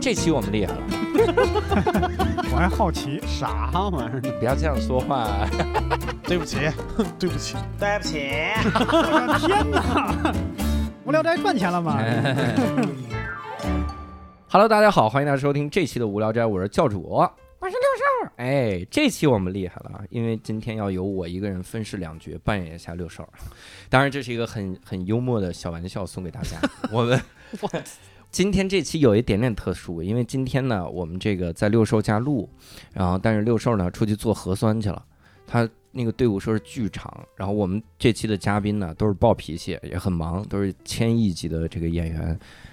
这期我们厉害了，我还好 奇，啥玩意儿？不要这样说 话。对不起，对不起，对不起，我的天哪！无聊斋赚钱了吗？哎 Hello，大家好，欢迎大家收听这期的无聊斋，我是教主，我是六兽。哎，这期我们厉害了啊，因为今天要由我一个人分饰两角，扮演一下六兽。当然，这是一个很很幽默的小玩笑，送给大 家。我们 今天这期有一点点特殊，因为今天呢，我们这个在六兽家录，然后但是六兽呢出去做核酸去了，他那个队伍说是巨长，然后我们这期的嘉宾呢都是暴脾气，也很忙，都是千亿级的这个演员，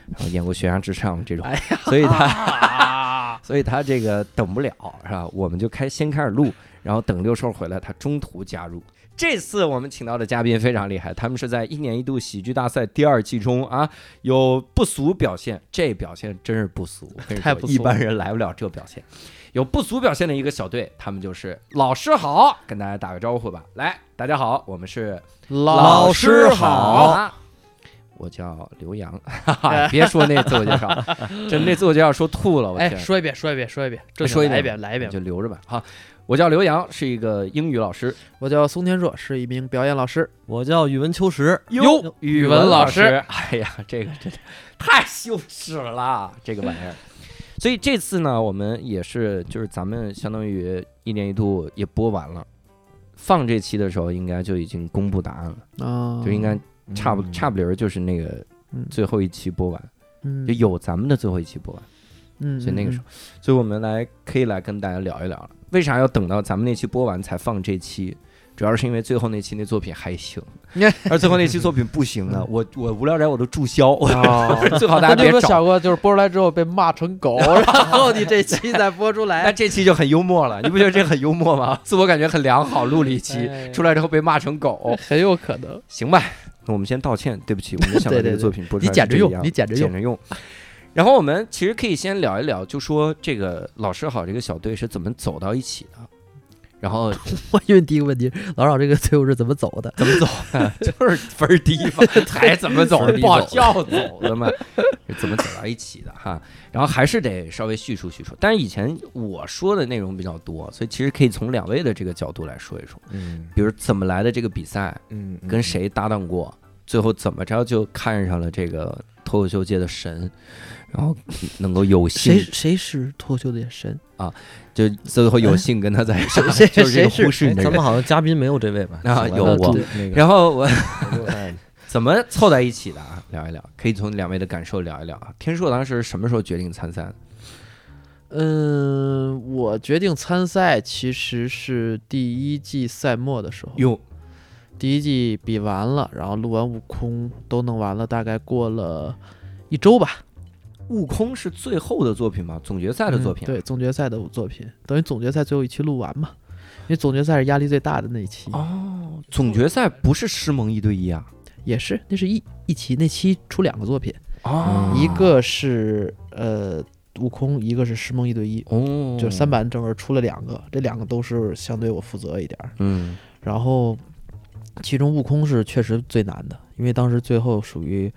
然后演过《悬崖之上》这种，哎所以他， 所以他这个等不了是吧？我们就开先开始录，然后等六兽回来，他中途加入。这次我们请到的嘉宾非常厉害，他们是在一年一度喜剧大赛第二季中啊有不俗表现，这表现真是不俗，我跟你说太不俗了一般人来不了这表现。有不俗表现的一个小队，他们就是老师好，跟大家打个招呼吧。来，大家好，我们是老师好，啊我叫刘洋， 哈哈，别说那自我介 绍，真那自我介绍说吐了，我哎，天，哎说一遍，说一遍，说一遍，这说一遍来一遍，哎来一遍就。留着吧。好，我叫刘洋，是一个英语老师，我叫宋天硕，是一名表演老师。我叫宇文秋实，哟，语文老老师师，哎呀，这个真的太羞耻了，这个 玩意儿。所以这次呢，我们也是，就是咱们相当于一年一度也播完了，放这期的时候应该就已经公布答案了，啊就应该哦差嗯不、差不离儿就是那个最后一期播完，就有咱们的最后一期播完，嗯所以那个时候，所以我们来可以来跟大家聊一聊了，为啥要等到咱们那期播完才放这期？主要是因为最后那期那作品还行，而最后那期作品不行呢，我我无聊斋我都注销，我哦， 最好大家那你别有没有找。想过，就是播出来之后被骂 成狗，然后你这期再播出那来？这期就很幽默了，你不觉得这很幽默吗？ 自我感觉很良好，录了一期哎，出来之后被骂成狗，很有可能。行吧？那我们先道歉，对不起，我没想到对对这个对作品播出你来是捡着这用样你捡着用捡着用。然后我们其实可以先聊一聊，就说这个老师好这个小队是怎么走到一起的，然后我因为第一个问题，老找这个队伍是怎么走 的？怎么走的？就是分儿低 嘛，还怎么走的？不好笑走的嘛，怎么走到一起的哈？然后还是得稍微叙述叙述，但是以前我说的内容比较多，所以其实可以从两位的这个角度来说一说，嗯比如怎么来的这个比赛，嗯跟？谁搭档过，最后怎么着就看上了这个脱口秀界的神，然后能够有谁幸 谁是脱口秀的神？就最后有幸跟他在一起，谁就是这谁个谁是忽视你的咱人们。好像嘉宾没有这位 吧？嗯啊请来有了我主那个然后我刘太 怎么凑在一起的啊？聊一聊，可以从两位的感受聊一聊啊。天硕当时是什么时候决定参赛的？嗯，我决定参赛其实是第一季赛末的时候，哟，第一季比完了，然后录完悟空都弄完了，大概过了一周吧。悟空是最后的作品吗？总决赛的作品、嗯对总决赛的作品，等于总决赛最后一期录完嘛，因为总决赛是压力最大的那一期，哦，总决赛不是师盟一对一啊？也是那是一一期，那期出两个作品，哦一个是呃悟空，一个是师梦一对一，哦，就三版正文出了两个，这两个都是相对我负责一点儿。嗯然后，其中悟空是确实最难的，因为当时最后属于，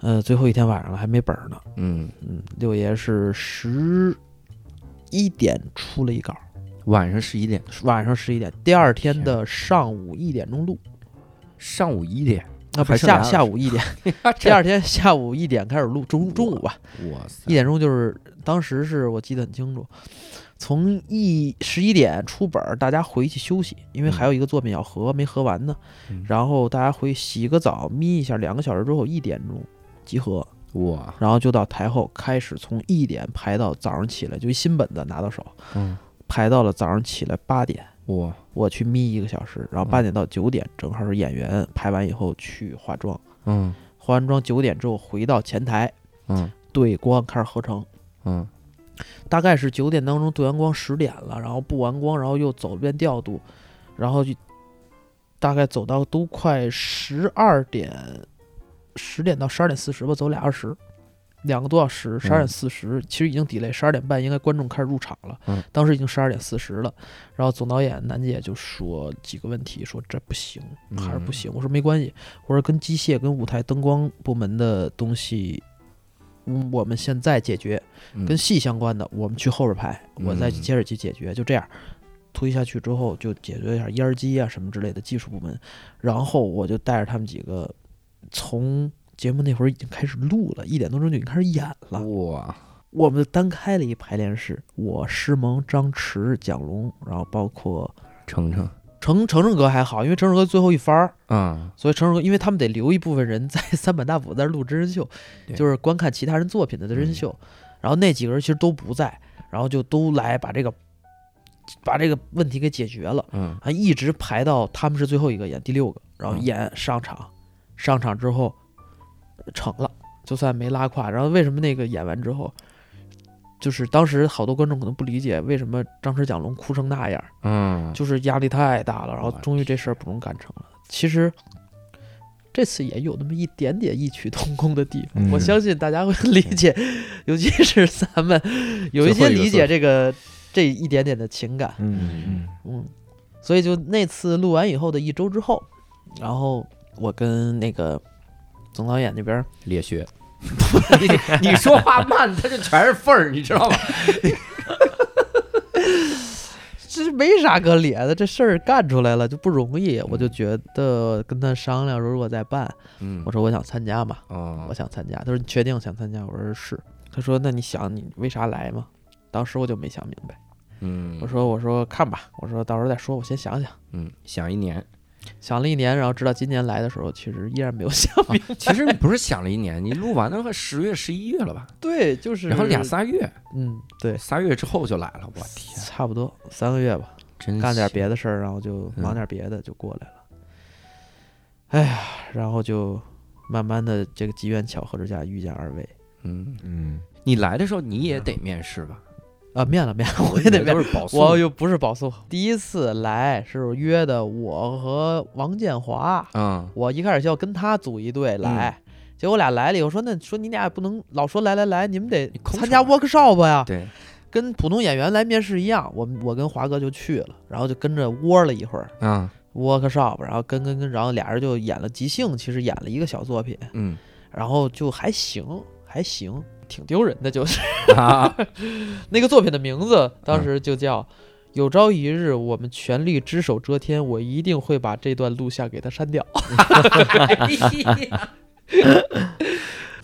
呃，最后一天晚上了还没本儿呢。嗯，嗯，六爷是十一点出了一稿，晚上十一点，晚上十一点，第二天的上午一点钟录，上午一点，啊，不还是剩下俩下午 一点，第二天下午一点开始录，中啊中午吧，哇塞一，点钟就是当时是我记得很清楚，从一十一点出本儿，大家回去休息，因为还有一个作品要合，没合完呢。嗯然后大家回去洗个澡，眯一下，两个小时之后一点钟集合，哇，然后就到台后开始从一点排到早上起来，就一新本子拿到手，嗯，排到了早上起来八点。哇，我去眯一个小时，然后八点到九点正好是演员排完以后去化妆，嗯化完妆九点之后回到前台嗯对光开始合成，嗯，大概是九点当中对完光十点了，然后布完光，然后又走了遍调度，然后就大概走到都快十二点，十点到十二点四十吧，走俩小时，两个多小时，十二点四十、其实已经 delay，十二点半应该观众开始入场了，嗯当时已经十二点四十了，然后总导演楠姐就说几个问题，说这不行，还是不行，我说没关系，我说跟机械跟舞台灯光部门的东西。嗯我们现在解决嗯跟戏相关的，我们去后边排，我再嗯接着去解决，就这样。推下去之后，就解决一下烟儿机啊什么之类的技术部门，然后我就带着他们几个，从节目那会儿已经开始录了，一点多钟就已经开始演了。哇，我们单开了一排练室，我师萌、张弛、蒋龙，然后包括程程程程程哥还好，因为程程哥最后一番儿，啊，所以程程哥因为他们得留一部分人在三板大斧在那儿录真人秀，对嗯就是观看其他人作品的真人秀，然后那几个人其实都不在，然后就都来把这个把这个问题给解决了。嗯啊，一直排到他们是最后一个演第六个，然后嗯演上场，上场之后呃成了，就算没拉胯。然后为什么那个演完之后，就是当时好多观众可能不理解为什么张弛、蒋龙哭成那样，嗯，就是压力太大了。然后我啊终于这事儿不能干成了。其实这次也有那么一点点异曲同工的地方，我嗯相信大家会理解， 尤其是咱们有最一后些一个理作解这个这一点点的情感。嗯嗯嗯，所以就那次录完以后的一周之后，然后我跟那个总导演那边儿，猎靴。 你你说话慢，它就全是缝儿，你知道吗？这没啥可咧的，这事儿干出来了就不容易，我就觉得跟他商量，如果再办，嗯我说我想参加嘛，哦我，想参加，他说你确定想参加？我说是，他说那你想你为啥来嘛？当时我就没想明白，嗯我说我说看吧，我说到时候再说，我先想想。嗯，想一年，想了一年，然后直到今年来的时候，其实依然没 有想啊明白。其实不是想了一年，你录完了快十月、十一月了吧？对，就是然后俩仨月，嗯，对，仨月之后就来了，我天，差不多三个月吧。真干点嗯行，别的事儿，然后就嗯忙点别的就过来了。哎呀，然后就慢慢的这个机缘巧合之下遇见二位嗯，嗯，你来的时候你也得面试吧？啊，面了面了，我也得面都。是保送我又不是保送，第一次来是约的我和王建华，嗯我一开始就要跟他组一队来，结果我俩来了以后说那说你俩也不能老说来来来，你们得你空参手加啊 workshop 呀，对，跟普通演员来面试一样。我们我跟华哥就去了，然后就跟着窝了一会儿， 嗯 workshop，然后跟跟跟，然后俩人就演了即兴，其实演了一个小作品，嗯 然后就还行，还行，挺丢人的，就是 啊，那个作品的名字，当时就叫。有朝一日，我们全力只手遮天，我一定会把这段录像给它删掉。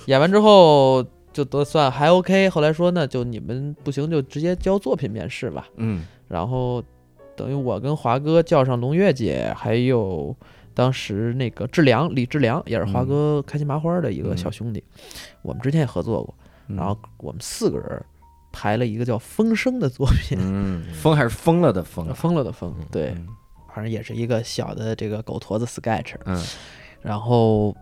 演完之后就都算还 OK，后来说那就你们不行就直接交作品面试吧。嗯然后等于我跟华哥叫上龙月姐，还有当时那个志良李志良，也是嗯华哥开心麻花的一个小兄弟，我们之前也合作过。嗯然后我们四个人排了一个叫《风声》的作品，嗯，疯还是疯了的疯啊， 疯了的疯，对，嗯反正也是一个小的这个狗驼子 sketch。嗯然后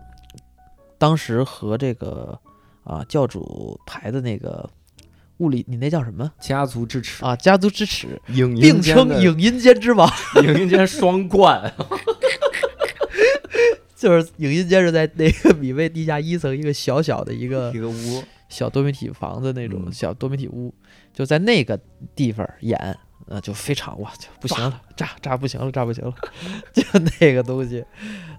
当时和这个啊教主排的那个物理，你那叫什么家族支持，啊？家族之耻，影并称影音间之王。影音间双冠，就是影音间是在那个米味地下一层一个小小 的一 个一个屋，小多媒体房子那种嗯小多媒体屋，就在那个地方演，呃，就非常哇，就不行了，炸炸不行了，炸不行了， 就那个东西。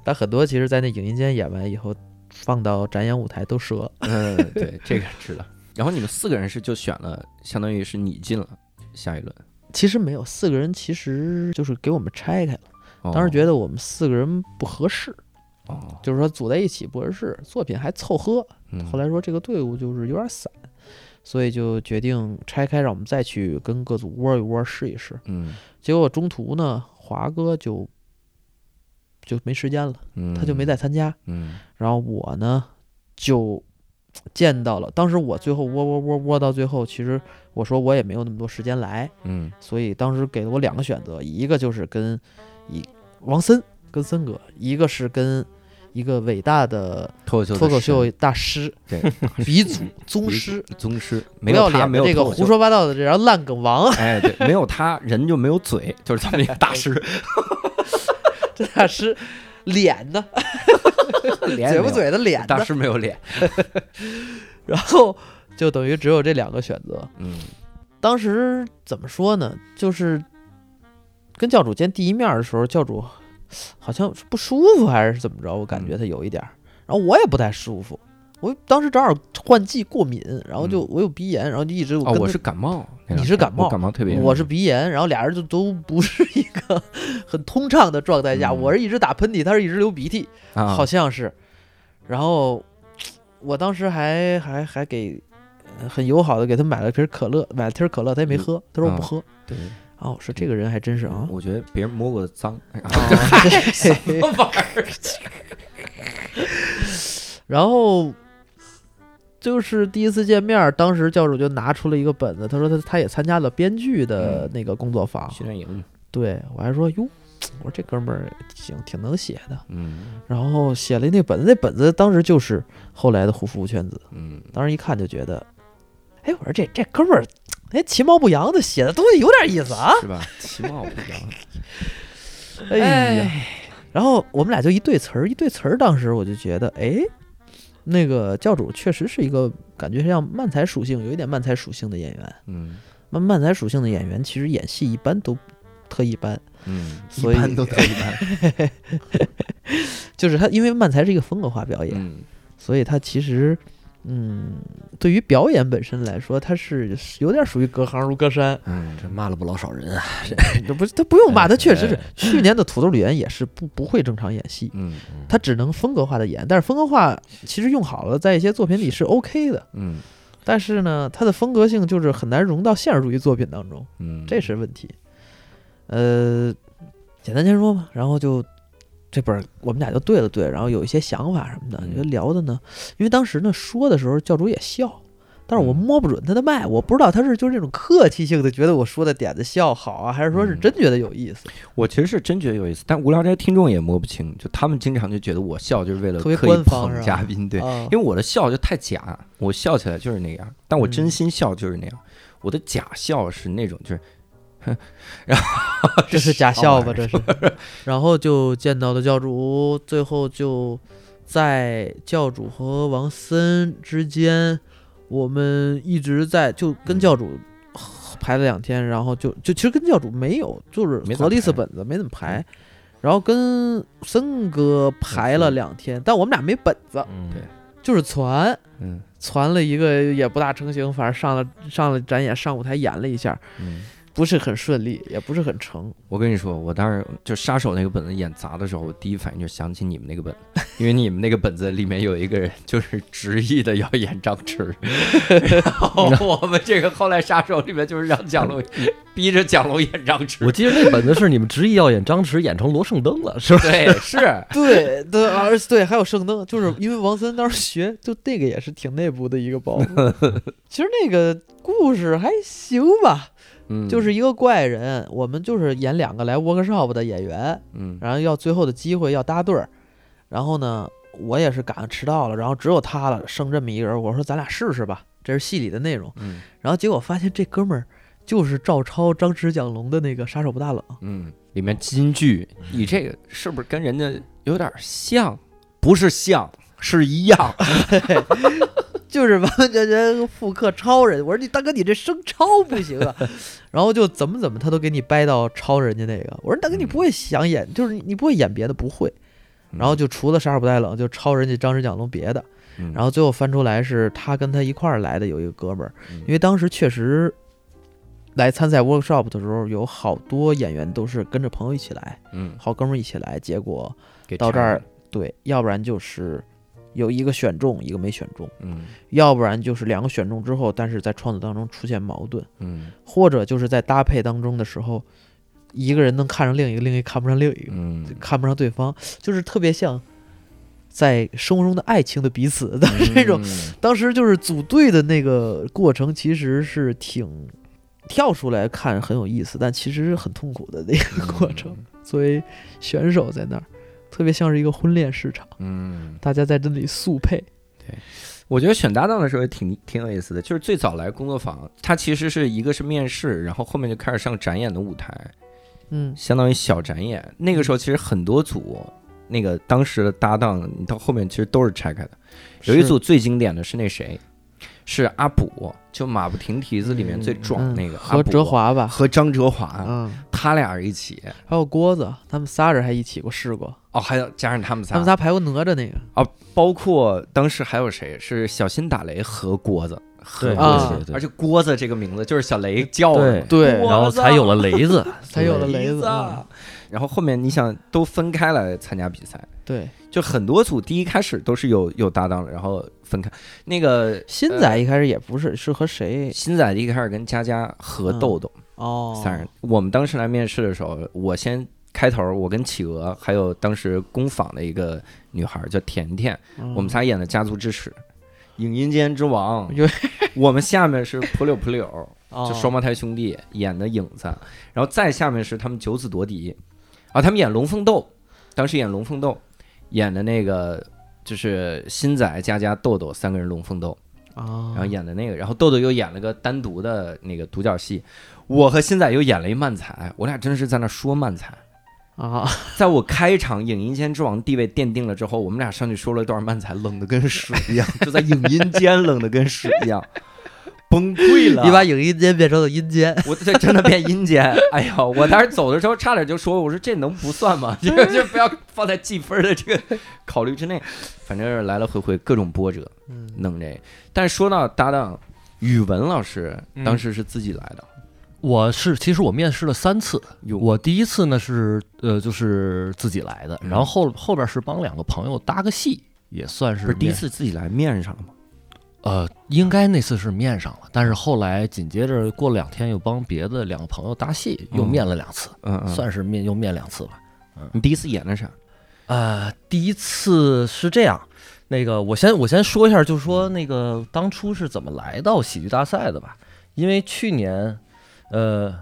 但很多其实，在那影音间演完以后，放到展演舞台都折。嗯，对，这个知道。然后你们四个人是就选了，相当于是你进了下一轮。其实没有四个人，其实就是给我们拆开了。哦当时觉得我们四个人不合适，哦，就是说组在一起不合适，作品还凑合，嗯后来说这个队伍就是有点散，所以就决定拆开，让我们再去跟各组窝一窝试一试。嗯，结果中途呢，华哥就就没时间了，嗯他就没再参加。嗯然后我呢，就见到了，当时我最后窝窝窝窝到最后，其实我说我也没有那么多时间来，嗯所以当时给了我两个选择，一个就是跟一王森跟森哥，一个是跟一个伟大的脱口秀的脱口秀神大师，对， 鼻祖宗鼻师，宗师，不没要有他脸没的有这个脱口秀胡，说八道的这然后烂梗王，啊哎，对，没有他人就没有嘴，就是这么一个大师，这大师脸呢，脸也 嘴没不有嘴的脸大呢，师没有脸，然后就等于只有这两个选择。嗯当时怎么说呢？就是跟教主见第一面的时候，教主嗯好像是不舒服还是怎么着，我感觉他有一点儿，然后我也不太舒服，我当时正好换季过敏，然后就我有鼻炎，然后就一直我嗯哦，跟我他是感冒，那你两是天感我冒感冒特别严重，我是鼻炎，然后俩人就都不是一个 很通畅的状态下，嗯我是一直打喷嚏，他是一直流鼻涕，啊好像是。然后我当时还还还给呃很友好的给他买了瓶可乐，买了瓶可乐，他也没喝，他说我不啊喝。对，嗯啊，我说这个人还真是啊，哦我觉得别人摸过的脏，哎呀然后就是第一次见面，当时教主就拿出了一个本子，他说他他也参加了编剧的嗯那个工作坊，训练营，对我还说哟，我说这哥们儿挺挺能写的，嗯然后写了那本子，那本子当时就是后来的胡服务圈子，嗯，当时一看就觉得，哎，我说这这哥们儿，哎，其貌不扬的写的东西有点意思啊， 是吧？其貌不扬，哎呀，然后我们俩就一对词儿，一对词儿，当时我就觉得，哎，那个教主确实是一个感觉像漫才属性，有一点漫才属性的演员。嗯漫漫才属性的演员其实演戏一般都特一般，嗯所以哎一般都特一般。就是他，因为漫才是一个风格化表演，嗯，所以他其实，嗯，对于表演本身来说，他是有点属于隔行如隔山。嗯，这骂了不老少人啊，这不是他不用骂，他确实是哎去年的土豆李岩也是不不会正常演戏，嗯他只能风格化的演，但是风格化其实用好了，在一些作品里是 OK 的。嗯但是呢，他的风格性就是很难融到现实主义作品当中，嗯，这是问题。呃，简单先说吧，然后就这本儿我们俩就对了对，然后有一些想法什么的，嗯就聊的呢，因为当时呢说的时候教主也笑。但是我嗯摸不准他的脉，我不知道他是就是这种客气性的觉得我说的点子笑好啊，还是说是嗯真觉得有意思，我其实是真觉得有意思，但无聊斋听众也摸不清，就他们经常就觉得我笑就是为了特别刻官意方是捧吧嘉宾，对，啊因为我的笑就太假，我笑起来就是那样，但我真嗯心笑就是那样，我的假笑是那种就是这是假好笑玩 吧？儿这是。然后就见到了教主，最后就在教主和王森之间，我们一直在就跟嗯教主排了两天，然后就就其实跟教主没有，就是没咋合了一次排本子，没怎么排。然后跟森哥排了嗯两天，但我们俩没本子，嗯对就是传嗯传了一个也不大成型，反正上了上了展演，上舞台演了一下，嗯。不是很顺利，也不是很成。我跟你说，我当时就杀手那个本子演砸的时候，我第一反应就想起你们那个本子， 因为你们那个本子里面有一个人就是执意的要演张弛， 然 后我们这个后来杀手里面就是让 蒋龙逼着蒋龙演张我弛，记得那本子是你们执意要演张弛，演成罗胜灯了，是吧？对，是， 对对，而对还有圣灯，就是因为王森当时学，就那个也是挺内部的一个包袱。 其实那个故事还行吧，嗯，就是一个怪人，我们就是演两个来 workshop 的演员，嗯然后要最后的机会要搭对儿，然后呢，我也是赶上迟到了，然后只有他了，剩这么一个人，我说咱俩试试吧，这是戏里的内容。嗯然后结果发现这哥们儿就是照抄张弛、蒋龙的那个杀手不大冷。嗯，里面金句，你这个是不是跟人家有点像？不是像，是一样，就是完完全全复刻超人。我说你大哥，你这生抄不行啊！然后就怎么怎么他都给你掰到抄人家那个。我说大哥，嗯你不会想演，就是你你不会演别的，不会。然后就除了杀手不太冷，就抄人家张弛蒋龙别的。 嗯，然后最后翻出来是他跟他一块儿来的有一个哥们儿，因为为当时确实来参赛 workshop 的时候，有好多演员都是跟着朋友一起来，嗯，好哥们儿一起来，结果给到这拆儿了，对，要不然就是有一个选中，一个没选中。嗯要不然就是两个选中之后，但是在创作当中出现矛盾，嗯或者就是在搭配当中的时候，一个人能看上另一个，另一个看不上另一个，嗯，看不上对方，就是特别像在生活中的爱情的彼此。但 是这种、嗯当时就是组队的那个过程，其实是挺跳出来看很有意思，但其实很痛苦的那个过程。作为选手在那儿，特别像是一个婚恋市场，嗯，大家在这里速配。我觉得选搭档的时候也挺挺有意思的，就是最早来工作坊，它其实是一个是面试，然后后面就开始上展演的舞台，嗯相当于小展演。那个时候其实很多组，那个当时的搭档，你到后面其实都是拆开的。有一是组最经典的是那谁，是阿卜，就马不停蹄子里面最壮那个、嗯啊和哲哲华吧，和张哲华，嗯，他俩一起还有郭子，他们仨人还一起过试过，哦，还有加上他们仨，他们仨排过哪吒那个，包括当时还有谁是小新打雷和郭子。和对郭子啊对对而且郭子这个名字就是小雷叫的嘛，对郭然后子才有了雷 子，才有了雷雷子，嗯然后后面你想都分开来参加比赛，对，就很多组第一开始都是有有搭档的，然后分开。那个新仔一开始也不是，是和谁？新仔一开始跟佳佳和豆豆、哦，三人，我们当时来面试的时候，我先开头，我跟企鹅还有当时工坊的一个女孩叫甜甜，嗯我们仨演的《家族之耻》。影音间之王哟， 我们下面是蒲柳蒲柳，哦就双胞胎兄弟演的影子，然后再下面是他们九子夺嫡，啊，他们演龙凤斗，当时演龙凤斗，演的那个就是新仔、佳佳、豆豆三个人龙凤斗，啊然后演的那个，然后豆豆又演了个单独的那个独角戏，我和新仔又演了一慢才，我俩真是在那说慢才，啊，在我开场影音间之王地位奠定了之后，我们俩上去说了一段慢才，冷的跟屎一样，就在影音间冷的跟屎一样，崩溃 了，你把影音间变成了阴间，我这真的变阴间。哎呦，我当时走的时候差点就说，我说这能不算吗？ 这个就不要放在计分的这个考虑之内。反正是来来回回各种波折，嗯弄这。但是说到搭档，语文老师嗯当时是自己来的，我是其实我面试了三次，有我第一次呢是呃就是自己来的，嗯然后后后边是帮两个朋友搭个戏，也算是不是第一面次自己来面上了吗？呃，应该那次是面上了，但是后来紧接着过了两天又帮别的两个朋友搭戏，又嗯面了两次，嗯嗯，算是面又面两次吧。你第一次演的啥？呃，第一次是这样，那个我先我先说一下，就说那个当初是怎么来到喜剧大赛的吧，因为去年，呃，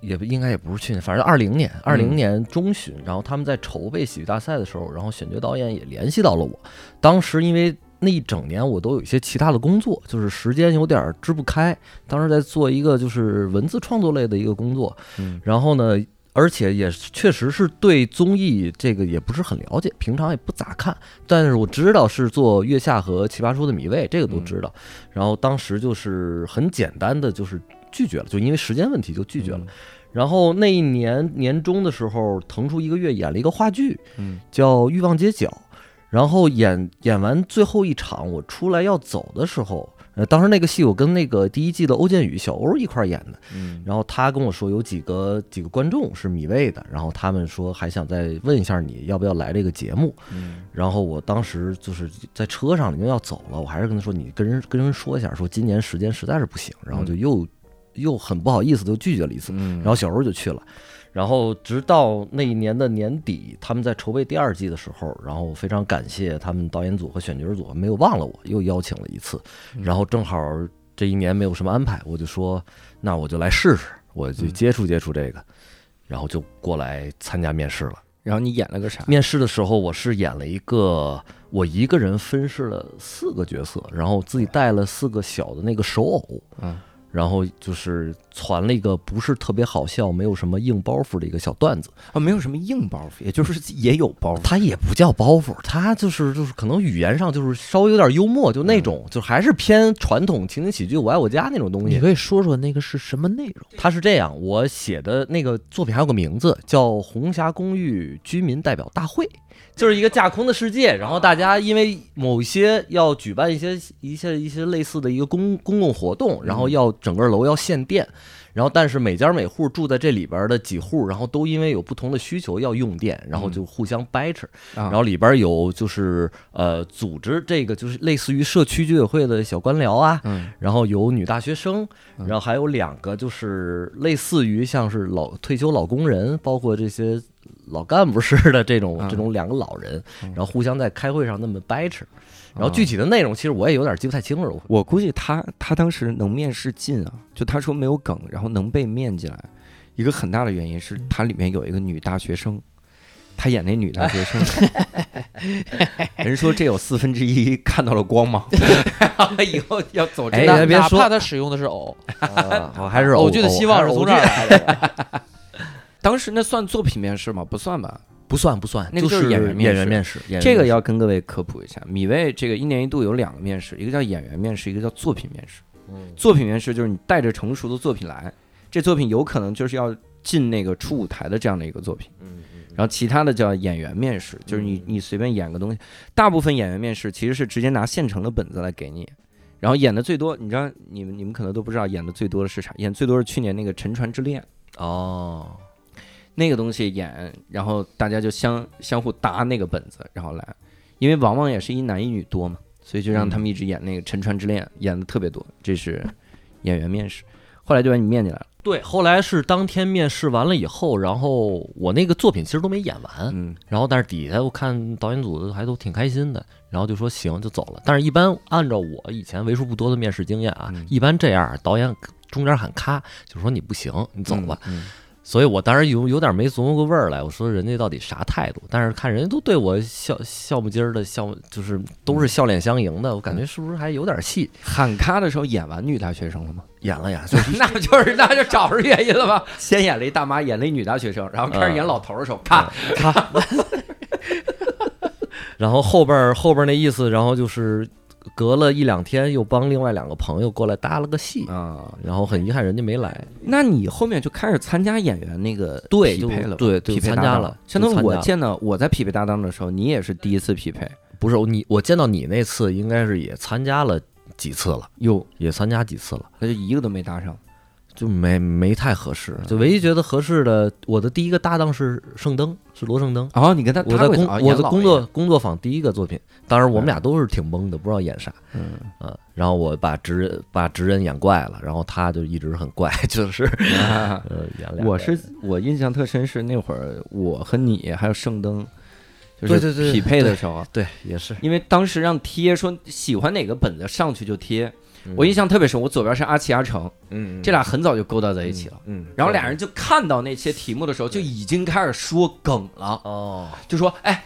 也不应该也不是去年，反正二零年二零年中旬，然后他们在筹备喜剧大赛的时候，然后选角导演也联系到了我，当时因为。那一整年我都有一些其他的工作，就是时间有点儿支不开。当时在做一个就是文字创作类的一个工作，嗯然后呢，而且也是确实是对综艺这个也不是很了解，平常也不咋看，但是我知道是做月下和奇葩说的米未，这个都知道。然后当时就是很简单的就是拒绝了，就因为时间问题就拒绝了。嗯然后那一年年中的时候，腾出一个月演了一个话剧，嗯，叫《欲望街角》。然后演演完最后一场，我出来要走的时候，呃，当时那个戏我跟那个第一季的欧建宇、小欧一块儿演的，嗯然后他跟我说有几个几个观众是米未的，然后他们说还想再问一下你要不要来这个节目。嗯然后我当时就是在车上已经要走了，我还是跟他说你跟人跟人说一下，说今年时间实在是不行，然后就又、又很不好意思就拒绝了一次。嗯然后小时候就去了，然后直到那一年的年底，他们在筹备第二季的时候，然后非常感谢他们导演组和选角组没有忘了我，又邀请了一次，然后正好这一年没有什么安排，我就说那我就来试试，我就嗯接触接触这个，然后就过来参加面试了。然后你演了个啥？面试的时候，我是演了一个我一个人分饰了四个角色，然后自己带了四个小的那个手偶，嗯，然后就是传了一个不是特别好笑、没有什么硬包袱的一个小段子。啊，没有什么硬包袱，也就是也有包袱。它也不叫包袱，它就是就是可能语言上就是稍微有点幽默，就那种、就还是偏传统情景喜剧《我爱我家》那种东你西。可以说说那个是什么内容？它是这样，我写的那个作品还有个名字叫《红霞公寓居民代表大会》，就是一个架空的世界，然后大家因为某些要举办一些一些一些类似的一个公公共活动，然后要整个楼要限电，然后但是每家每户住在这里边的几户，然后都因为有不同的需求要用电，然后就互相掰扯，然然后里边有就是呃组织这个就是类似于社区居委会的小官僚啊，嗯然后有女大学生，嗯然后还有两个就是类似于像是老退休老工人，包括这些老干部似的这种嗯这种两个老人，嗯然后互相在开会上那么掰扯，然后具体的内容其实我也有点记不太清楚 了。我估计他他当时能面试进啊，就他说没有梗，然后能被面进来，一个很大的原因是他里面有一个女大学生，他演那女大学生， 人说这有四分之一看到了光芒， 以后要走这哎道还路别哪说怕他使用的是偶， 我啊 还是偶剧的希望是从这儿来的。当时那算作品面试吗？不算吧， 不算不算，那个就就是是演员面演员试面试，演员这个面试要跟各位科普一下，米未这个一年一度有两个面试，一个叫演员面试，一个叫作品面试。嗯作品面试就是你带着成熟的作品来，这作品有可能就是要进那个出舞台的这样的一个作品。然后其他的叫演员面试，就是你你随便演个东西。大部分演员面试其实是直接拿现成的本子来给你，然后演的最多，你知道你们你们可能都不知道演的最多的是啥，演最多是去年那个《沉船之恋》。哦，那个东西演，然后大家就相相互搭那个本子，然后来，因为往往也是一男一女多嘛，所以就嗯让他们一直演那个《沉船之恋》，演的特别多。这 是演员面试，后来就把你面进来了。对，后来是当天面试完了以后，然后我那个作品其实都没演完，嗯，然后但是底下我看导演组还都挺开心的，然后就说行就走了。但是一般按照我以前为数不多的面试经验啊，嗯一般这样导演中间喊咔，就说你不行，你走吧。嗯。所以我当时有有点没琢磨过味儿来，我说人家到底啥态度？但是看人家都对我笑笑不唧儿的笑，就是都是笑脸相迎的，我感觉是不是还有点戏？喊咖的时候演完女大学生 了吗？演了演，那就是那就找着原因了 吧。先演了一大妈，演了一女大学生，然后开嗯始演老头儿的时候，咔， 然后后边儿后边儿那意思，然后就是隔了一两天又帮另外两个朋友过来搭了个戏，啊，然后很遗憾人家没来。那你后面就开始参加演员那个对，匹就配了吧，对对，匹配参搭加档了，相当于就参我加了见到我在匹配搭档的时候，你也是第一次匹配不是你，我见到你那次应该是也参加了几次了，哟，也参加几次了，那就一个都没搭上。就没没太合嗯适。就唯一觉得合适的，我的第一个搭档是盛灯，是罗盛灯。哦，你跟他我搭的过一工次啊我演的老工爷作工作坊第一个作品，当时我们俩都是挺懵的，不知道演啥。嗯啊，然后我把直人把直人演怪了，然后他就一直很怪， 就是啊呃演 俩。我是我印象特深是那会儿我和你还有圣灯，就对是对对匹配的对时候，对也是因为当时让贴说喜欢哪个本子上去就贴，我印象特别深。我左边是阿奇阿成，嗯这俩很早就勾搭在一起了。嗯，然后俩人就看到那些题目的时候，就已经开始说梗了，哦就说：“哎，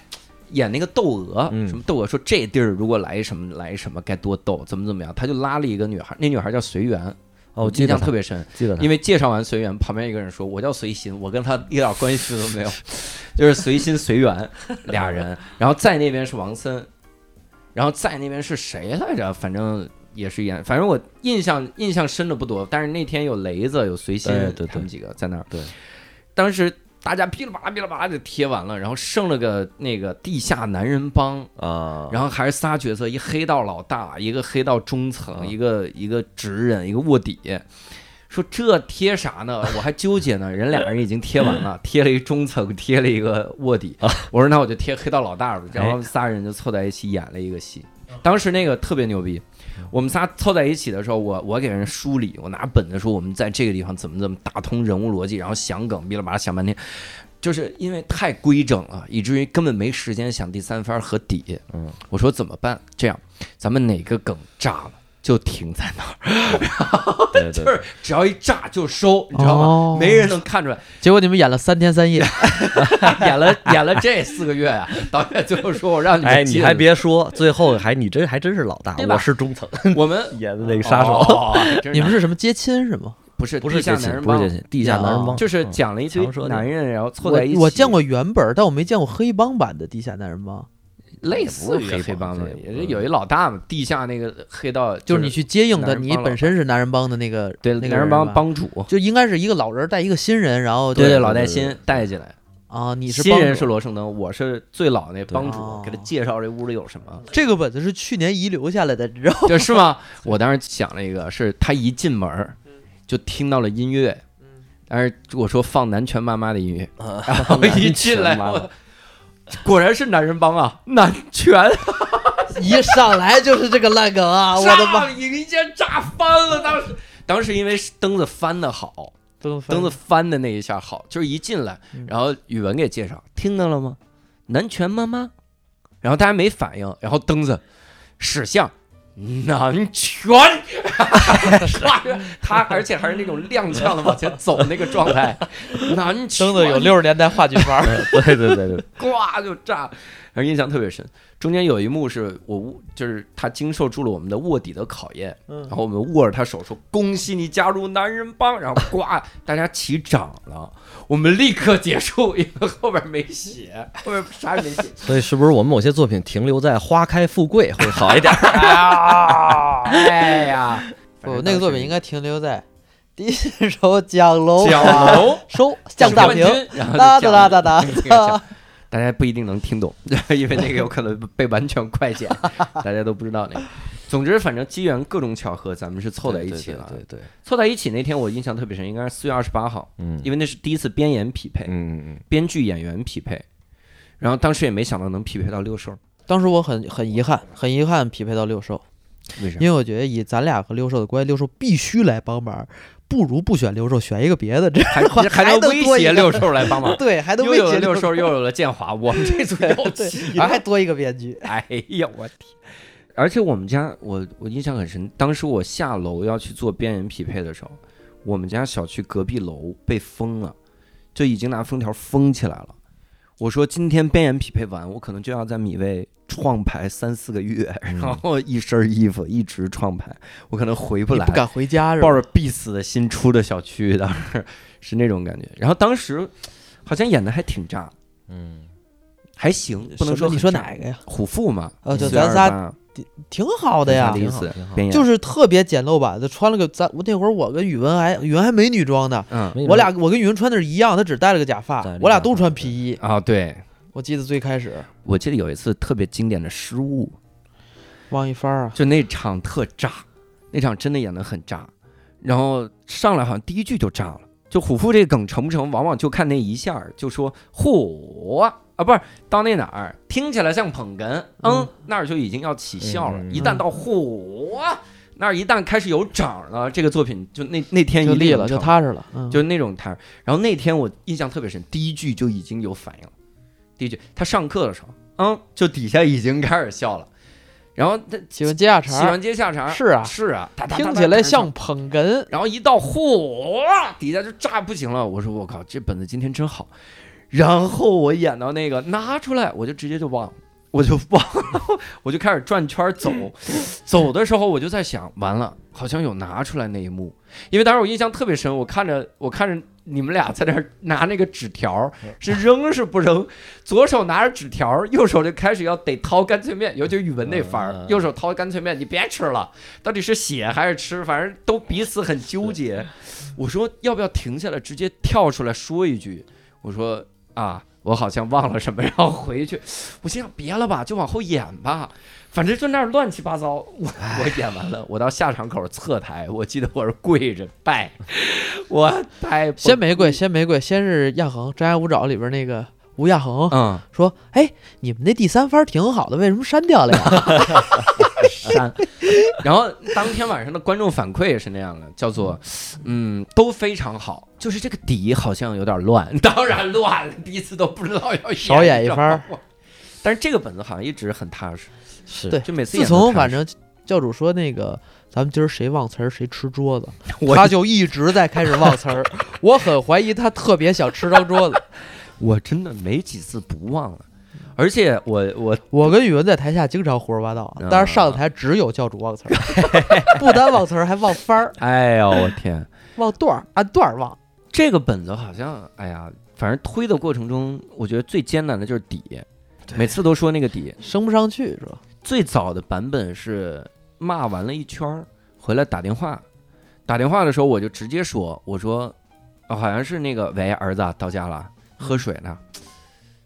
演那个窦娥，嗯什么窦娥说这地儿如果来什么来什么该多逗，怎么怎么样。”他就拉了一个女孩，那女孩叫随缘，哦，我印记得象特他别深。记得他因为介绍完随缘，旁边一个人说：“我叫随心，我跟他一点关系都没有， 就是随心随缘俩人。”然后在那边是王森，然后在那边是谁来着？反正也是演，反正我印象印象深的不多，但是那天有雷子，有随心，对对对他们几个在那儿。对，当时大家噼里啪啦噼里啪啦就贴完了，然后剩了个那个地下男人帮，啊，然后还是仨角色，一黑道老大，一个黑道中层，嗯一个一个职人，一个卧底。说这贴啥呢？我还纠结呢。人俩人已经贴完了，贴了一中层，贴了一个卧底。我说那我就贴黑道老大吧。然后仨人就凑在一起演了一个戏。当时那个特别牛逼，我们仨凑在一起的时候，我我给人梳理，我拿本子说我们在这个地方怎么怎么打通人物逻辑，然后想梗，哔啦吧啦想半天，就是因为太规整了，以至于根本没时间想第三番和底。嗯，我说怎么办？这样，咱们哪个梗炸了就停在那儿，对对就是只要一炸就收，你知道吗？哦没人能看出来，结果你们演了三天三夜，演了演了这四个月呀、导演最后说我让你们哎，你进还别说，最后还你真还真是老大，对吧我是中层我们演 的那个杀手，哦真是你们是什么接亲是吗？不是不地是下男这些，人不是帮哦这？些，地下男人帮就是嗯讲了一堆强说的男人，然后凑我在一起。我见过原本，但我没见过黑帮版的地下男人帮，类似于黑帮的，也是有一老大嘛，地下那个黑道，就是是你去接应男的，人你帮老本身是男人帮的那个对那个男人人帮吧帮主，就应该是一个老人带一个新人，然后就对对老带对新带进来。啊，你是新帮人主是罗胜灯，我是最老那帮主哦，给他介绍这屋里有什 么，这个本子是去年遗留下来的，你知道吗？这是 吗？我当时想了一个，是他一进门儿就听到了音乐，但是我说放南拳妈妈的音乐，啊 然 后一进来，我 果然是男人帮啊，南拳。一上来就是这个烂梗啊！我的妈！炸一下炸翻了！当时，当时因为灯子翻的好，灯灯子翻的那一下好，就是一进来嗯，然后语文给介绍，听到了吗？南拳妈妈，然后大家没反应，然后灯子驶向。南拳，唰他而且还是那种踉跄的往前走那个状态，南拳灯子有六十年代话剧范儿， 对对对对，呱就炸，然后印象特别深。中间有一幕是我握，就是他经受住了我们的卧底的考验，嗯然后我们握着他手说：“恭喜你加入男人帮。”然后呱，大家齐涨了，我们立刻结束，因为后边没写，后边啥也没 写。所以是不是我们某些作品停留在花开富贵会好一点？哎呀，不，那个作 品应该停留在第一首降楼，角楼收降大屏，，然后哒哒哒 哒哒。大家不一定能听懂， 因为那个有可能被完全 快剪，大家都不知道那个。总之，反正机缘各种巧合，咱们是凑在一起了。对对对，对凑在一起那天，我印象特别深，应该是四月二十八号，嗯因为那是第一次编演匹配，嗯嗯编剧演员匹配。然后当时也没想到能匹配到六兽，当时我很很遗憾，很遗憾匹配到六兽，为啥因？为我觉得以咱俩和六兽的关系，六兽必须来帮忙，不如不选六兽，选一个别 的，这还还还还能能威多一胁个，六兽来帮忙对还能又威有了胁六兽，兽，又有了建华，我们这组 又齐了还还多一个编剧，哎呀，我天！而且我们家，我我印象很深，当时我下楼要去做边缘匹配的时候，我们家小区隔壁楼被封了，就已经拿封条封起来了。我说今天边缘匹配完，我可能就要在米味创牌三四个月，嗯然后一身衣服一直创牌，我可能回不你来不，敢回家是吧抱？着必死的心出的小区，当时是那种感觉。然后当时好像演的还挺炸，嗯还行，不能什么说你说很炸哪个呀？虎父嘛？呃就428咱仨挺好的呀挺好，的意思挺好边演就是特别简陋版的，穿了个咱我那会儿我跟宇文还宇文还没女装呢，嗯嗯我俩我跟宇文穿的是一样，他只戴了个假发戴了个，我俩假都发穿对皮衣。啊，对，我记得最开始我记得有一次特别经典的失误，汪一帆儿啊，就那场特炸，那场真的演得很炸，然后上来好像第一句就炸了，就虎父这个梗成不成，往往就看那一下儿，就说嚯啊，不是到那哪儿听起来像捧哏，嗯，那儿就已经要起笑了，嗯嗯一旦到嚯那儿一旦开始有涨了，这个作品就那那天就一立立了，就踏实了。嗯，就是那种摊儿。然后那天我印象特别深，第一句就已经有反应了。第一句，他上课的时候，嗯，就底下已经开始笑了。然后他喜欢接下喜茬儿，欢接下茬儿，是啊，是啊，哒哒哒听哒起来开始笑像捧哏。然后一到嚯，底下就炸不行了。我说我靠，这本子今天真好。然后我演到那个拿出来，我就直接就忘了，我就忘了，我就开始转圈走。走的时候我就在想，完了，好像有拿出来那一幕，因为当时我印象特别深，我看着我看着。你们俩在那儿拿那个纸条，是扔是不扔？左手拿着纸条，右手就开始要得掏干脆面，尤其是语文那番儿嗯嗯嗯，右手掏干脆面，你别吃了，到底是写还是吃，反正都彼此很纠结。我说要不要停下来，直接跳出来说一句？我说啊，我好像忘了什么，然后回去。 我心想别了吧，就往后演吧，反正就那儿乱七八糟。我我演完了，我到下场口侧台，我记得我是跪着拜， 我太崩先玫瑰，先玫瑰，先是亚恒《真爱无找》里边那个吴亚恒嗯说：“哎，你们那第三番挺好的，为什么删掉了 呀删。然后当天晚上的观众反馈也是那样的，叫做嗯都非常好，就是这个底好像有点乱， 当然乱了，第一次都不知道要少演一什么番儿。但是这个本子好像一直很踏实，是对？”就每次自演都从踏反实正教主说那个。咱们今儿谁忘词儿谁吃桌子， 我他就一直在开始忘 词儿。我很怀疑他特别想吃张桌子。我真的没几次不忘了，而且我我 我跟宇文在台下经常胡说八道啊啊，但是上台只有教主忘 词儿，不单忘词儿，还忘番儿、哎呦我天，忘段儿，按段儿忘。这个本子好像哎呀，反正推的过程中，我觉得最艰难的就是底，每次都说那个底，升不上去是吧？最早的版本是骂完了一圈儿，回来打电话，打电话的时候我就直接说，我说，啊好像是那个喂儿子啊到家了，喝水呢。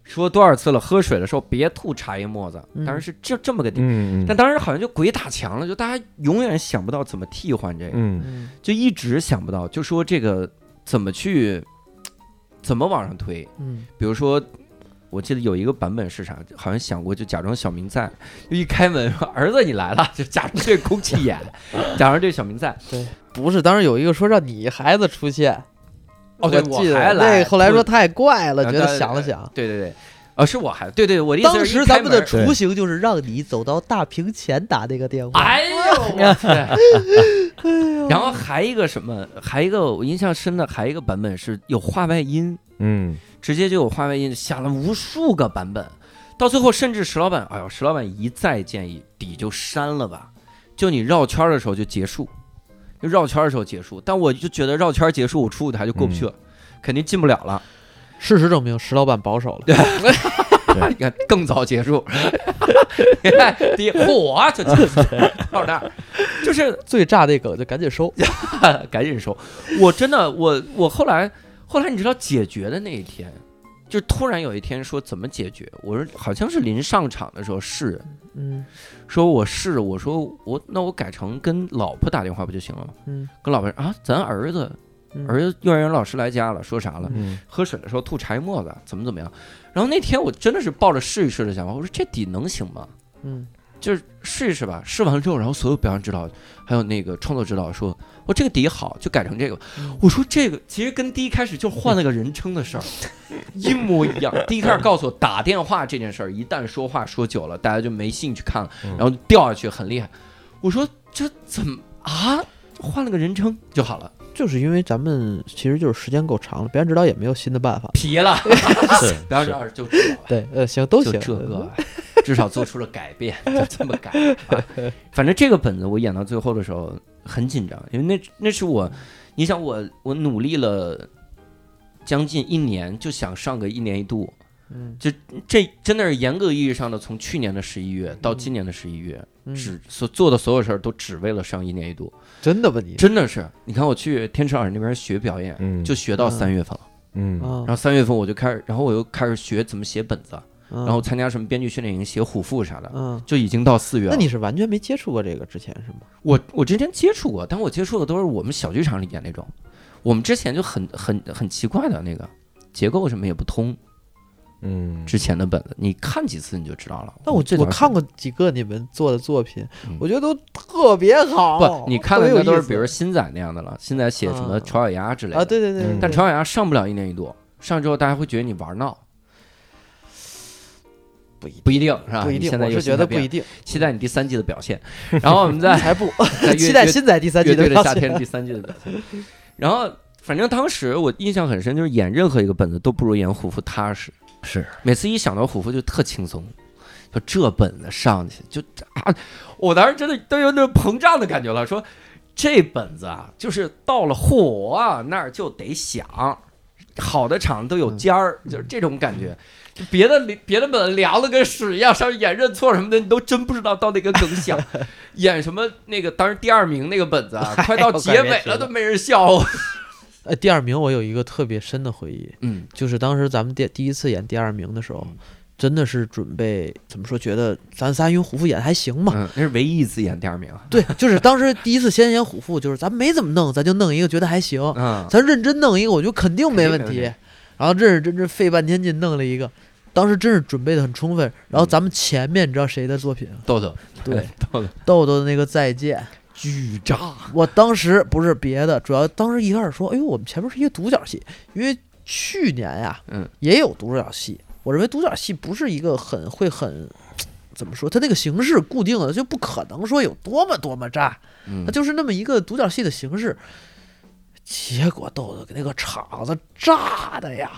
说多少次了？喝水的时候别吐茶叶沫子，嗯当然是这这么个地方，嗯但当时好像就鬼打墙了，就大家永远想不到怎么替换这个，嗯嗯，就一直想不到，就说这个怎么去，怎么往上推，嗯，比如说，我记得有一个版本是啥，好像想过就假装小明在，就一开门说儿子你来了，就假装对空气 演，假装对小明在。不是，当时有一个说让你孩子出现，哦，对，记还得来那后来说对太怪了，啊觉当得然想了想，对对对，啊是我孩子，对对，我的意思是当一时开咱们的门雏形就是让你走到大屏前打那个电话，哎呦 我哎天！然后还一个什么，还一个我印象深的，还一个版本是有话外音，嗯直接就有话外音，想了无数个版本，到最后，甚至石老板，哎呦，石老板一再建议底就删了吧，就你绕圈儿的时候就结束，就绕圈儿的时候结束。但我就觉得绕圈儿结束，我出舞台就过不去了，肯定进不了了。事实证明，石老板保守 了。你看更早结束，你看第火啊就结束到那儿，就是最炸那梗就赶紧收。 赶紧收。我真的，我我后来后来你知道解决的那一天，就突然有一天说怎么解决，我说好像是临上场的时候试，嗯说我试，我说我那我改成跟老婆打电话不就行了吗？嗯，跟老婆说啊，咱儿子嗯儿子幼儿园老师来家了，说啥了？嗯喝水的时候吐茶叶沫子，怎么怎么样？然后那天我真的是抱着试一试的想法，我说这底能行吗？嗯，就是试一试吧。试完之后，然后所有表演指导还有那个创作指导说，我这个底好，就改成这个吧。我说这个其实跟第一开始就换了个人称的事儿一模一样。第一开始告诉我打电话这件事儿，一旦说话说久了，大家就没兴趣看了，然后掉下去很厉害。我说这怎么啊？换了个人称就好了，就是因为咱们其实就是时间够长了，表演指导也没有新的办法。皮了，是表演指是导就知道了。对，呃，行，都就行。嗯这个，至少做出了改变，就这么改、 啊。反正这个本子我演到最后的时候很紧张，因为那那是我，你想我我努力了将近一年，就想上个一年一度，嗯，就这真的是严格意义上的从去年的十一月到今年的十一月，嗯只所做的所有事儿都只为了上一年一度，真的吧你？真的是。你看我去天池老师那边学表演，嗯就学到嗯三月份了，嗯啊然，后三月份我就开始，然后我又开始学怎么写本子，然然后参加什么编剧训练营，写虎父啥的。嗯，就已经到四月了。那你是完全没接触过这个之前是吗？我我之前接触过，但我接触的都是我们小剧场里演那种，我们之前就很很很奇怪的那个结构什么也不通，嗯，之前的本子你看几次你就知道了。但我这我倒是看过几个你们做的作品嗯，我觉得都特别好。不？你看的特别那哦都有是意思比如新仔那样的了，新仔写什么啊丑小鸭之类的，啊，对对对对嗯，但对丑小鸭上不了一年一度，上之后大家会觉得你玩闹。不一定不一定是吧？不啊一你定，现在我又是心态觉得不变一了，定，期待你第三季的表现。然后我们 再 才不再约期待约新仔第三季乐队的的表夏现天第三季的表现。 然后，反正当时我印象很深，就是演任何一个本子都不如演虎父踏实。是，每次一想到虎父就特轻松，就这本子上去就啊，我当时真的都有那种膨胀的感觉了，说这本子啊，就是到了火啊那儿就得响，好的场都有尖儿，就是这种感觉。就别的别的本子凉的跟屎一样，上面演认错什么的，你都真不知道到那个梗 响。演什么那个当时第二名那个本子 啊，快到结尾了都没人笑我。 呃，第二名我有一个特别深的回忆， 嗯就是当时咱们第第一次演第二名的时候嗯，真的是准备怎么说？觉得咱仨用虎父演还行嘛？嗯，那是唯一一次演第二名。 对，就是当时第一次先演虎父，就是咱没怎么弄，咱就弄一个觉得还行，嗯，咱认真弄一个，我觉得肯定没问肯定题没问。然后认认真真费半天劲弄了一个，当时真是准备的很充分。然后咱们前面你知道谁的作品？豆豆，对，嗯 豆豆豆豆的那个再见，巨炸。我当时不是别的，主要当时一开始说，哎呦，我们前面是一个独角戏，因为去年呀，嗯，也有独角戏。我认为独角戏不是一个很会很怎么说，它那个形式固定了，就不可能说有多么多么炸，嗯它就是那么一个独角戏的形式。结果豆豆给那个场子炸的呀，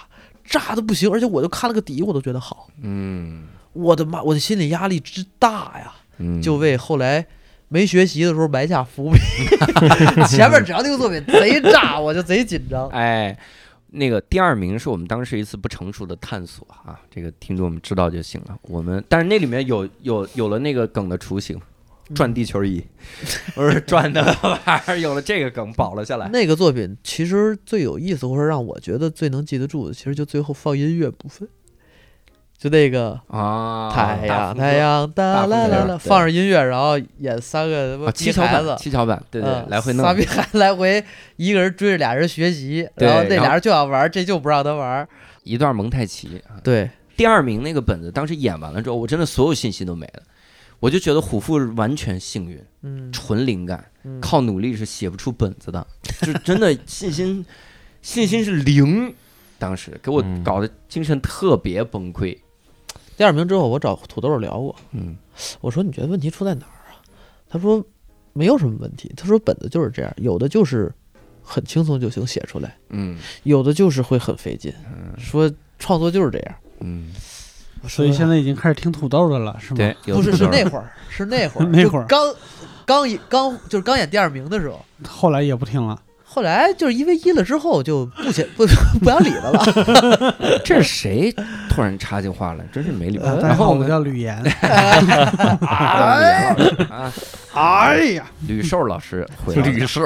炸的不行，而且我就看了个底，我都觉得好，嗯我的妈，我的心理压力之大呀！嗯，就为后来没学习的时候埋下伏笔。 前面只要那个作品贼炸，我就贼紧张。哎，那个第二名是我们当时一次不成熟的探索啊，这个听众们知道就行了。我们但是那里面有有有了那个梗的雏形，转地球仪，不是转的 玩意儿，有了这个梗保了下来。那个作品其实最有意思，或者让我觉得最能记得住的，其实就最后放音乐部分，就那个啊，太大阳风太歌阳大哒风啦歌啦对啦，放着音乐，然后演三个啊，七逼巧孩子板，。七巧板，对对，嗯来回弄仨逼孩子来回，一个人追着俩人学习，对然后那然后俩人就想玩，这就不让他玩。一段蒙太奇啊。对，第二名那个本子，当时演完了之后，我真的所有信息都没了，我就觉得虎父完全幸运，嗯，纯灵感，嗯靠努力是写不出本子的，就真的信心，信心是零。当时给我嗯搞得精神特别崩溃，第二名之后，我找土豆聊过，嗯，我说你觉得问题出在哪儿啊？他说没有什么问题，他说本子就是这样，有的就是很轻松就行写出来，嗯有的就是会很费劲，说创作就是这样。嗯，所以现在已经开始听土豆的了，是吗？对，，嗯有不是土是豆那会儿，是那会儿，那会儿就刚刚演刚就是刚演第二名的时候，后来也不听了。后来就是一 v 一了之后就不写不不想理 他了。这是谁突然插进话来？真是没礼貌。呃大然家好，后我叫吕岩。啊，吕岩啊， 哎呀，吕寿老师回来了。兽，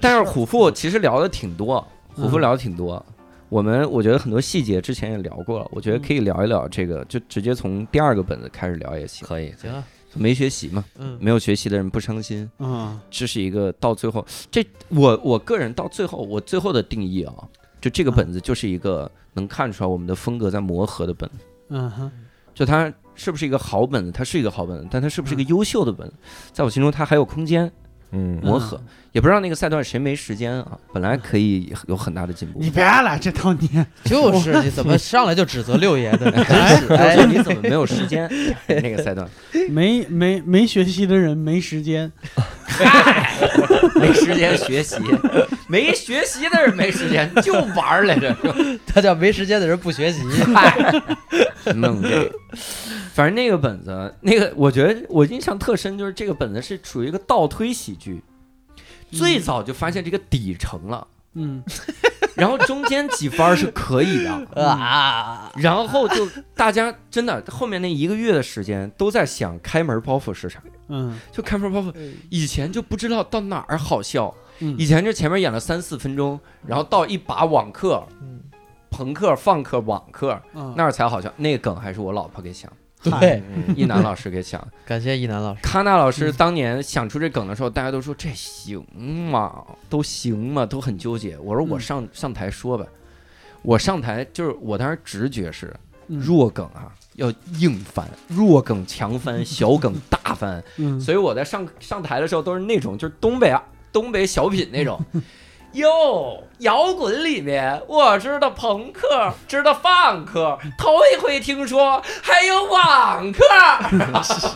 但是虎父其实聊的挺多，虎父嗯聊的挺多。我们我觉得很多细节之前也聊过了，我觉得可以聊一聊这个，就直接从第二个本子开始聊也行。可以，行啊，没学习嘛，嗯，没有学习的人不伤心，嗯，这是一个到最后，这我我个人到最后我最后的定义啊，就这个本子就是一个能看出来我们的风格在磨合的本子，嗯哼，就它是不是一个好本子，它是一个好本子，但它是不是嗯一个优秀的本子，在我心中它还有空间嗯，磨合，也不知道那个赛段谁没时间啊，本来可以有很大的进步。你别来这套你。就是你怎么上来就指责六爷的？哎，哎你 怎么没有时间？哎那个赛段没没没学习的人没时间，没时间学习，没学习的人没时间，就玩儿来着。是吧他叫没时间的人不学习。弄这个，反正那个本子，那个我觉得我印象特深，就是这个本子是属于一个倒推喜剧，最早就发现这个底成了，嗯，然后中间几番儿是可以的，啊，然后就大家真的后面那一个月的时间都在想开门包袱是啥，嗯就开门包袱，以前就不知道到哪儿好笑，嗯以前就前面演了三四分钟，然后到一把网课、嗯朋克、放克、网课嗯，那儿才好笑，那个梗还是我老婆给想，对， 一楠老师给想。感谢一楠老师。康纳老师当年想出这梗的时候，大家都说这行吗？都行吗？都很纠结。我说我上、上台说吧，我上台就是我当时直觉是嗯弱梗啊，要硬翻，弱梗强翻，小梗大翻。 嗯，所以我在上上台的时候都是那种就是东北啊东北小品那种。哟，摇滚里面我知道朋克，知道放克，头一回听说还有网克。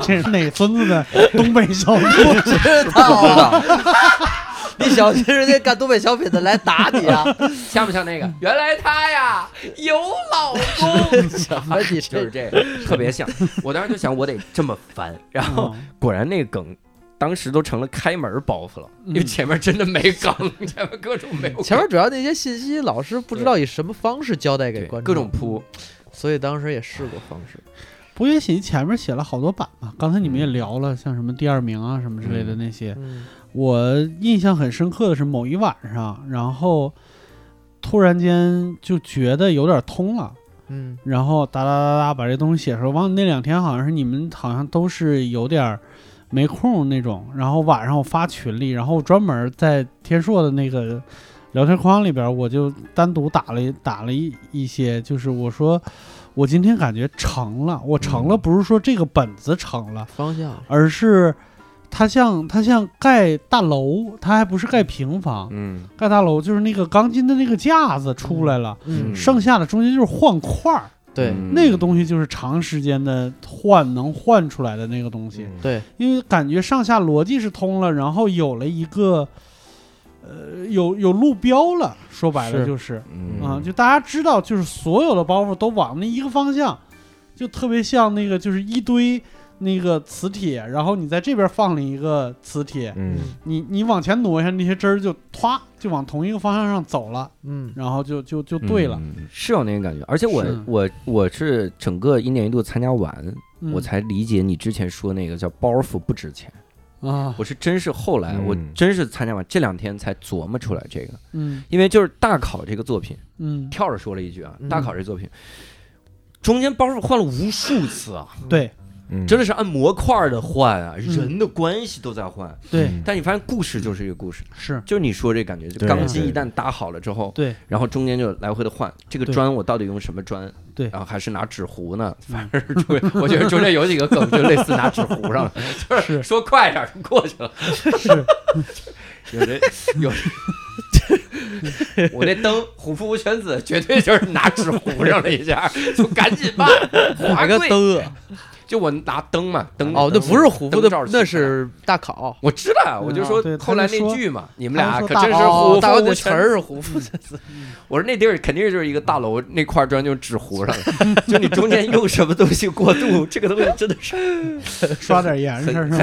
这是哪孙子的东北小 说？知道， 你小心人家干东北小品的来打你啊！像不像那个？原来她呀有老公，什么 你就是这这个，特别像。我当时就想，我得这么翻，然后嗯 果然那个梗。当时都成了开门包袱了，因为嗯前面真的没梗，前面各种没有梗，前面主要那些信息老师不知道以什么方式交代给对观众，各种铺，所以当时也试过方式。不也喜前面写了好多版嘛？刚才你们也聊了，像什么第二名啊什么之类的那些，嗯，我印象很深刻的是某一晚上，然后突然间就觉得有点通了，嗯，然后哒哒哒哒把这东西写出来。忘了那两天好像是你们好像都是有点儿没空那种，然后晚上我发群里，然后我专门在天硕的那个聊天框里边儿，我就单独打了一打了一一些，就是我说我今天感觉成了，我成了，不是说这个本子成了，方向而是它像它像盖大楼，它还不是盖平房，嗯，盖大楼就是那个钢筋的那个架子出来了，嗯剩下的中间就是换块儿。对嗯那个东西就是长时间的换能换出来的那个东西，嗯对，因为感觉上下逻辑是通了，然后有了一个，呃，有有路标了，说白了是就是嗯啊、就大家知道，就是所有的包袱都往那一个方向，就特别像那个就是一堆那个磁铁，然后你在这边放了一个磁铁，嗯，你你往前挪一下，那些汁儿就歘就往同一个方向上走了，嗯然后就就就对了，嗯是有那个感觉。而且我是我我是整个一年一度参加完，嗯我才理解你之前说那个叫包袱不值钱。啊，我是真是后来，嗯我真是参加完这两天才琢磨出来这个，嗯因为就是大考这个作品， 嗯，跳着说了一句啊，嗯大考这作品。中间包袱换了无数次啊，对嗯真的是按模块儿的换嗯啊，人的关系都在换。对但你发现故事就是一个故事， 是，就是你说这感觉，就对钢筋对一旦搭好了之后，对然后中间就来回的换，这个对砖我到底用什么砖？对然后还是拿纸糊呢？嗯反正是中间，我 觉得中间有几个梗就类似拿纸糊 上了，就是是说快点儿就过去了。是，有这有这， 我这灯虎父无犬子绝对就是拿纸糊上了一下，就赶紧吧，华哪个贵的？就我拿灯嘛，灯哦，那不是胡灯夫的罩儿，起那来是大考。我知道，我就说嗯对他后来就说那句嘛，你们俩他就可说真是哦虎大哥，虎那无词犬儿是胡夫的，我说那地儿肯定就是一个大楼，那块砖就指糊上了，就你中间用什么东西过渡，这个东西真的是刷点盐是吗？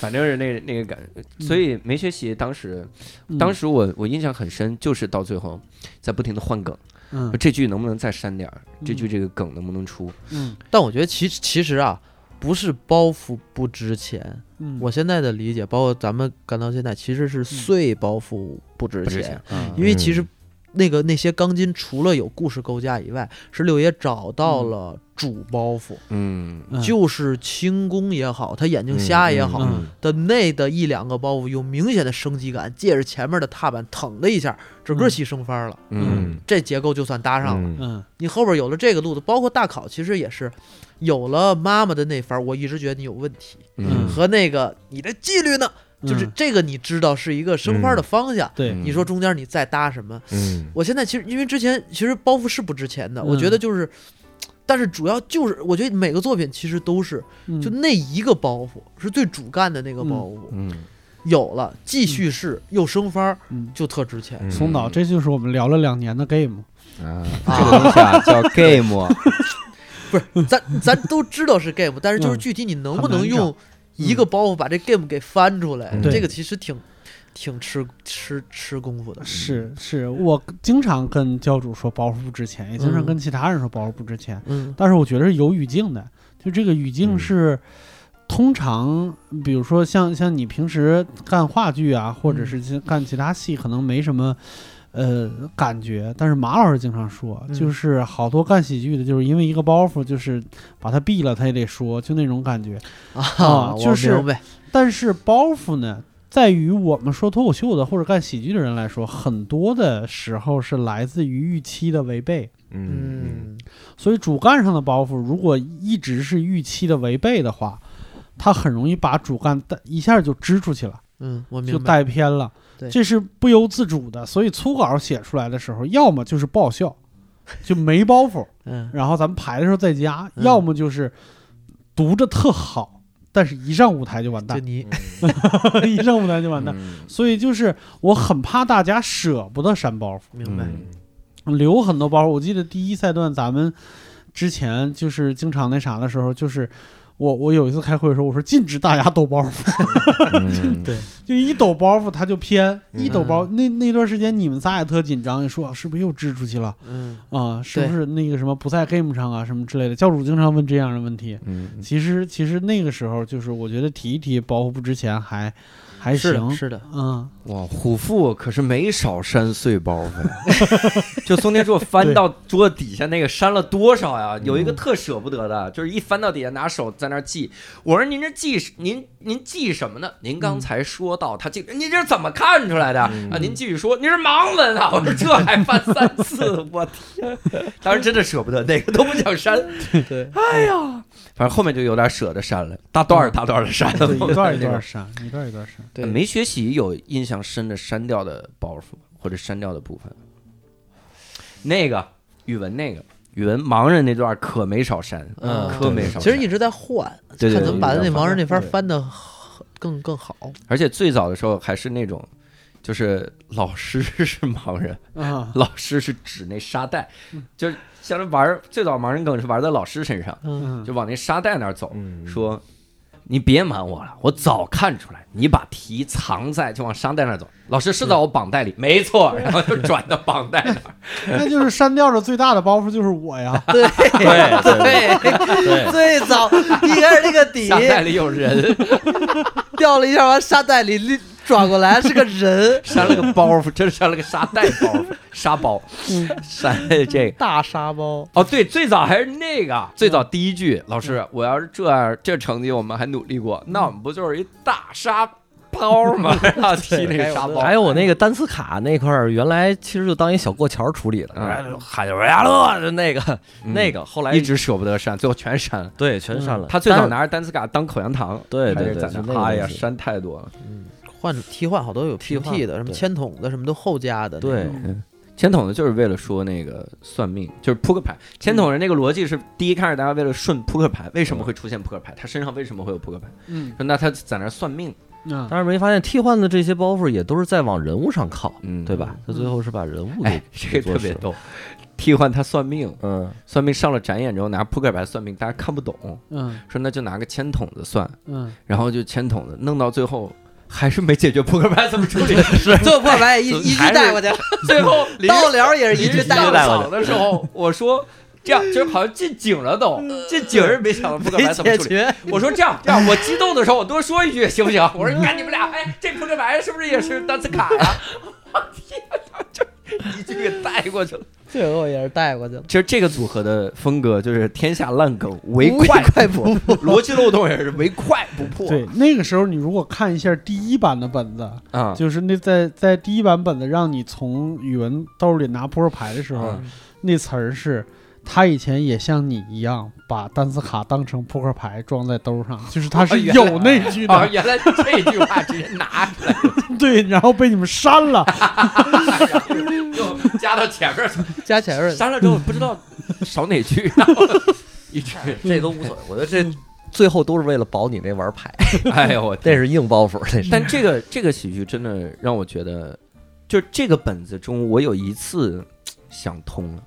反正是那个那个感觉，所以没学习。当时，嗯当时我我印象很深，就是到最后在不停的换梗，嗯这句能不能再删点儿？这句嗯这个梗能不能出？嗯但我觉得其其实啊，不是包袱不值钱。嗯，我现在的理解，包括咱们干到现在，其实是碎包袱不值不值钱钱，，嗯因为其实那个那些钢筋除了有故事构架以外，是六爷找到了主包袱，嗯，嗯就是轻功也好，他眼睛瞎也好，嗯的那的一两个包袱有明显的升级感，借着前面的踏板腾的一下，整个嗯戏升翻了，嗯这结构就算搭上了。嗯嗯你后边有了这个路子，包括大考，其实也是有了妈妈的那番儿，我一直觉得你有问题，嗯和那个你的纪律呢，就是嗯这个你知道是一个升番的方向。对嗯你说中间你再搭什么？嗯我现在其实因为之前其实包袱是不值钱的，嗯我觉得就是，但是主要就是我觉得每个作品其实都是嗯就那一个包袱是最主干的那个包袱，嗯，有了既叙事又升番儿嗯就特值钱。松岛，这就是我们聊了两年的 game。啊，这个东西啊叫 game， 咱咱都知道是 game，但是就是嗯具体你能不很难嗯能用一个包袱把这 game 给翻出来，嗯对这个其实挺挺吃吃吃功夫的。是是，我经常跟教主说包袱不值钱，也经常嗯跟其他人说包袱不值钱，嗯但是我觉得是有语境的，就这个语境嗯是。通常，比如说像像你平时干话剧啊，或者嗯是其干其他戏，可能没什么，呃，感觉。但是马老师经常说，嗯就是好多干喜剧的，就是因为一个包袱，就是把他毙了，他也得说，就那种感觉。啊我就是明白，但是包袱呢，在于我们说脱口秀的或者干喜剧的人来说，很多的时候是来自于预期的违背。嗯嗯所以主干上的包袱，如果一直是预期的违背的话，它很容易把主干带一下就支出去了，嗯，我就明白。带偏了对。这是不由自主的，所以粗稿写出来的时候，要么就是爆 笑，就没包袱，嗯，然后咱们排的时候再加；嗯要么就是读着特好，但是一上舞台就完就蛋，你， 一上舞台就完蛋。嗯所以就是我很怕大家舍不得删包明白。嗯袱，留很多包袱。我记得第一赛段咱们之前就是经常那啥的时候，就是我我有一次开会的时候，我说禁止大家抖包 袱，嗯就一抖包袱他就偏，一抖包、那那段时间你们仨也特紧张，也说、啊是不是又支出去了嗯，啊、是不是那个什么不在 game 上啊什么之类的？教主经常问这样的问题。嗯其实其实那个时候就是我觉得提一提包袱不值钱还还是行的，，是的，嗯，哇，虎父可是没少扇碎包袱， 就松田硕翻到桌底下那个扇了多少呀？有一个特舍不得的，就是一翻到底下拿手在那儿记。我说您这记您您记什么呢？您刚才说到他记，您这是怎么看出来的、啊？您继续说，您是盲文啊！我说这还翻三次，我天！当时真的舍不得，哪个都不想删。 对，哎呀，反正后面就有点舍得删了，大段儿大段儿的删了。 对，一段一段删，一段一段删。对没学习有印象深的删掉的包袱或者删掉的部分。那个语文那个语文盲人那段可没少删，嗯可没少删。其实一直在换，对对看对怎么把一直在那换盲人那番对翻的更更 好。而且最早的时候还是那种，就是老师是盲人，啊，老师是指那沙袋，就是像是玩儿最早盲人梗是玩在老师身上，嗯，，就往那沙袋那儿走，嗯说。你别瞒我了，我早看出来你把题藏在就往沙袋那儿走。老师是在我绑带里，没错，然后就转到绑带那儿。那就是删掉的最大的包袱就是我呀对 对对， 最早一开始那个底沙袋里有人，，掉了一下，完沙袋里拎转过来是个人 扇了个包袱，真扇了个沙袋包袱，沙包，扇这个。大沙包。哦，对，最早还是那个，最早第一句，老师，我要是这样这成绩，我们还努力过，那我们不就是一大沙包吗？然后踢那个沙包，还有我那个单词卡那块儿，原来其实就当一小过桥处理了，嗯哎喊着维亚勒就那个嗯那个，后来嗯一直舍不得删，最后全删了。对全删了。他最早但拿着单词卡当口香糖，对还对是对在就那，那个哎呀，东西删太多了。换替换好多有替换 PPT 的，什么对嗯铅筒的，什么都后加的。对，签筒子就是为了说那个算命，就是扑克牌。签筒人这个逻辑是，第一开始大家为了顺扑克牌，为嗯什么会出现扑克牌？他身上为什么会有扑克牌？嗯说那他在那儿算命，啊，但是没发现替换的这些包袱也都是在往人物上靠，嗯，对吧？他最后是把人物哎 这个给，嗯做特别事逗，替换他算命，嗯，算命上了展演之后拿扑克牌算命，大家看不懂，嗯说那就拿个签筒子算，嗯，然后就签筒子，弄到最后还是没解决扑克牌怎么处理， 这破牌一一还是直带过去，最后临到了 也是一临直带上过去。场的时 候，我说。这样就是好像进井了都，进井是没想到扑克牌怎么处理。决我说这 样这样，我激动的时候我多说一句行不行？我说你看你们俩， 哎，这扑克牌是不是也是单啊词卡呀、我天哪，这一句给带过去了。最后也是带过去了。其实这个组合的风格就是天下烂梗，唯快不破， 逻辑漏洞也是唯快不破。对，那个时候你如果看一下第一版的本子，啊，就是那在在第一版本子让你从语文兜里拿扑克牌的时候，嗯那词儿是。他以前也像你一样，把单词卡当成扑克牌装在兜上，就是他是原来有那句的，啊，原来这句话直接拿出来，对，然后被你们删了。 又加到前面去，加 前面删了之后不知道少哪句，然 后一直，哎这都无所谓，我觉得这最后都是为了保你那玩牌， 哎呦我天那是硬包袱， 那是。但这个这个喜剧真的让我觉得，就这个本子中，我有一次想通了，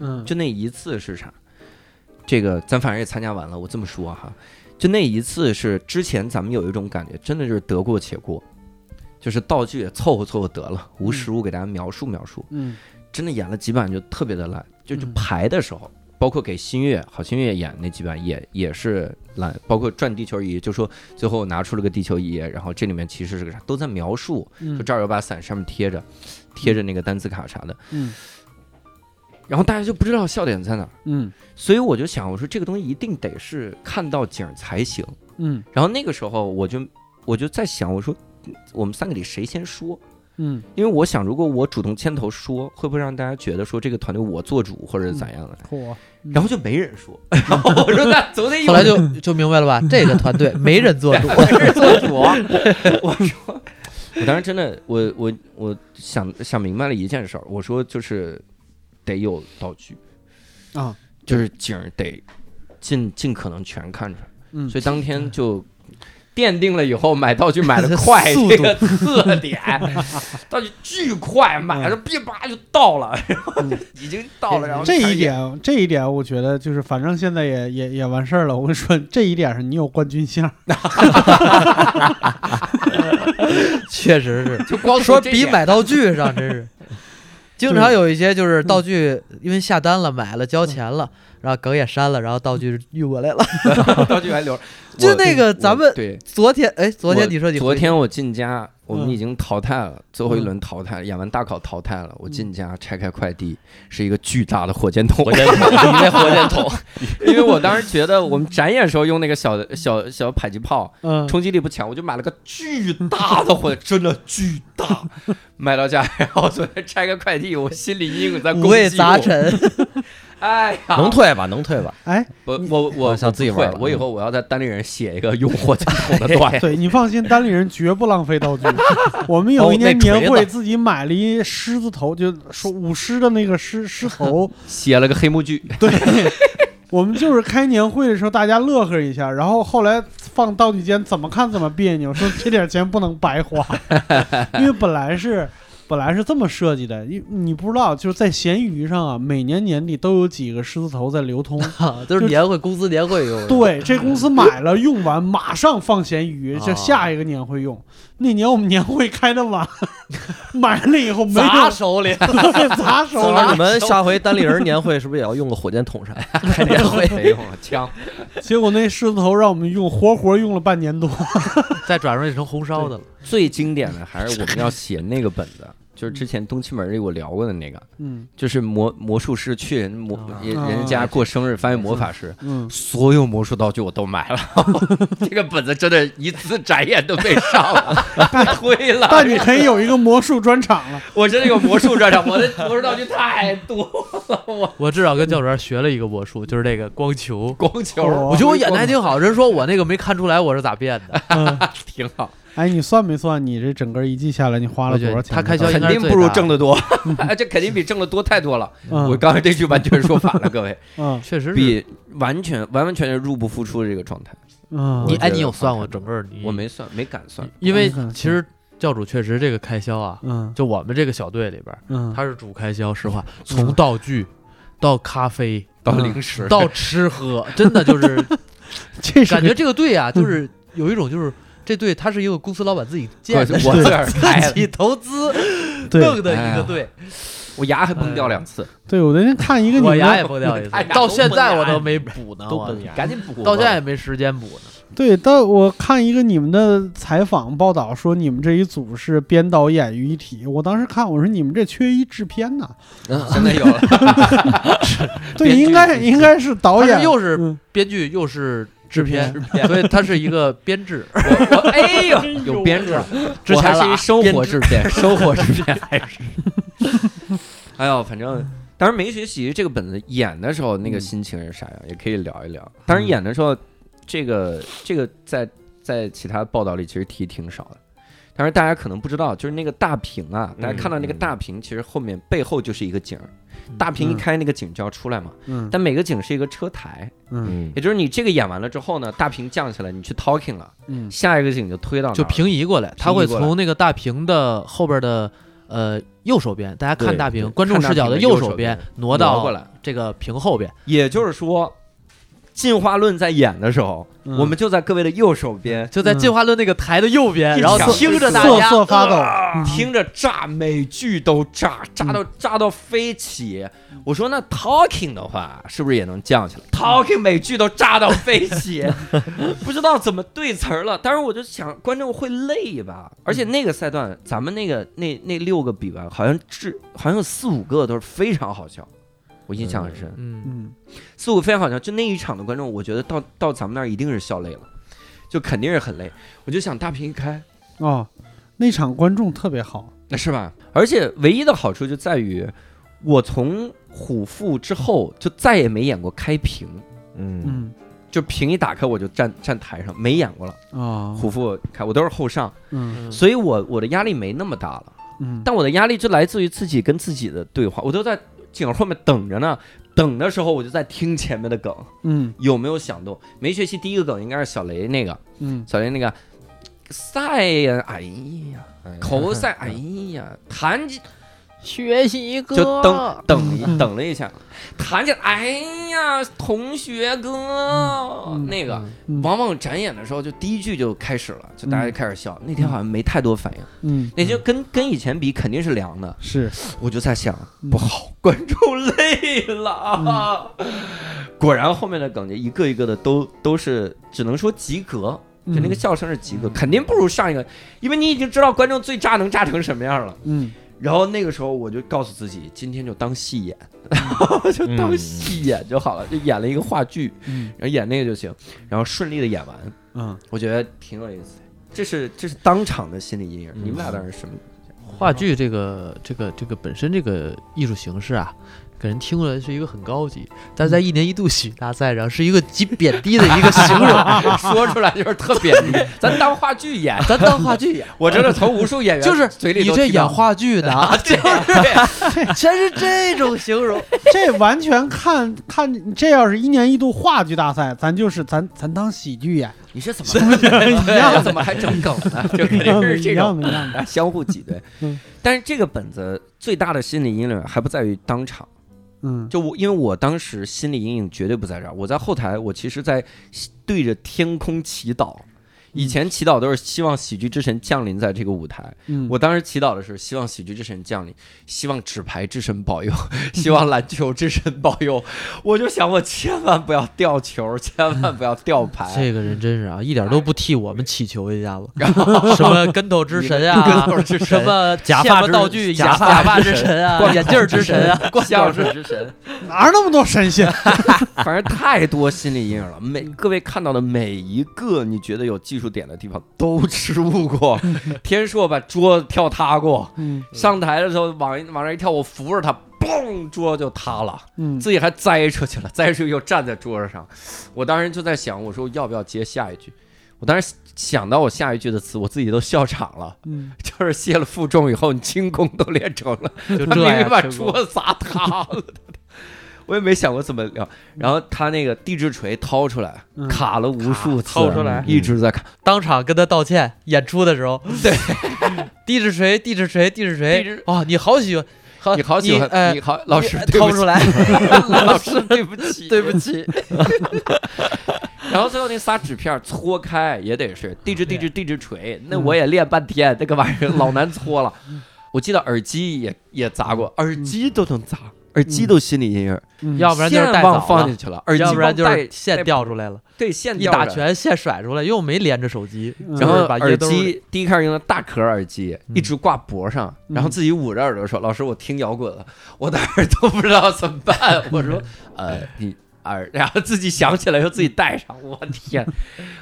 嗯，就那一次是啥？这个咱反正也参加完了，我这么说哈，就那一次是之前咱们有一种感觉，真的就是得过且过，就是道具也凑合凑合得了，无实物给大家描述描述，嗯真的演了几版就特别的烂，就就嗯排的时候。包括给新月、好新月演那几版也也是烂，包括转地球仪，就说最后拿出了个地球仪，然后这里面其实是个啥，都在描述，就嗯这儿有把伞，上面贴着贴着那个单词卡啥的，嗯然后大家就不知道笑点在哪儿，嗯所以我就想，我说这个东西一定得是看到景儿才行。嗯然后那个时候我就我就在想，我说嗯我们三个里谁先说？嗯因为我想，如果我主动牵头说，会不会让大家觉得说这个团队我做主或者嗯咋样的？嚯，然后就没人说， 然后我说那总得有后来就就明白了吧？这个团队没人做 主，人做主。啊我说，我当时真的，我我我想想明白了一件事儿，我说就是得有道具啊，就是景儿得尽尽可能全看出来，嗯所以当天就。奠定了以后买道具买的快速这个特点，道具巨快，买了噼啪就到了，然后就已经到了，然后这开始一演点这一点我觉得就是，反正现在也也也完事儿了。我跟你说，这一点上你有冠军相，确实是。就哦光说这比点买道具上 真是，经常有一些嗯就是道具，因为下单了、买了、交钱了，然后梗也删了，然后 道具运过来了。 道具还留着， 就我那个咱我们对昨天哎，昨天我你说你昨回嗯天我进家，我们嗯已经淘汰了，最后一轮淘汰，演完大考淘汰了。我进家拆开快递，是一个巨大的火箭筒，火箭筒，你那火箭筒， 因为我当时觉得我们展演时候用那个小 小小迫击炮嗯冲击力不强，我就买了个巨大的火，真的巨 大，买到家，然后昨天拆开快递，我心里阴影在五攻味击杂我。陈， 哎呀， 能退吧？能退吧？哎，我我哦我想自己不会玩了嗯我以后我要在单立人写一个用火箭筒 的段子。对你放心，单立人绝不浪费道具。 我们有一年年会自己买了一狮子头，就说舞狮的那个狮狮头，写了个黑幕剧， 对。我们就是开年会的时候，大家乐呵一下，然后后来放道具间，怎么看怎么别扭，说这点钱不能白 花，因为本来是本来是这么设计的，因你不知道，就是在闲鱼上啊，每年年底都有几个狮子头在流通，啊都是年会公司年会用的。对，这公司买了用完，马上放闲鱼，啊就下一个年会用。那年我们年会开的晚，买了以后没砸有手 里，对砸手正好了，你们下回单立人年会是不是也要用个火箭筒啥？开年 会没用哎枪。结果那狮子头让我们用，活活用了半年多。再转出去成红烧的了。最经典的还是我们要写那个本子， 就是之前东七门里我聊过的那个，嗯就是魔魔术师去人魔啊人人家过生日，发现魔法师。嗯，所有魔术道具我都买了，这个本子真的一次展演都没上了，太亏了。 但你可以有一个魔术专场 了。我真的有魔术专场，我的魔术道具太多，我至少跟教主那儿学了一个魔术，就是那个光球。 光球哦我觉得我演的还挺好，人说我那个没看出来我是咋变的，嗯挺好。哎，你算没算你这整个一季下来你花了多少钱呢？我觉得他开销肯应该是定最不如大挣得 多，啊这肯定比挣得多太多了。嗯我刚才这句完全说反了，各位，嗯 确实是。比完全完完全全入不敷出的这个状态，嗯，你我觉哎，你得有好算过看整个你？我，没算，没敢算。因为我没看其实教主确实这个开销啊，嗯就我们这个小队里边，嗯，他是主开销。实话，从道具到咖啡到嗯零食，到吃喝，真的就是这是感觉这个队啊，就是有一种就是这队他是一个公司老板自己我建 的，我自个儿开自的，己投资个对弄的一哎呀个队，我牙还崩掉两次，对，我那天看一个你我们牙也的，崩掉一次哎呀，到都现崩在牙我都呀没补呢，我牙赶紧补吧。到现在也没时间补呢。对，但我看一个你们的采访报道说你们这一组是编导演于一体，我当时看我说你们这缺一制片呐，现在有 了，对，编剧应该应该是导他演是又是嗯编剧又是制片制，所以他是一个编制。我我哎呦，有编制了，之我前还了是啊一生编活制制 片，生活制片还是。 哎呦，反正当时没学习这个本子演的时候，那个嗯心情是啥样，也可以聊一聊。当然演的时候，这个这个在在其他报道里其实提挺少的。但是大家可能不知道，就是那个大屏啊，嗯大家看到那个大屏，其实后面背后就是一个景儿，大屏嗯一开，那个景就要出来嘛。嗯但每个景是一个车台，嗯嗯也就是你这个演完了之后呢，大屏降下来，你去 talking 了，嗯下一个景就推到就那儿了平移过来，他啊平移会过来从那个大屏的后边的呃右手边，大家看对大对屏，观众看大视角屏的的右右手手边边挪过到来。这个屏后边。也就是说，进化论在演的时候，嗯我们就在各位的右手边，就在嗯进化论那个台的右边，一然后条听着大瑟家啊瑟发抖，嗯啊听着炸，每句都炸，炸到炸到飞起。我说那 talking 的话，是不是也能降起来？talking 每句都炸到飞 起，不知道怎么对词儿了。但是我就想，观众会累吧？而且那个赛段，咱们那个那那六个比完，好像至好像有四五个都是非常好笑，我印象很深。嗯，嗯四五非常好笑，就那一场的观众，我觉得到到咱们那儿一定是笑累了，就肯定是很累。我就想大屏一开，哦，那场观众特别好，那是吧？而且唯一的好处就在于，我从虎父之后就再也没演过开屏，嗯嗯就屏一打开我就站站台上，没演过了。啊虎父开我都是后上，嗯所以我我的压力没那么大了，嗯但我的压力就来自于自己跟自己的对话，我都在景儿后面等着呢。等的时候，我就在听前面的梗嗯有没有响动。没学习第一个梗应该是小雷那个，嗯小林那个赛呀，哎呀，口塞，哎呀，弹起学习哥，就等等一嗯等了一下，弹起来，哎呀，同学哥嗯，那个嗯往往展演的时候，就第一句就开始了，就大家就开始笑。那天好像没太多反应，嗯那就跟跟以前比肯定是凉的。是我就在想，嗯不好，观众累了。嗯果然后面的梗就一个一个的都都是，只能说及格，就那个笑声是及格，肯定不如上一个，因为你已经知道观众最炸能炸成什么样了。嗯然后那个时候我就告诉自己，今天就当戏 演，就当戏演就好了，就演了一个话剧，嗯然后演那个就行，然后顺利的演完，嗯我觉得挺有意思的。这是这是当场的心理阴影，嗯你们俩当时什么？ 话剧这个这个这个本身这个艺术形式啊。给人听过来是一个很高级，但是嗯在一年一度喜剧大赛上是一个极贬低的一个 形容。说出来就是特别，咱当话剧演，咱当话剧 演，我真的从无数演员就是嘴里你都这听到演 话剧的啊，全是这种形容。这完全看看，这要是一年一度话剧大赛，咱就是咱咱当喜剧演，你是怎么一样？ 怎么还整梗呢？就肯一定样的是一这样种啊的一样的，相互挤兑嗯。 但是这个本子最大的心理阴影还不在于当场，嗯就我因为我当时心理阴影绝对不在这儿，我在后台，我其实在对着天空祈祷。以前祈祷都是希望喜剧之神降临在这个舞台，嗯我当时祈祷的是希望喜剧之神降临，希望纸牌之神保佑，希望篮球之神保佑。我就想，我千万不要掉球，千万不要掉牌。 这个人真是啊，一点都不替我们祈求一下子， 什么跟头之神啊，哎跟头之神什么嗯假发卸膊之道具、假发发之神啊，眼镜儿之神啊， 光笑之神，哪有那么多神仙？ 反正太多心理阴影了。每各位看到的每一个你觉得有技术点的地方都失误过，天硕把桌子跳塌过，嗯上台的时候往一往那一跳，我扶着他，嘣，桌子就塌了，嗯自己还栽出去了，栽出去又站在桌子上。我当时就在想，我说要不要接下一句？我当时想到我下一句的词，我自己都笑场了。 嗯，就是卸了负重以后，你轻功都练成了， 就他这明明样把吃桌过子砸塌了。 我也没想过怎么聊，然后他那个地质锤掏出来，嗯卡了无数次，掏出来一直在卡。当场跟他道歉。演出的时候，对， 地质锤，地质锤，地质地锤质，哦，你好喜欢，嗯好，你好喜欢，哎呃你，好老师你，对掏不起 出，来， 老师对不起，对不起， 然后最后那仨纸片儿搓开也得嗯是地质地质地质锤，那我也练半天，那个玩意儿老难搓了。嗯我记得耳机也也砸过，耳机都能砸，耳机都心理阴影，嗯要不然就是线带忘走放了进。去了，耳机要不然就忘是带线掉出来了，对线一掉打着，拳线甩出来，又没连着手机，嗯然就后是把耳掖兜里机第一开始用的大壳耳机，嗯一直挂脖上，嗯然后自己捂着耳朵说：“老师，我听摇滚了，我的耳朵不知道怎么办。”我说：“呃，你耳， 然后自己想起来又自己戴上。”我天，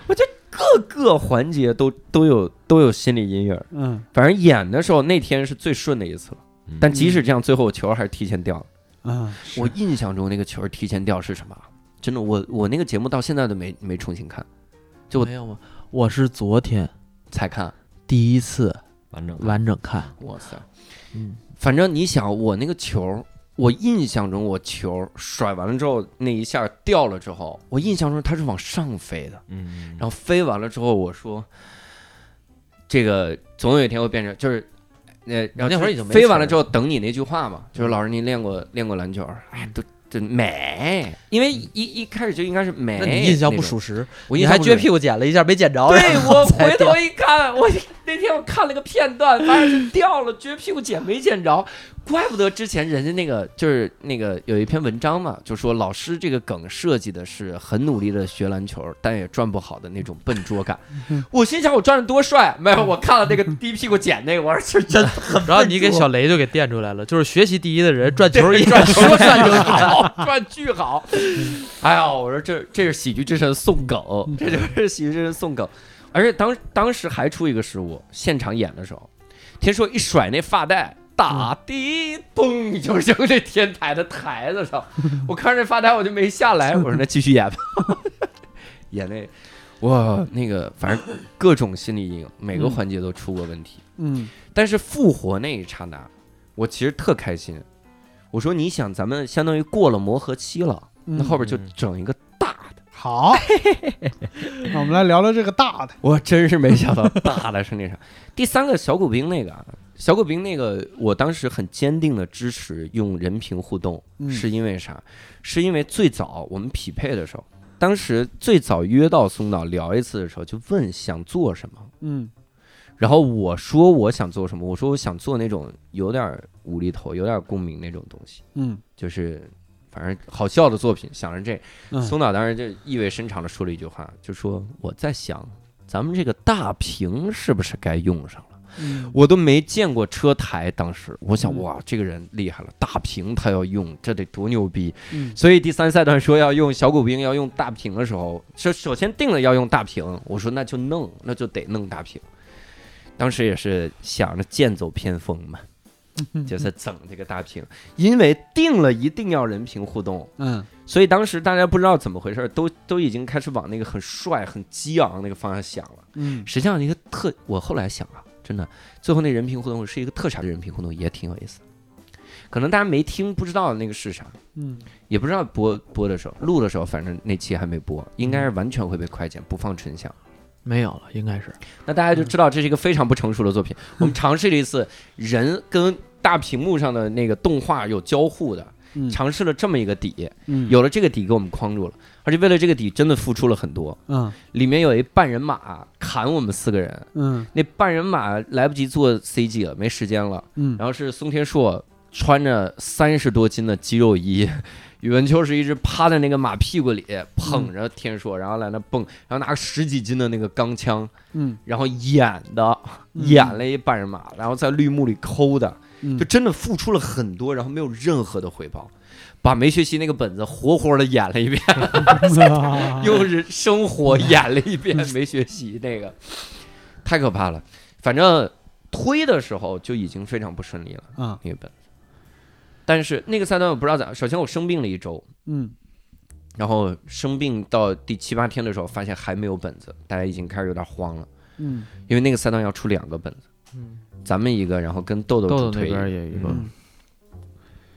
我这各个环节都都有都有心理阴影。嗯反正演的时候那天是最顺的一次了，但即使这样，最后我球还是提前掉了。嗯，我印象中那个球提前掉是什么啊？真的，我我那个节目到现在都没没重新看，就没有吗？我是昨天才看。第一次完整完整看，哇塞！嗯，反正你想，我那个球，我印象中我球甩完了之后那一下掉了之后，我印象中它是往上飞的，嗯然后飞完了之后，我说，这个总有一天会变成就是。呃，然后那会儿已就经没飞完球了了之后，等你那句话嗯嘛，就是老师您练过练过篮球儿？哎，都真美，因为一一开始就应该是哎美。嗯那你印象不那种属，实，我你印还象不撅属屁股捡了一下，没捡着。对然后我才回掉头一看，我那天我看了个片段，发现是掉了，撅屁股捡没捡着，怪不得之前人家那个就是那个有一篇文章嘛，就说老师这个梗设计的是很努力的学篮球，但也赚不好的那种笨拙感。嗯我心想我赚的多帅，没有我看了那个低屁股捡那个，我说这真的然后你给小雷就给垫出来了，就是学习第一的人赚球一 赚说赚赚就的好。好，赚巨好。哎呀，我说这这是喜剧之神送梗，嗯这就是喜剧之神送梗。而且当当时还出一个失误，现场演的时候，天硕一甩那发带，打嗯滴咚就扔这天台的台子 上。我看着这发带我就没下来，我说那继续演吧， 演那。哇，那个反正各种心理阴影，每嗯个环节都出过问题。嗯但是复活那一刹那，我其实特开心。我说，你想，咱们相当于过了磨合期了，嗯那后边就整一个大的。 好，那我们来聊聊这个大的，我真是没想到大的是那啥。 第三个小骨兵那个啊，小骨兵那个，我当时很坚定的支持用人屏互动，嗯是因为啥？是因为最早我们匹配的时候，当时最早约到松岛聊一次的时候，就问想做什么。嗯然后我说我想做什么，我说我想做那种有点儿无厘头、有点儿共鸣那种东西，嗯就是反正好笑的作品。想着这，嗯松岛当时就意味深长的说了一句话，就说我在想，咱们这个大屏是不是该用上了？嗯我都没见过车台，当时我想嗯哇，这个人厉害了，大屏他要用，这得多牛逼！嗯所以第三赛段说要用小骨兵要用大屏的时候，首首先定了要用大屏，我说那就弄，那就得弄大屏。当时也是想着剑走偏锋嘛，就是整这个大屏，因为定了一定要人屏互动，嗯所以当时大家不知道怎么回事，都都已经开始往那个很帅、很激昂那个方向想了。嗯实际上，一个特，我后来想啊，真的，最后那人屏互动是一个特傻的人屏互动，也挺有意思的。可能大家没听不知道那个是啥，嗯也不知道播播的时候，录的时候，反正那期还没播，应该是完全会被快剪，不放纯享。没有了，应该是那大家就知道这是一个非常不成熟的作品。我们尝试了一次人跟大屏幕上的那个动画有交互的，嗯尝试了这么一个底，嗯有了这个底给我们框住了，而且为了这个底真的付出了很多。嗯里面有一半人马砍我们四个人，嗯那半人马来不及做 CG 了，没时间了。嗯然后是松田硕穿着三十多斤的肌肉衣，宇文秋是一直趴在那个马屁股里捧着天硕，然后在那蹦，然后拿十几斤的那个钢枪，嗯然后演的嗯演了一半人马，然后在绿幕里抠的， 嗯就真的付出了很多，然后没有任何的回报。把没学习那个本子活活的演了一遍，哎用人生活演了一遍没学习那个，太可怕了。反正推的时候就已经非常不顺利了。啊嗯那个本子。但是那个赛段我不知道咋，首先我生病了一周，嗯然后生病到第七八天的时候，发现还没有本子，大家已经开始有点慌了，嗯， 因为那个赛段要出两个本子，嗯，咱们一个，然后跟豆豆豆主豆那推一个边也有一个，嗯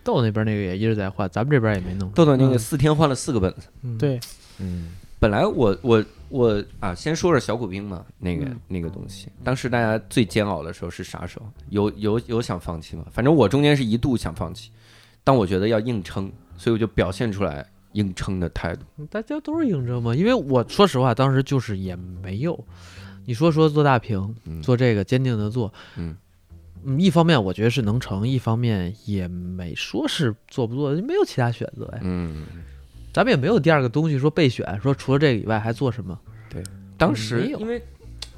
豆豆那边那个也一直在换，咱们这边也没弄。豆豆那个嗯四天换了四个本子，嗯，对，嗯，本来我我我啊，先说说小骨兵嘛，那个、嗯那个东西，当时大家最煎熬的时候是啥时候？有有有想放弃吗？反正我中间是一度想放弃，但我觉得要硬撑，所以我就表现出来硬撑的态度。大家都是硬争嘛。因为我说实话，当时就是也没有，你说说做大屏，嗯做这个坚定的做，嗯嗯，一方面我觉得是能成，一方面也没说是做不做，没有其他选择呀。嗯，咱们也没有第二个东西说备选，说除了这个以外还做什么。当时嗯没有因为，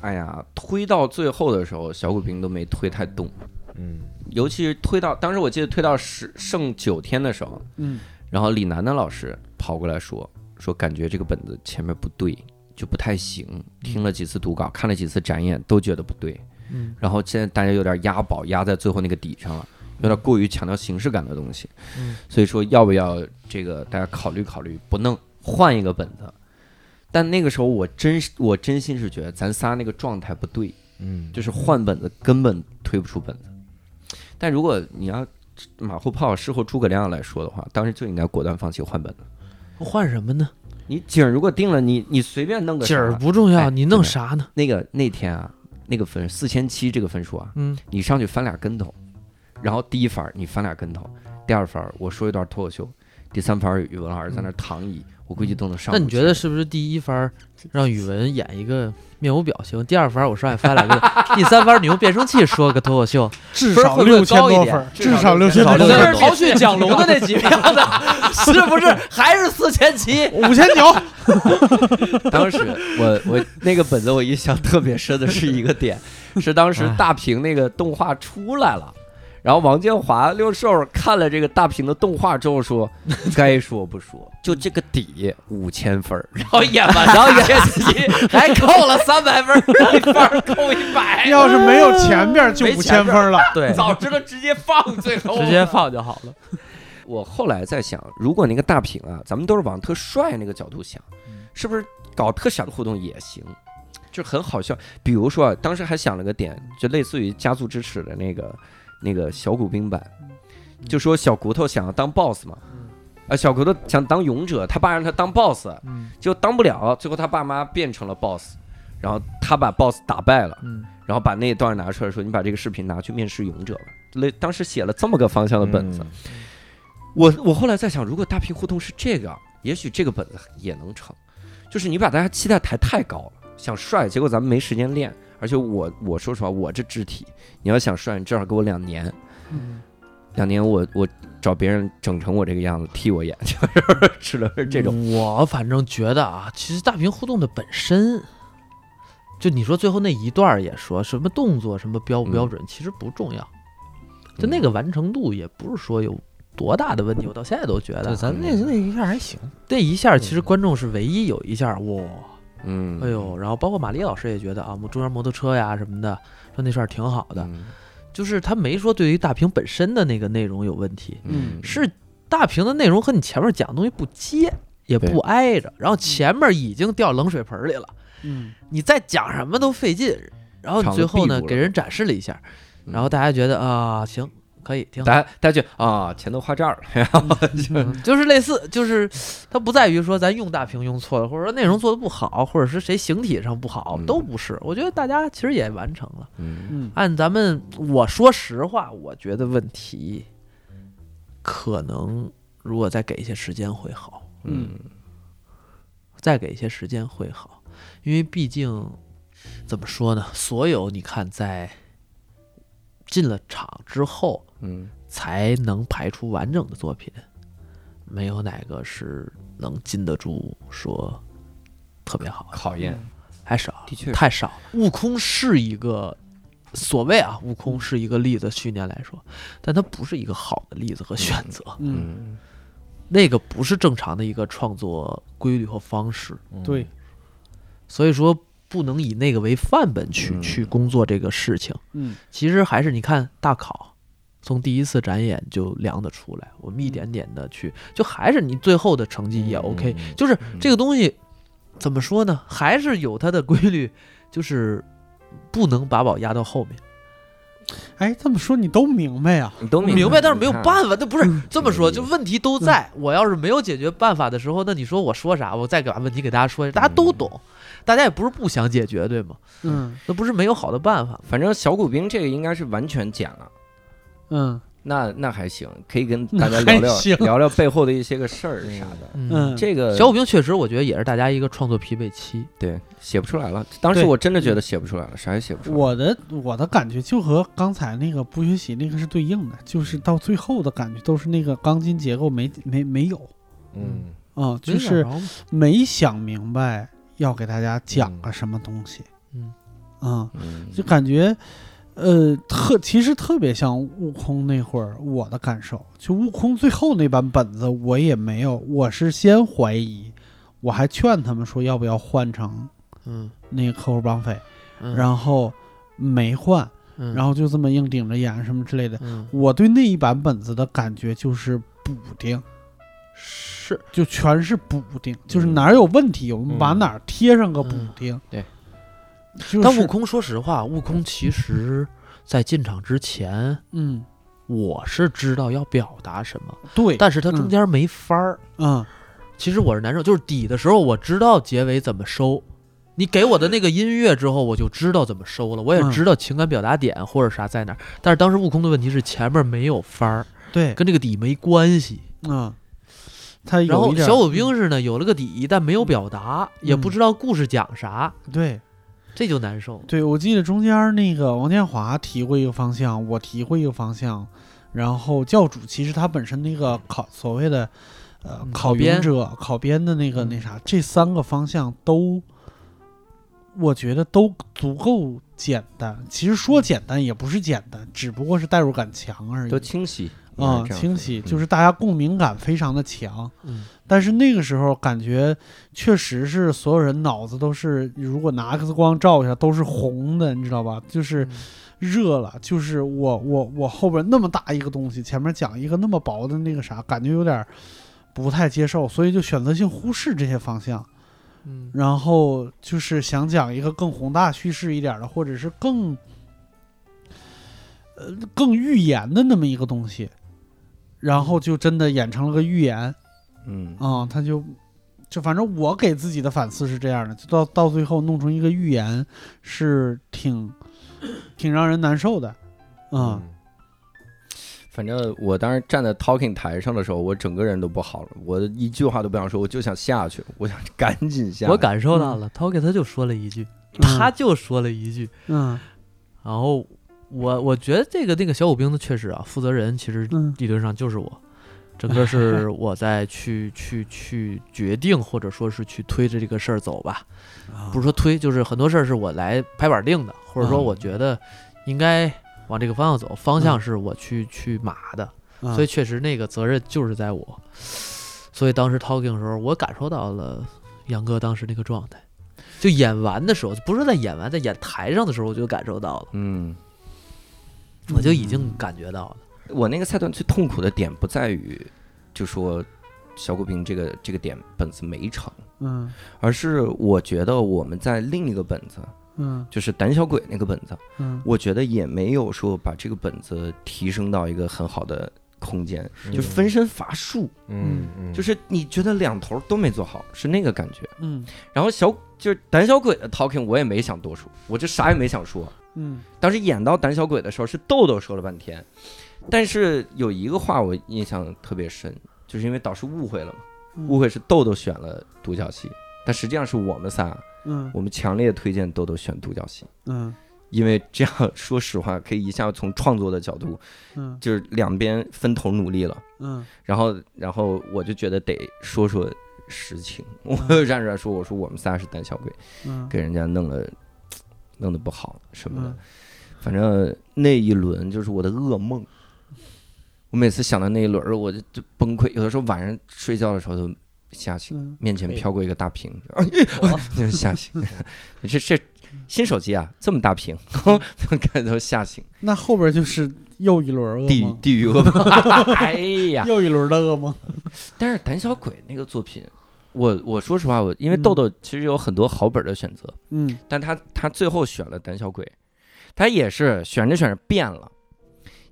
哎呀，推到最后的时候，小骨兵都没推太动，嗯，尤其是推到当时我记得推到十剩九天的时候，嗯，然后李楠楠老师跑过来说说感觉这个本子前面不对，就不太行。听了几次读稿，看了几次展演，都觉得不对。嗯，然后现在大家有点押宝押在最后那个底上了，有点过于强调形式感的东西。嗯，所以说要不要这个大家考虑考虑，不弄换一个本子。但那个时候我真是我真心是觉得咱仨那个状态不对，嗯，就是换本子根本推不出本子。但如果你要马后炮事后诸葛亮来说的话，当时就应该果断放弃换本子。换什么呢？你景儿如果定了，你你随便弄个景啥儿不重哎要，你真弄的啥呢？那个那天啊，那个分四千七这个分数啊，嗯，你上去翻俩跟头，然后第一番儿你翻俩跟头，第二番儿我说一段脱口秀，第三番儿语文老师在那儿躺椅，我估计都能上不去。那你觉得是不是第一番儿让语文演一个面无表情，第二番儿我上去翻 两个，第三番儿你用变声器说个脱口 秀，至分儿少会不会六千高一多点分儿，至至少少六千至少多六千分儿，多 刨去蒋龙的那几票 的，是不是还是四千七？五千 九，当时我我那个本子我印象特别深的是一个点，是当时大屏那个动画出来了。然后王建华六兽看了这个大屏的动画之后 说：“该说不说，就这个底五千分儿，然后演完， 然后演自己还扣了三百分儿， 一分儿扣一百，要是没有前边儿就没五前千边儿分儿了。对，早知道直接放最后。直接放就好了。我后来在想，如果那个大屏啊，咱们都是往特帅那个角度想，是不是搞特小的互动也行？就很好笑。比如说，啊，当时还想了个点，就类似于《家族之耻》的那个那个小骨兵版，就说小骨头想要当 boss 嘛，啊，小骨头想当勇者，他爸让他当 boss，嗯就当不了，最后他爸妈变成了 boss，然后他把 boss 打败了。嗯，然后把那段拿出来说，你把这个视频拿去面试勇者吧。类当时写了这么个方向的本子，我我后来在想，如果大屏互动是这个，也许这个本子也能成。就是你把大家期待抬太高了，想帅，结果咱们没时间练。而且我我说实话，我这肢体，你要想帅，你至少给我两年，嗯两年我我找别人整成我这个样子替我演， 就是只能是这嗯种。我反正觉得啊，其实大屏互动的本身，就你说最后那一段儿也说什么动作什么标嗯不标准，其实不重要，就那个完成度也不是说有。多大的问题？我到现在都觉对，得，啊嗯咱那那一下还行，这一下其实观众是唯一有一下哇，嗯，哎呦，然后包括玛丽老师也觉得啊，中央摩托车呀什么的，说那事儿挺好的，嗯，就是他没说对于大屏本身的那个内容有问题，嗯是大屏的内容和你前面讲的东西不接，也对不挨着，然后前面已经掉冷水盆里了，嗯，你再讲什么都费劲，然后肠子最后闭呢住了给人展示了一下，嗯然后大家觉得啊行，可以挺好。大家大家就啊，钱都花这儿了，然后就嗯就是类似，就是它不在于说咱用大屏用错了，或者说内容做的不好，或者是谁形体上不好，嗯都不是。我觉得大家其实也完成 了。嗯嗯，按咱们，我说实话，我觉得问题可能如果再给一些时间会好，嗯再给一些时间会好，因为毕竟怎么说呢，所有你看在进了场之后，嗯才能排出完整的作品，没有哪个是能禁得住说特别好，考验，还少，的确太少了。悟空是一个所谓啊，悟空是一个例子，去年来说，但它不是一个好的例子和选择，嗯，嗯，那个不是正常的一个创作规律和方式，对，所以说不能以那个为范本去、嗯去工作这个事情。嗯，其实还是你看大考，从第一次展演就量得出来，我们一点点的去，就还是你最后的成绩也 OK，、嗯嗯嗯嗯就是这个东西怎么说呢，还是有它的规律，就是不能把宝压到后面。哎，这么说你都明白啊呀、你都我明白，但是没有法。办法，那不是这么说，嗯就问题都在。我要是没有解决办法的时候，那你说我说啥？我再把问题给大家说一下，大家都嗯懂，大家也不是不想解决，对吗？嗯那不是没有好的办法吗。反正小骨兵这个应该是完全剪了。嗯那那还行，可以跟大那家还聊聊行聊聊背后的一些个事儿啥的。嗯，这个小武兵确实，我觉得也是大家一个创作疲惫期。对写不出来了，当时对嗯我真的觉得写不出来了，啥也写不出来。我的我的感觉就和刚才那个不学习那个是对应的，就是到最后的感觉都是那个钢筋结构没没没有嗯，啊、就是没想明白要给大家讲个什么东西。嗯啊、嗯就感觉呃特其实特别像悟空那会儿我的感受，就悟空最后那版本子我也没有，我是先怀疑，我还劝他们说要不要换成嗯，那个客户帮匪，嗯然后没换，嗯然后就这么硬顶着演什么之类的。嗯我对那一版本子的感觉就是补丁，是就全是补丁，嗯就是哪儿有问题，我们把哪儿贴上个补丁。对就是，但悟空，说实话，悟空其实在进场之前，嗯，我是知道要表达什么，对，但是他中嗯间没法儿。嗯其实我是难受，就是底的时候我知道结尾怎么收。你给我的那个音乐之后，我就知道怎么收了，我也嗯知道情感表达点或者啥在哪儿。但是当时悟空的问题是前面没有番儿，对，跟这个底没关系。嗯，他然有后一点小武兵是呢，有了个底，但没有表达，也嗯不知道故事讲啥，对这就难受。对，我记得中间那个王建华提过一个方向，我提过一个方向，然后教主其实他本身那个考所谓的呃嗯考考编嗯研者考编的那个那啥，这三个方向都。我觉得都足够简单，其实嗯说简单也不是简单，只不过是代入感强而已。都清晰啊、嗯这样清说嗯晰，就是大家共鸣感非常的强。嗯，但是那个时候感觉确实是所有人脑子都是，如果拿 X 光照一下都是红的，你知道吧？就是热了，就是我我我后边那么大一个东西，前面讲一个那么薄的那个啥，感觉有点不太接受，所以就选择性忽视这些方向。嗯然后就是想讲一个更宏大叙事一点的，或者是更呃更预言的那么一个东西，然后就真的演成了个预言嗯啊、他就就反正我给自己的反思是这样的，就到到最后弄成一个预言是挺挺让人难受的啊、嗯反正我当时站在 talking 台上的时候，我整个人都不好了，我一句话都不想说，我就想下去，我想 赶紧下去。我感受到了，涛给他就说了一句，嗯他就说了一句，嗯然后我我觉得这个那个小武兵的确实啊，负责人其实嗯理论上就是我，整个 是我在去去去决定或者说是去推着这个事儿走吧，不是说推，就是很多事儿是我来拍板定的，或者说我觉得应该往这个方向走，方向是我去去码的，啊，所以确实那个责任就是在我，所以当时 talking 的时候，我感受到了杨哥当时那个状态。就演完的时候，不是在演完，在演台上的时候，我就感受到了，嗯，嗯我就已经感觉到了。我那个赛段最痛苦的点不在于，就说小骨兵这个这个点本子没成，嗯而是我觉得我们在另一个本子，嗯就是胆小鬼那个本子，嗯我觉得也没有说把这个本子提升到一个很好的空间，就分身乏术，嗯嗯，就是你觉得两头都没做好，是那个感觉。嗯然后小就是胆小鬼的 talking，我也没想多说，我就啥也没想说。嗯当时演到胆小鬼的时候，是豆豆说了半天，但是有一个话我印象特别深，就是因为导师误会了嘛，嗯误会是豆豆选了独角戏，但实际上是我们仨，嗯我们强烈推荐豆豆选独角戏，嗯因为这样说实话，可以一下从创作的角度，嗯就是两边分头努力了。嗯然后，然后我就觉得得说说实情，我 站出来说，我说我们仨是胆小鬼，嗯给人家弄了，弄得不好什么的嗯。反正那一轮就是我的噩梦，我每次想到那一轮儿，我就就崩溃。有的时候晚上睡觉的时候都吓醒，嗯面前飘过一个大屏，哎 就吓醒。 这这新手机啊，这么大屏，看都吓醒。那后边就是又一轮噩地狱梦，地狱恶魔。 哎 呀，又一轮的噩梦。但是胆小鬼那个作品，我我说实话，我因为豆豆其实有很多好本的选择，嗯但他他最后选了胆小鬼，他也是选着选着变了，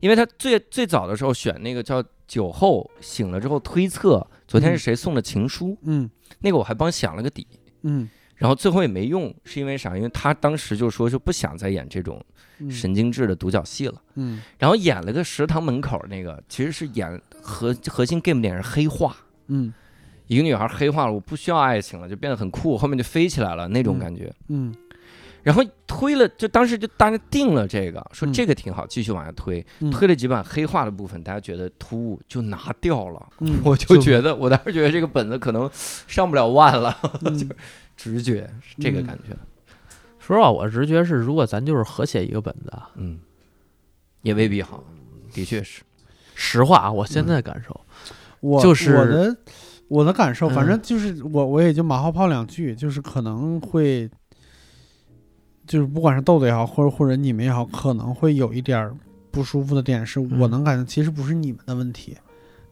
因为他最最早的时候选那个叫酒后醒了之后推测昨天是谁送的情书，嗯那个我还帮想了个底，嗯，然后最后也没用，是因为啥？因为他当时就说就不想再演这种嗯神经质的独角戏了。嗯然后演了个食堂门口那个，其实是演核核心 game 点是黑化，嗯一个女孩黑化了，我不需要爱情了，就变得很酷，后面就飞起来了那种感觉。嗯然后推了，就当时就大家定了这个，说嗯这个挺好，继续往下推。嗯推了几版黑化的部分，大家觉得突兀，就拿掉了。嗯，我就觉得，我当时觉得这个本子可能上不了万了， 嗯直觉是这个感觉。说实话，我直觉是，如果咱就是合写一个本子，啊，嗯，也未必好，的确是。实话啊，我现在感受，我就是我的我的感受，嗯反正就是我我也就马后炮两句，就是可能会，就是不管是豆豆也好，或者或者你们也好，可能会有一点儿不舒服的点是，我嗯能感觉其实不是你们的问题，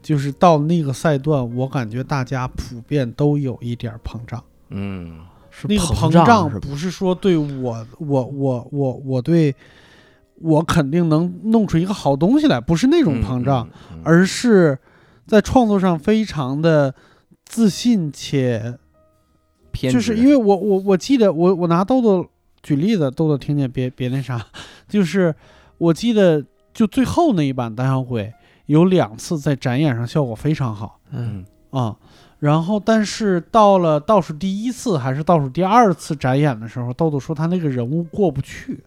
就是到那个赛段，我感觉大家普遍都有一点儿膨胀。嗯是那个膨胀是吧？不是说对我，我，我，我，我对，我肯定能弄出一个好东西来，不是那种膨胀，，嗯嗯嗯而是在创作上非常的自信且，偏就是执因为我我我记得我我拿豆豆举例子，豆豆听见别别那啥， 就是我记得就最后那一版胆小鬼有两次在展演上效果非常好，嗯，啊、然后但是到了倒数第一次还是倒数第二次展演的时候，豆豆说他那个人物过不去，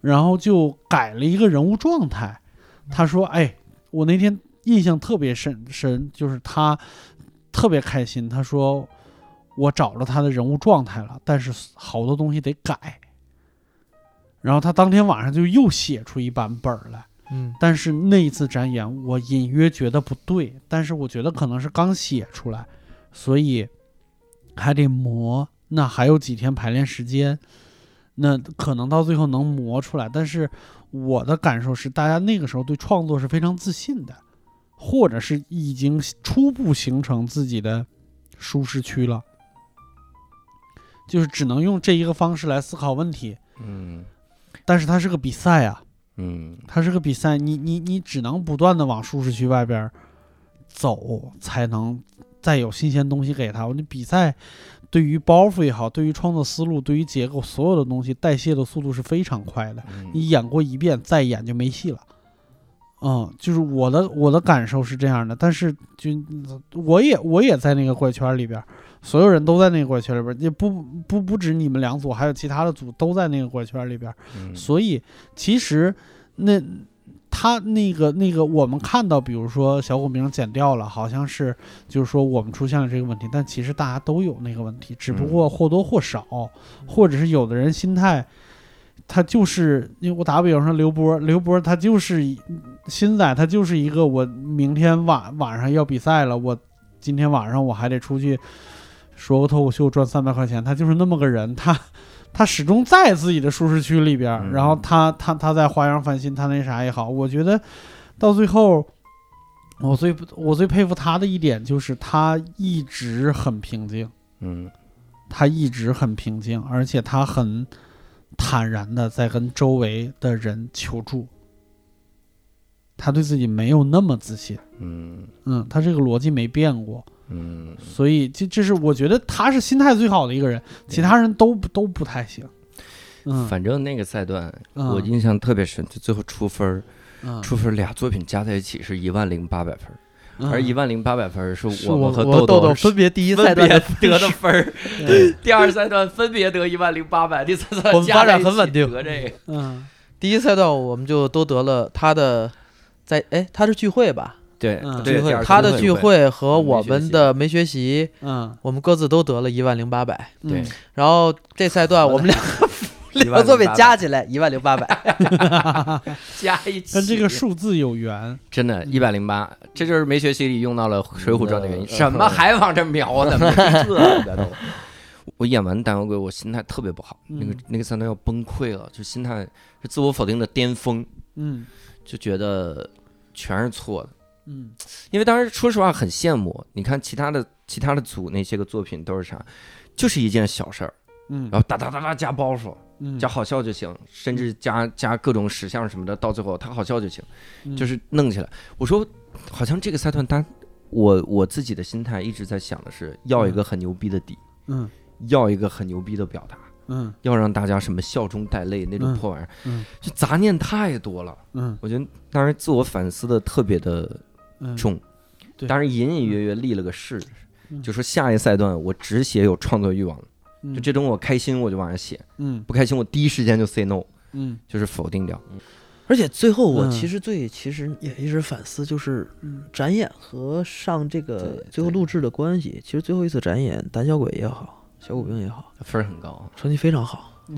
然后就改了一个人物状态。他说：“哎，我那天印象特别深深，就是他特别开心。他说我找了他的人物状态了，但是好多东西得改。”然后他当天晚上就又写出一版本儿来。嗯但是那一次展演，我隐约觉得不对，但是我觉得可能是刚写出来，所以还得磨。那还有几天排练时间，那可能到最后能磨出来。但是我的感受是，大家那个时候对创作是非常自信的，或者是已经初步形成自己的舒适区了，就是只能用这一个方式来思考问题。嗯但是它是个比赛啊，嗯它是个比赛，你你你只能不断的往舒适区外边儿走，才能再有新鲜东西给他。我这比赛对于包袱也好，对于创作思路，对于结构，所有的东西代谢的速度是非常快的。嗯你演过一遍，再演就没戏了。嗯，就是我的我的感受是这样的，但是就呃我也我也在那个怪圈里边儿，所有人都在那个怪圈里边儿，也不不不止你们两组，还有其他的组都在那个怪圈里边儿。嗯所以其实那他那个那个我们看到，比如说小股名剪掉了，好像是就是说我们出现了这个问题，但其实大家都有那个问题，只不过或多或少，或者是有的人心态。他就是，因为我打比方说刘波，刘波他就是一新仔，他就是一个我明天晚晚上要比赛了，我今天晚上我还得出去说个脱口秀赚三百块钱，他就是那么个人，他他始终在自己的舒适区里边儿，嗯然后他他他在花样翻新，他那啥也好，我觉得到最后，我最我最佩服他的一点就是他一直很平静，嗯他一直很平静，而且他很坦然的在跟周围的人求助，他对自己没有那么自信，嗯嗯，他这个逻辑没变过。嗯，所以这这是我觉得他是心态最好的一个人，其他人都不都不太行。嗯，反正那个赛段嗯我印象特别深，就最后出分儿，嗯出分儿俩作品加在一起是一万零八百分儿，嗯而一万零八百分儿是是我我们和我豆豆是分别第一赛分段别的得的分儿，对第二赛段分别得一万零八百，第三赛我段们加发展在一起很稳定得这个，嗯第一赛段，我们就都得了他的在哎，他是聚会吧？对嗯对聚第二他次的聚会，会和我们的没学习，嗯，我们各自都得了一万零八百。嗯 对，然后这赛段我们两10800两个作品加起来一万零八百，加一起，跟这 个数字有缘。真的，一百零八，这就是没学习里用到了《水浒传》的原因。嗯什么还往这瞄啊？怎么这个嗯都？ 我演完《胆小鬼》，我心态特别不好，嗯那个那个三段要崩溃了，就心态是自我否定的巅峰。嗯就觉得全是错的。嗯因为当时说实话很羡慕，你看其他的其他的组那些个作品都是啥，就是一件小事儿，嗯然后哒哒哒哒加包袱，嗯，加好笑就行，甚至加加各种史相什么的，到最后他好笑就行，嗯就是弄起来。我说，好像这个赛段单，我我自己的心态一直在想的是要一个很牛逼的底，嗯要一个很牛逼的表达，嗯要让大家什么笑中带泪那种嗯破玩意儿，嗯就杂念太多了。嗯我觉得当时自我反思的特别的嗯，重，对当然隐隐约约立了个誓，嗯就说下一赛段我只写有创作欲望的，嗯就这种我开心我就往上写，嗯不开心我第一时间就 say no，嗯就是否定掉。而且最后我嗯其实最其实也一直反思，就是嗯展演和上这个对最后对录制的关系。其实最后一次展演，胆小鬼也好，小骨兵也好，分儿很高，啊成绩非常好。对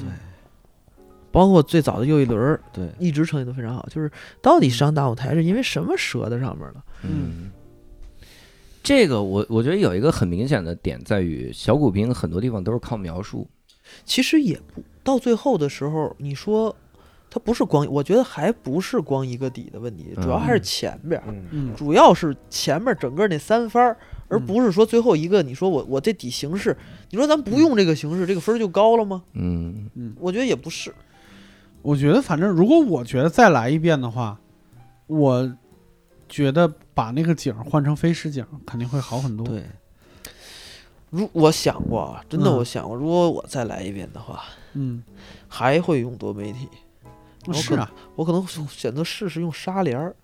包括最早的又一轮儿，对，一直成绩都非常好。就是到底上大舞台是因为什么折在上面了？嗯，这个我我觉得有一个很明显的点在于，小骨兵很多地方都是靠描述，其实也不到最后的时候，你说它不是光，我觉得还不是光一个底的问题，主要还是嗯前边儿，嗯主要是前面整个那三番儿，而嗯不是说最后一个。你说我我这底形式，你说咱不用这个形式，这个分儿就高了吗？嗯，我觉得也不是。我觉得反正如果我觉得再来一遍的话，我觉得把那个景儿换成飞石景儿肯定会好很多。对如我想过，啊，真的嗯我想过，如果我再来一遍的话，嗯，还会用多媒体。我是啊，我可能选择试试用纱帘儿，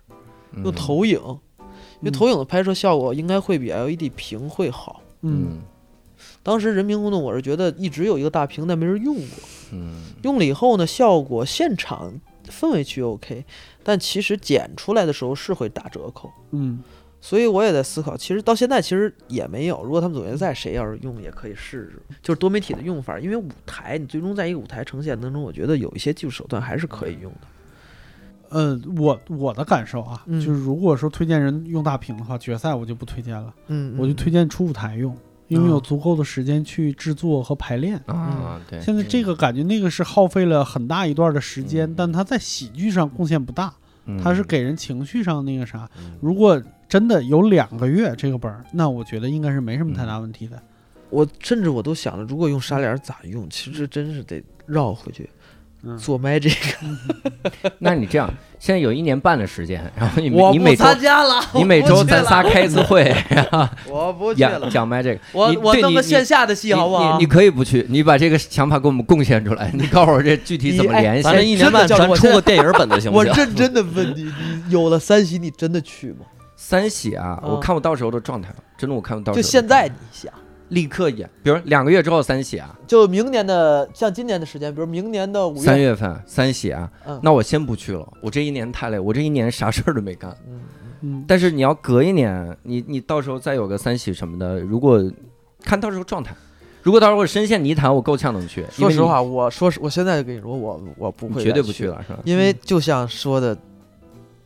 嗯用投影，因为投影的拍摄效果应该会比 LED 屏会好。嗯嗯当时人民公众，我是觉得一直有一个大屏，但没人用过。嗯用了以后呢，效果现场氛围区 OK，但其实剪出来的时候是会打折扣。嗯所以我也在思考，其实到现在其实也没有。如果他们总决赛谁要是用，也可以试试，就是多媒体的用法。因为舞台，你最终在一个舞台呈现当中，我觉得有一些技术手段还是可以用的。呃，我我的感受啊，嗯就是如果说推荐人用大屏的话，决赛我就不推荐了，嗯，我就推荐出舞台用，因为有嗯足够的时间去制作和排练。啊，对，现在这个感觉那个是耗费了很大一段的时间，嗯但它在喜剧上贡献不大，嗯它是给人情绪上那个啥。嗯如果真的有两个月这个本儿，那我觉得应该是没什么太大嗯问题的。我甚至我都想了，如果用纱帘咋用？其实真是得绕回去嗯做 magic。那你这样，现在有一年半的时间，然后你我每你不每周参加了，你每周我不去咱仨了开一次会，然后我不去讲了，讲麦这个，我你我对弄你个你线下的戏好不你好你？你可以不去，你把这个想法给我们贡献出来，你告诉我这具体怎么你哎联系。咱这一年半真的叫咱我出个电影本子行不我行？认真的问 你，你有了三喜，你真的去吗？三喜啊，嗯我看我到时候的状态了，真的我看我到时候就的现在你想，立刻演，比如两个月之后三喜啊，就明年的像今年的时间，比如明年的五三月，月份三喜啊嗯，那我先不去了，我这一年太累，我这一年啥事儿都没干。嗯，嗯，但是你要隔一年，你你到时候再有个三喜什么的，如果看到时候状态，如果到时候深陷泥潭，我够呛能去。因说为实你话，我说实我现在就跟你说，我我不你会，绝对不去，了，是嗯吧？因为就像说的，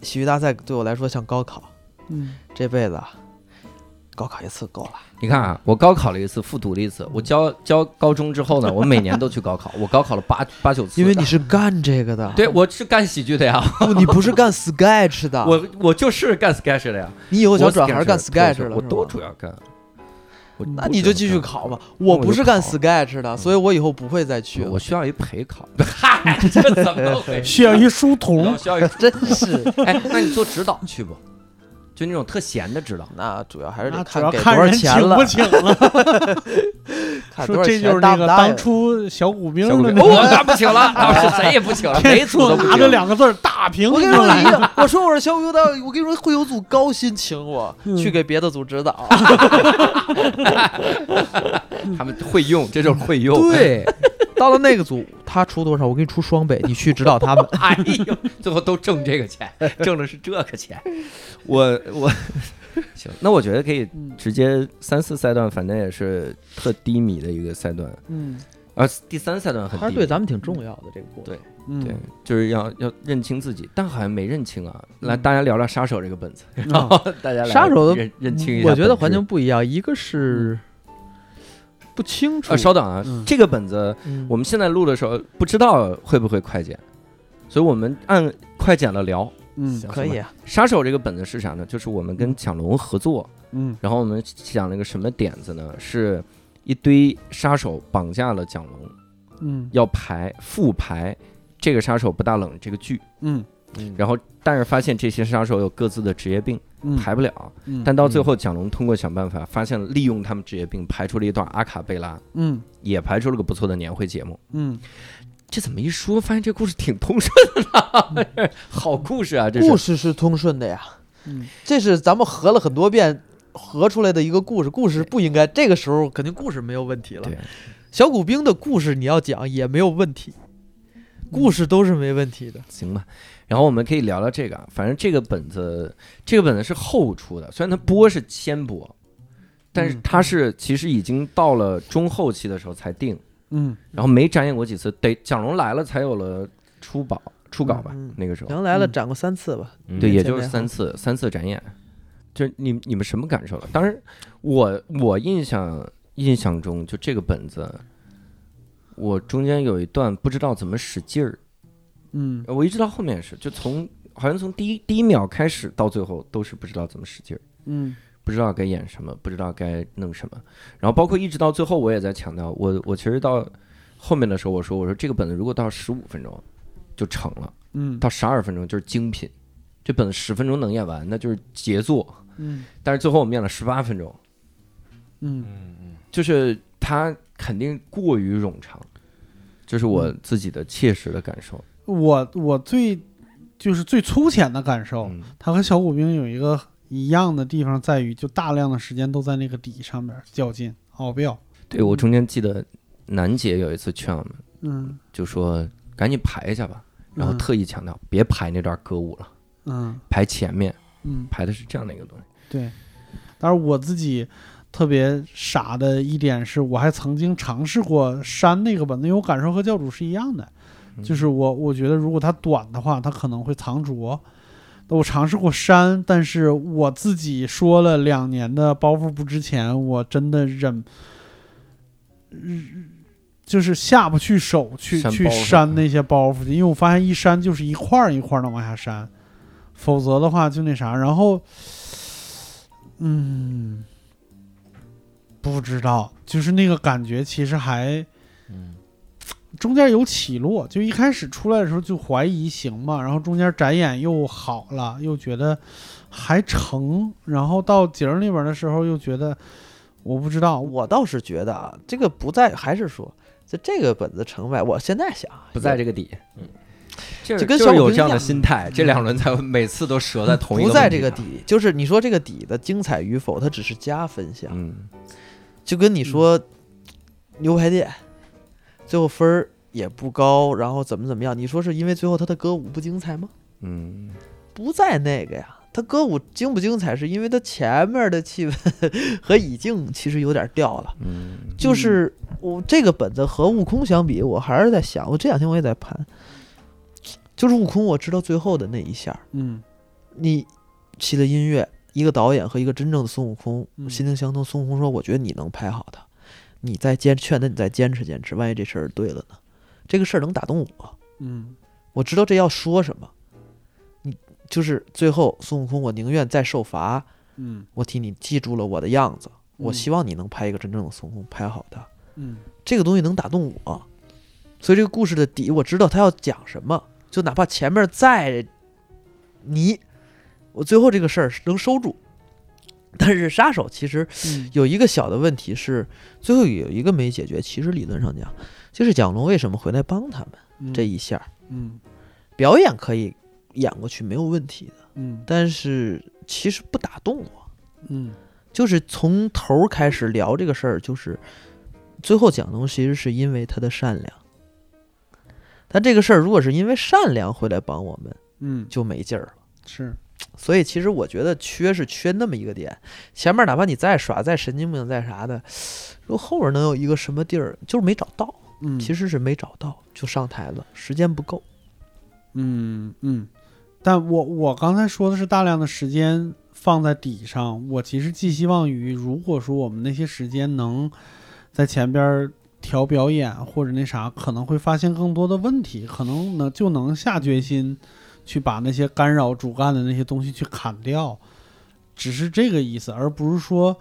喜剧大赛对我来说像高考，嗯这辈子啊高考一次够了。你看啊，我高考了一次，复读了一次。我教教高中之后呢，我每年都去高考， 我高考了八八九次。因为你是干这个 的，对我是干喜剧的呀，不，你不是干 sketch 的，我我就是干 sketch 的呀。你以后我啊想转行干 sketch sketch 了，我是都吧主要干。我那都那你就继主续要干考吧。我我不是干就嗯 sketch 的，所以我以后不会再去了我。需要一陪考。 嗨，这怎么 回事？需要一书童我，需要一 真是， 哎，那你做指导去不？就那种特闲的指导。那主要还是那得主要给多看少人请钱了不，请了。看说多这少钱就是答那不个答应当初小骨兵小的鬼那哦，我个，当不请了，当时谁也不请了，嗯 天每组数都不啊拿请着。两个字儿大屏我跟你就说来一样，我说我是小五的，我跟你说会有组高薪请我嗯去给别的组指导，啊 他们会用，这就是会用。对，到了那个组他出多少，我给你出双倍，你去指导他们。 哎呦，最后都挣这个钱，挣的是这个钱。我我 行，那我觉得可以嗯直接三四赛段，反正也是特低迷的一个赛段，嗯啊，第三赛段很低还是迷对咱们挺重要的这个过对程。嗯，对，就是要要认清自己，但好像没认清啊。来，嗯大家聊聊杀手这个本子，啊 大家来杀手认认清一下本质。嗯啊嗯我觉得环境不一样，一个是不清楚啊，，稍等啊嗯，这个本子嗯我们现在录的时候不知道会不会快剪，所以我们按快剪了聊。嗯行可以啊，杀手这个本子是啥呢？就是我们跟蒋龙合作，嗯然后我们想了一个什么点子呢？是一堆杀手绑架了蒋龙，嗯要排复排《这个杀手不大冷》这个剧，嗯然后但是发现这些杀手有各自的职业病，嗯，排不了。嗯但到最后，蒋龙通过想办法，发现了利用他们职业病排出了一段阿卡贝拉，嗯也排出了个不错的年会节目。嗯这怎么一说，发现这故事挺通顺 的、好故事啊！这故是事是通顺的呀。嗯这是咱们合了很多遍合出来的一个故事，故事不应该这个时候肯定故事没有问题了。对，小骨兵的故事你要讲也没有问题，故事都是没问题的。行吧。然后我们可以聊聊这个啊，反正这个本子，这个本子是后出的，虽然它播是先播，但是它是其实已经到了中后期的时候才定，嗯然后没展演过几次，得蒋龙来了才有了初稿，初稿吧，嗯那个时候。杨来了嗯展过三次吧，对，嗯也前就是面三后次三次展演，就是你你们什么感受了？当然，我我印象印象中就这个本子，我中间有一段不知道怎么使劲儿，嗯我一直到后面是，就从好像从第一第一秒开始到最后都是不知道怎么使劲儿，嗯不知道该演什么，不知道该弄什么，然后包括一直到最后，我也在强调，我我其实到后面的时候，我说我说这个本子如果到十五分钟就成了。嗯到十二分钟就是精品，这本十分钟能演完，那就是杰作。嗯但是最后我们演了十八分钟，嗯就是它肯定过于冗长，这是我自己的切实的感受。我我最就是最粗浅的感受，嗯它和小骨兵有一个一样的地方，在于就大量的时间都在那个底上面较劲奥妙。对我中间记得楠姐有一次劝我们，嗯，就说赶紧排一下吧，然后嗯特意强调别排那段歌舞了，嗯排前面，嗯，排的是这样的一个东西。对。但是我自己特别傻的一点是，我还曾经尝试过删那个本子，因为我感受和教主是一样的，嗯就是我我觉得如果它短的话，它可能会藏拙。我尝试过删，但是我自己说了两年的包袱不值钱，我真的忍，就是下不去手去删去包袱嗯删那些包袱去，因为我发现一删就是一块儿一块儿的往下删，否则的话就那啥。然后，嗯，不知道，就是那个感觉其实还嗯中间有起落，就一开始出来的时候就怀疑行嘛，然后中间展演又好了，又觉得还成，然后到景儿里边的时候又觉得我不知道，我我倒是觉得啊，这个不在，还是说。就这个本子成败，我现在想啊不在也这个底，嗯，这就跟就小是有虎这一样的样心态，这两轮才每次都折在同一个不在问这题个上，底，就是你说这个底的精彩与否，它只是加分项。嗯，就跟你说、牛排店，最后分儿也不高，然后怎么怎么样？你说是因为最后他的歌舞不精彩吗？嗯，不在那个呀，他歌舞精不精彩，是因为他前面的气氛 和已经其实有点掉了。嗯，就是我这个本子和悟空相比，我还是在想，我这两天我也在盘，就是悟空，我知道最后的那一下儿，嗯你起了音乐，一个导演和一个真正的孙悟空嗯心灵相通。孙悟空说：“我觉得你能拍好的，你再坚劝他，你再坚持坚持，万一这事儿对了呢？这个事儿能打动我，嗯我知道这要说什么。你就是最后孙悟空，我宁愿再受罚，嗯我替你记住了我的样子。我嗯希望你能拍一个真正的孙悟空，拍好的。嗯这个东西能打动我，所以这个故事的底我知道他要讲什么，就哪怕前面再泥，我最后这个事儿是能收住。但是杀手其实嗯有一个小的问题是，最后有一个没解决。其实理论上讲，就是蒋龙为什么回来帮他们嗯这一下，嗯表演可以演过去没有问题的，嗯但是其实不打动我。嗯就是从头儿开始聊这个事儿，就是最后蒋龙其实是因为他的善良。他这个事儿如果是因为善良回来帮我们，嗯就没劲儿了。是所以其实我觉得缺是缺那么一个点，前面哪怕你再耍、再神经病、再啥的，如果后边能有一个什么地儿，就是没找到，嗯其实是没找到，就上台了，时间不够。嗯嗯，但我我刚才说的是大量的时间放在底上，我其实寄希望于，如果说我们那些时间能在前边儿调表演或者那啥，可能会发现更多的问题，可能能就能下决心去把那些干扰主干的那些东西去砍掉，只是这个意思，而不是说，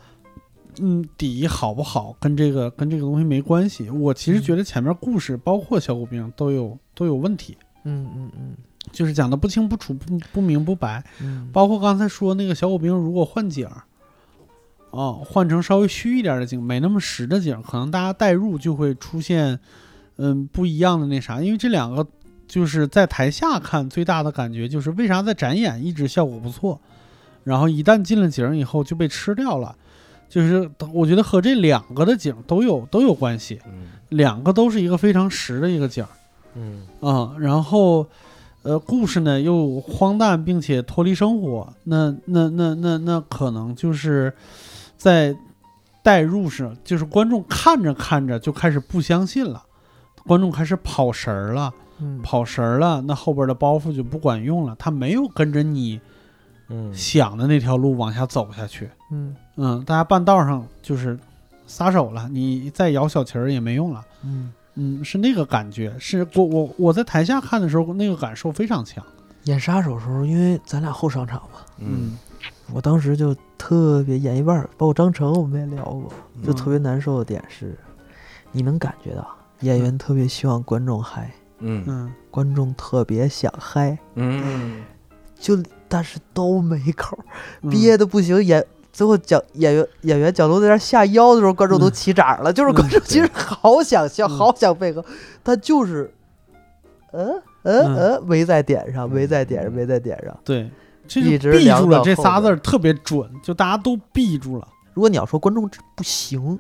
嗯，底好不好跟这个跟这个东西没关系。我其实觉得前面故事包括小骨兵都有都有问题，嗯嗯嗯就是讲的不清不楚、不不明不白。嗯，包括刚才说那个小骨兵，如果换景儿，啊，换成稍微虚一点的景，没那么实的景，可能大家代入就会出现，嗯，不一样的那啥。因为这两个就是在台下看最大的感觉就是，为啥在展演一直效果不错，然后一旦进了景儿以后就被吃掉了。就是我觉得和这两个的景都有都有关系，嗯两个都是一个非常实的一个景儿。嗯啊、然后呃，故事呢又荒诞并且脱离生活，那那那那那可能就是在代入上，就是观众看着看着就开始不相信了，观众开始跑神儿了，嗯跑神儿了，那后边的包袱就不管用了，他没有跟着你嗯想的那条路往下走下去，嗯嗯，大家半道上就是撒手了，你再摇小旗儿也没用了。嗯，嗯，是那个感觉，是我我我在台下看的时候，那个感受非常强。演杀手的时候，因为咱俩后上场嘛，嗯，我当时就特别演一半儿，包括张成我们也聊过，就嗯特别难受的点是，你能感觉到演员特别希望观众嗨，嗯嗯，观众特别想嗨，嗯就但是都没口儿，嗯憋的不行，演最后角演员演员角落在那儿下腰的时候，观众都嗯起掌了，就是嗯观众其实好想笑，嗯好想配合，他就是，呃呃嗯呃，没在点上，没在点上，嗯没在点上。对，这一就直闭聊住了到这后仨字边儿特别准，就大家都闭住了。如果你要说观众这不行，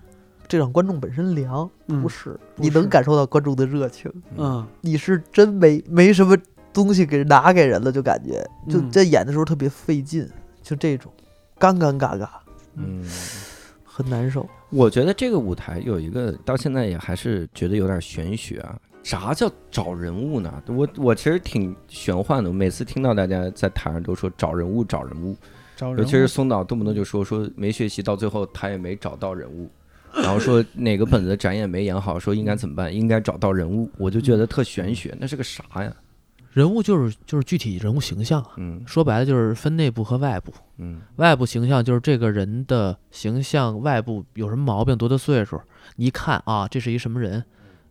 这让观众本身凉，嗯不是，不你能是感受到观众的热情，嗯你是真没没什么东西给拿给人了，就感觉就嗯在演的时候特别费劲，就这种尴尴尬尬，嗯，很难受。我觉得这个舞台有一个到现在也还是觉得有点玄学啊。啥叫找人物呢？我我其实挺玄幻的，我每次听到大家在台上都说找人物找人物，找人尤物，其是松岛动不动就说说没学习，到最后他也没找到人 物，然后说哪个本子展演没演好，说应该怎么嗯办，应该找到人物，我就觉得特玄学，那是个啥呀？人物就是就是具体人物形象啊，嗯说白了就是分内部和外部。嗯外部形象就是这个人的形象，外部有什么毛病，多大岁数，你一看啊，这是一什么人。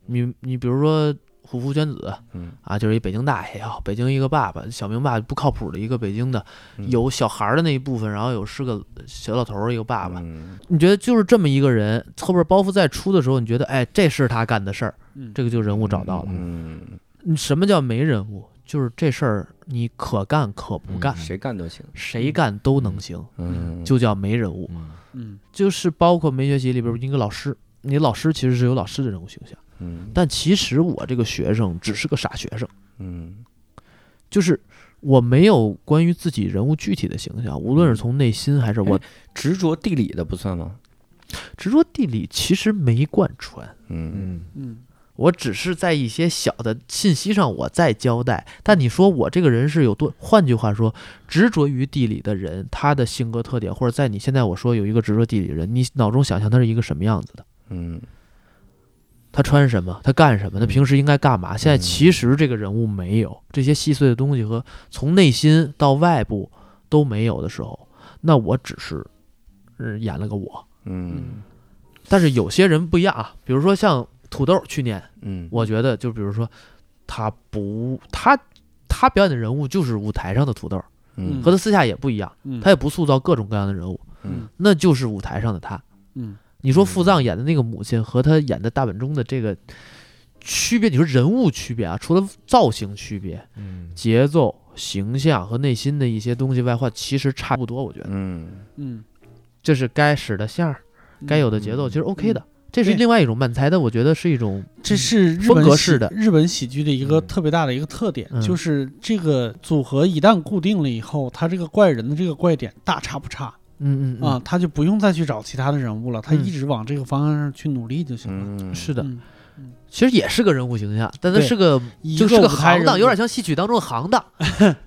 你你比如说虎符娟子嗯啊，就是一北京大爷啊，北京一个爸爸，小明爸不靠谱的一个北京的，嗯有小孩儿的那一部分，然后有是个小老头儿一个爸爸。嗯你觉得就是这么一个人，后边包袱再出的时候，你觉得哎，这是他干的事儿，嗯这个就人物找到了。嗯，你什么叫没人物？就是这事儿你可干可不干，嗯谁干都行，谁干都能行，嗯，就叫没人物。嗯嗯就是包括没学习里边儿一个老师，你老师其实是有老师的人物形象，嗯但其实我这个学生只是个傻学生，嗯就是我没有关于自己人物具体的形象，无论嗯是从内心还是我执着地理的不算吗？执着地理，其实没贯穿。嗯嗯我只是在一些小的信息上我在交代，但你说我这个人是有多？换句话说，执着于地理的人，他的性格特点，或者在你现在我说有一个执着地理的人，你脑中想象他是一个什么样子的？嗯他穿什么，他干什么，他平时应该干嘛？现在其实这个人物没有这些细碎的东西和从内心到外部都没有的时候，那我只是、呃演了个我。嗯但是有些人不一样啊，比如说像土豆，去年嗯，我觉得就比如说他不他他表演的人物就是舞台上的土豆，嗯和他私下也不一样，嗯，他也不塑造各种各样的人物，嗯那就是舞台上的他。嗯你说付藏演的那个母亲和他演的大本钟的这个区别，你说人物区别啊，除了造型区别、嗯节奏、形象和内心的一些东西外化，其实差不多。我觉得嗯嗯，这是该使的线儿，该有的节奏，嗯其实 OK 的。这对是另外一种慢才，但我觉得是一种这是日嗯风本格喜式的日本喜剧的一个嗯特别大的一个特点，嗯就是这个组合一旦固定了以后，他这个怪人的这个怪点大差不差嗯嗯啊嗯，，他就不用再去找其他的人物了，他嗯一直往这个方向上去努力就行了。嗯是的，嗯，其实也是个人物形象，但它对是个一就是个舞台行当，人有物点像戏曲当中的行 当，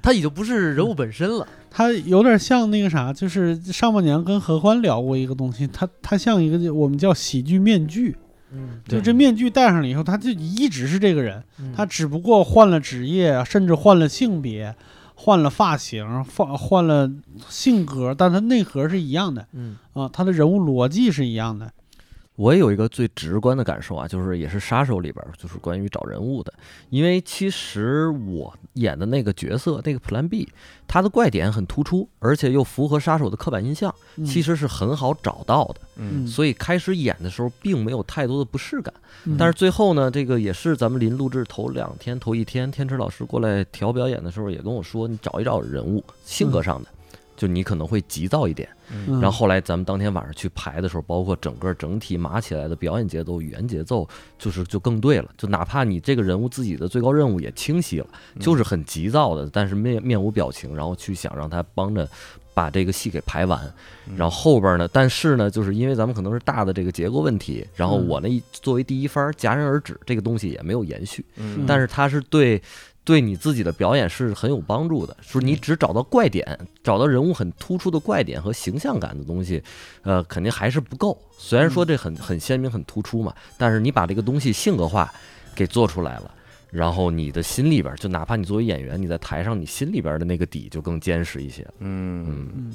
它已经不是人物本身了。它有点像那个啥，就是上半年跟何欢聊过一个东西，它它像一个我们叫喜剧面具，嗯，就这面具戴上了以后，他就一直是这个人，嗯他只不过换了职业，甚至换了性别，换了发型，换换了性格，但他内核是一样的嗯啊，他的人物逻辑是一样的。我也有一个最直观的感受啊，就是也是杀手里边儿，就是关于找人物的。因为其实我演的那个角色，那个 Plan B，他的怪点很突出，而且又符合杀手的刻板印象，嗯其实是很好找到的。嗯所以开始演的时候，并没有太多的不适感。嗯但是最后呢，这个也是咱们临录制头两天、头一天，天池老师过来调表演的时候，也跟我说，你找一找人物性格上的，就你可能会急躁一点。嗯然后后来咱们当天晚上去排的时候，包括整个整体码起来的表演节奏、语言节奏，就是就更对了。就哪怕你这个人物自己的最高任务也清晰了，嗯就是很急躁的，但是面面无表情，然后去想让他帮着把这个戏给排完。嗯然后后边呢，但是呢，就是因为咱们可能是大的这个结构问题，然后嗯我呢一作为第一番戛然而止，这个东西也没有延续。嗯但是它是对对你自己的表演是很有帮助的。说你只找到怪嗯点，找到人物很突出的怪点和形象感的东西，呃，肯定还是不够。虽嗯然说这很很鲜明、很突出嘛，但是你把这个东西性格化给做出来了。然后你的心里边儿，就哪怕你作为演员，你在台上，你心里边儿的那个底就更坚实一些了。嗯，嗯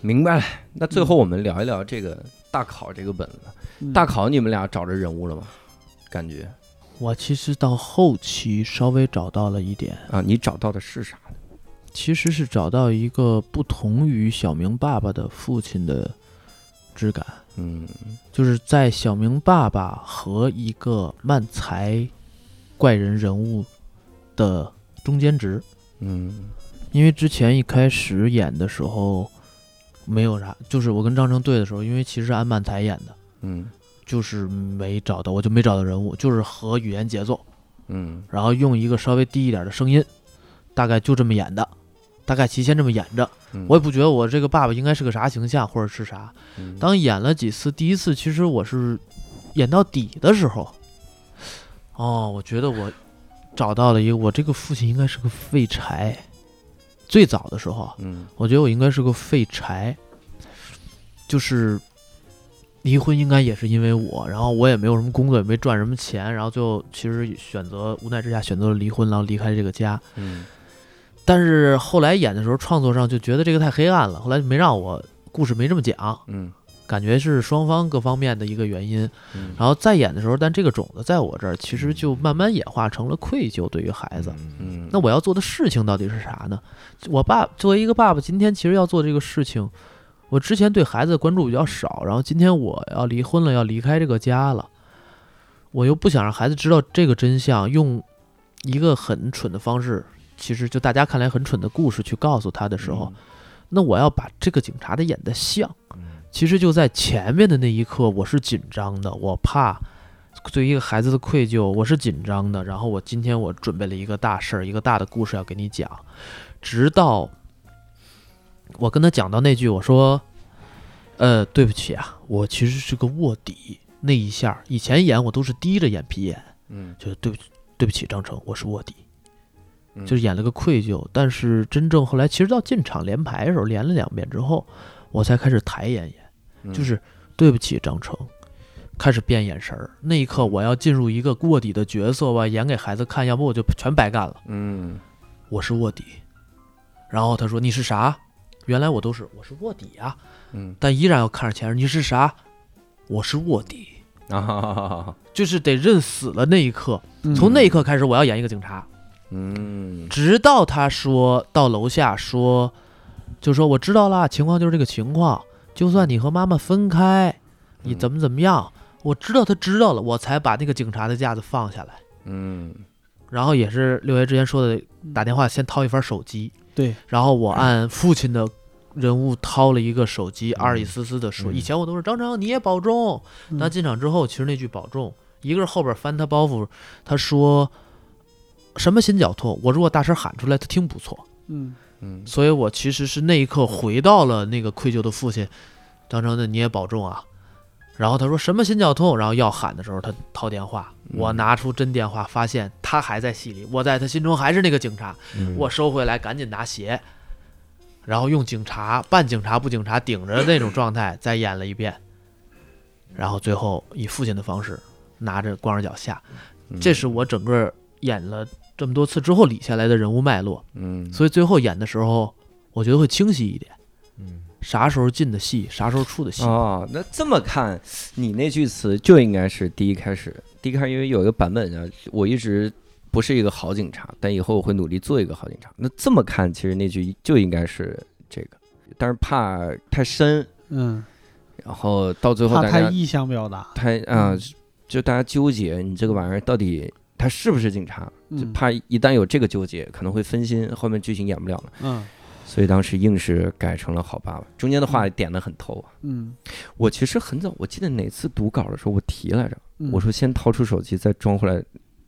明白了。那最后我们聊一聊这个大考这个本子。嗯大考，你们俩找着人物了吗？感觉我其实到后期稍微找到了一点，啊，你找到的是啥？其实是找到一个不同于小明爸爸的父亲的质感，嗯就是在小明爸爸和一个漫才怪人人物的中间值。嗯因为之前一开始演的时候没有啥，就是我跟张成对的时候，因为其实是按漫才演的，嗯就是没找到，我就没找到人物，就是和语言节奏，嗯然后用一个稍微低一点的声音，大概就这么演的，大概提前这么演着，嗯，我也不觉得我这个爸爸应该是个啥形象或者是啥。嗯当演了几次，第一次其实我是演到底的时候，哦，我觉得我找到了一个，我这个父亲应该是个废柴。最早的时候，嗯我觉得我应该是个废柴，就是离婚应该也是因为我，然后我也没有什么工作，也没赚什么钱，然后最后其实选择无奈之下选择了离婚，然后离开这个家。嗯但是后来演的时候，创作上就觉得这个太黑暗了，后来就没让我故事没这么讲，嗯感觉是双方各方面的一个原因。嗯，然后再演的时候，但这个种子在我这儿其实就慢慢演化成了愧疚对于孩子。嗯那我要做的事情到底是啥呢？我爸作为一个爸爸，今天其实要做这个事情，我之前对孩子的关注比较少，然后今天我要离婚了，要离开这个家了，我又不想让孩子知道这个真相，用一个很蠢的方式，其实就大家看来很蠢的故事去告诉他的时嗯候，那我要把这个警察的演得像。其实就在前面的那一刻，我是紧张的，我怕对于一个孩子的愧疚，我是紧张的。然后我今天我准备了一个大事儿，一个大的故事要给你讲，直到我跟他讲到那句我说：“呃，对不起啊，我其实是个卧底。”那一下儿，以前演我都是低着眼皮演，嗯就是对不起，对不起，张成，我是卧底，嗯就是演了个愧疚。但是真正后来，其实到进场连排的时候，连了两遍之后，我才开始抬眼演。嗯就是对不起，张成，开始变眼神儿。那一刻，我要进入一个卧底的角色，我要演给孩子看，要不我就全白干了。嗯我是卧底。然后他说你是啥？原来我都是我是卧底啊，嗯但依然要看着前面。你是啥？我是卧底，啊，就是得认死了那一刻。嗯从那一刻开始，我要演一个警察，嗯直到他说到楼下说，就说我知道啦，情况就是这个情况，就算你和妈妈分开，你怎么怎么样？我知道他知道了，我才把那个警察的架子放下来。嗯然后也是六爷之前说的，打电话先掏一番手机，对，然后我按父亲的人物掏了一个手机，阿尔一丝丝的说，嗯以前我都是张成你也保重，嗯但进场之后，其实那句保重，一个是后边翻他包袱，他说什么心绞痛，我如果大声喊出来，他听不错，嗯嗯所以我其实是那一刻回到了那个愧疚的父亲，张成的你也保重啊。然后他说什么心绞痛，然后要喊的时候，他掏电话，我嗯拿出真电话，发现他还在戏里，我在他心中还是那个警察，嗯我收回来，赶紧拿鞋，然后用警察半警察不警察顶着那种状态再演了一遍，然后最后以父亲的方式拿着光着脚下，嗯这是我整个演了这么多次之后理下来的人物脉络，嗯，所以最后演的时候，我觉得会清晰一点，嗯，啥时候进的戏，啥时候出的戏，哦，那这么看，你那句词就应该是第一开始，第一开始，因为有一个版本啊，我一直不是一个好警察，但以后我会努力做一个好警察。那这么看，其实那句就应该是这个，但是怕太深，嗯，然后到最后怕大太家意向表达，太嗯啊、就大家纠结，你这个玩意儿到底他是不是警察？就嗯怕一旦有这个纠结，可能会分心，后面剧情演不了了。嗯所以当时硬是改成了好爸爸，中间的话点得很透啊。嗯，我其实很早，我记得哪次读稿的时候我提来着，嗯我说先掏出手机，再装回来，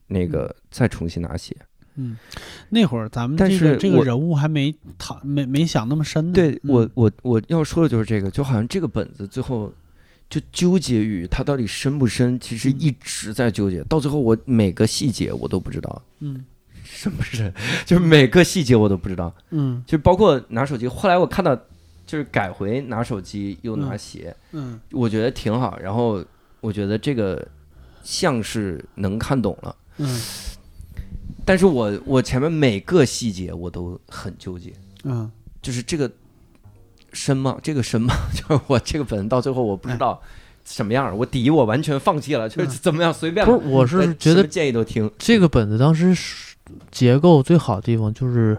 那个再重新拿写。嗯那会儿咱们但这个是这个我人物还没谈没没想那么深呢，对嗯我，我我要说的就是这个，就好像这个本子最后就纠结于它到底深不深，其实嗯一直在纠结，到最后我每个细节我都不知道嗯深不深，就是每个细节我都不知道，嗯就包括拿手机。后来我看到就是改回拿手机又拿嗯写，嗯我觉得挺好。然后我觉得这个像是能看懂了，嗯但是我我前面每个细节我都很纠结，嗯，就是这个深吗？这个深吗？ 就是我这个本到最后我哎不知道什么样儿，我底我完全放弃了，就是嗯怎么样随便不是吧。，我呃是觉什得么建议都听，这个本子当时是结构最好的地方就是，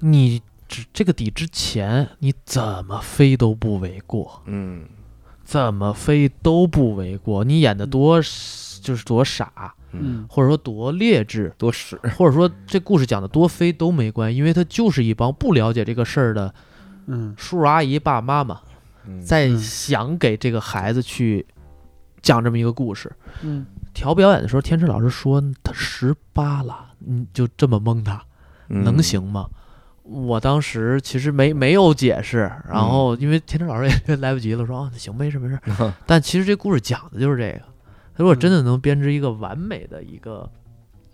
你只这个底之前你怎么飞都不为过，嗯怎么飞都不为过。你演的多就是多傻，嗯，嗯或者说多劣质，多屎，或者说这故事讲的多飞都没关系，因为它就是一帮不了解这个事儿的嗯叔叔阿姨、爸爸妈妈嗯在嗯想给这个孩子去讲这么一个故事。嗯调表演的时候，天池老师说他十八了，你就这么蒙他。能行吗？我当时其实没没有解释，然后因为天成老师也来不及了，说啊行，没事没事。但其实这故事讲的就是这个，他如果真的能编织一个完美的一个，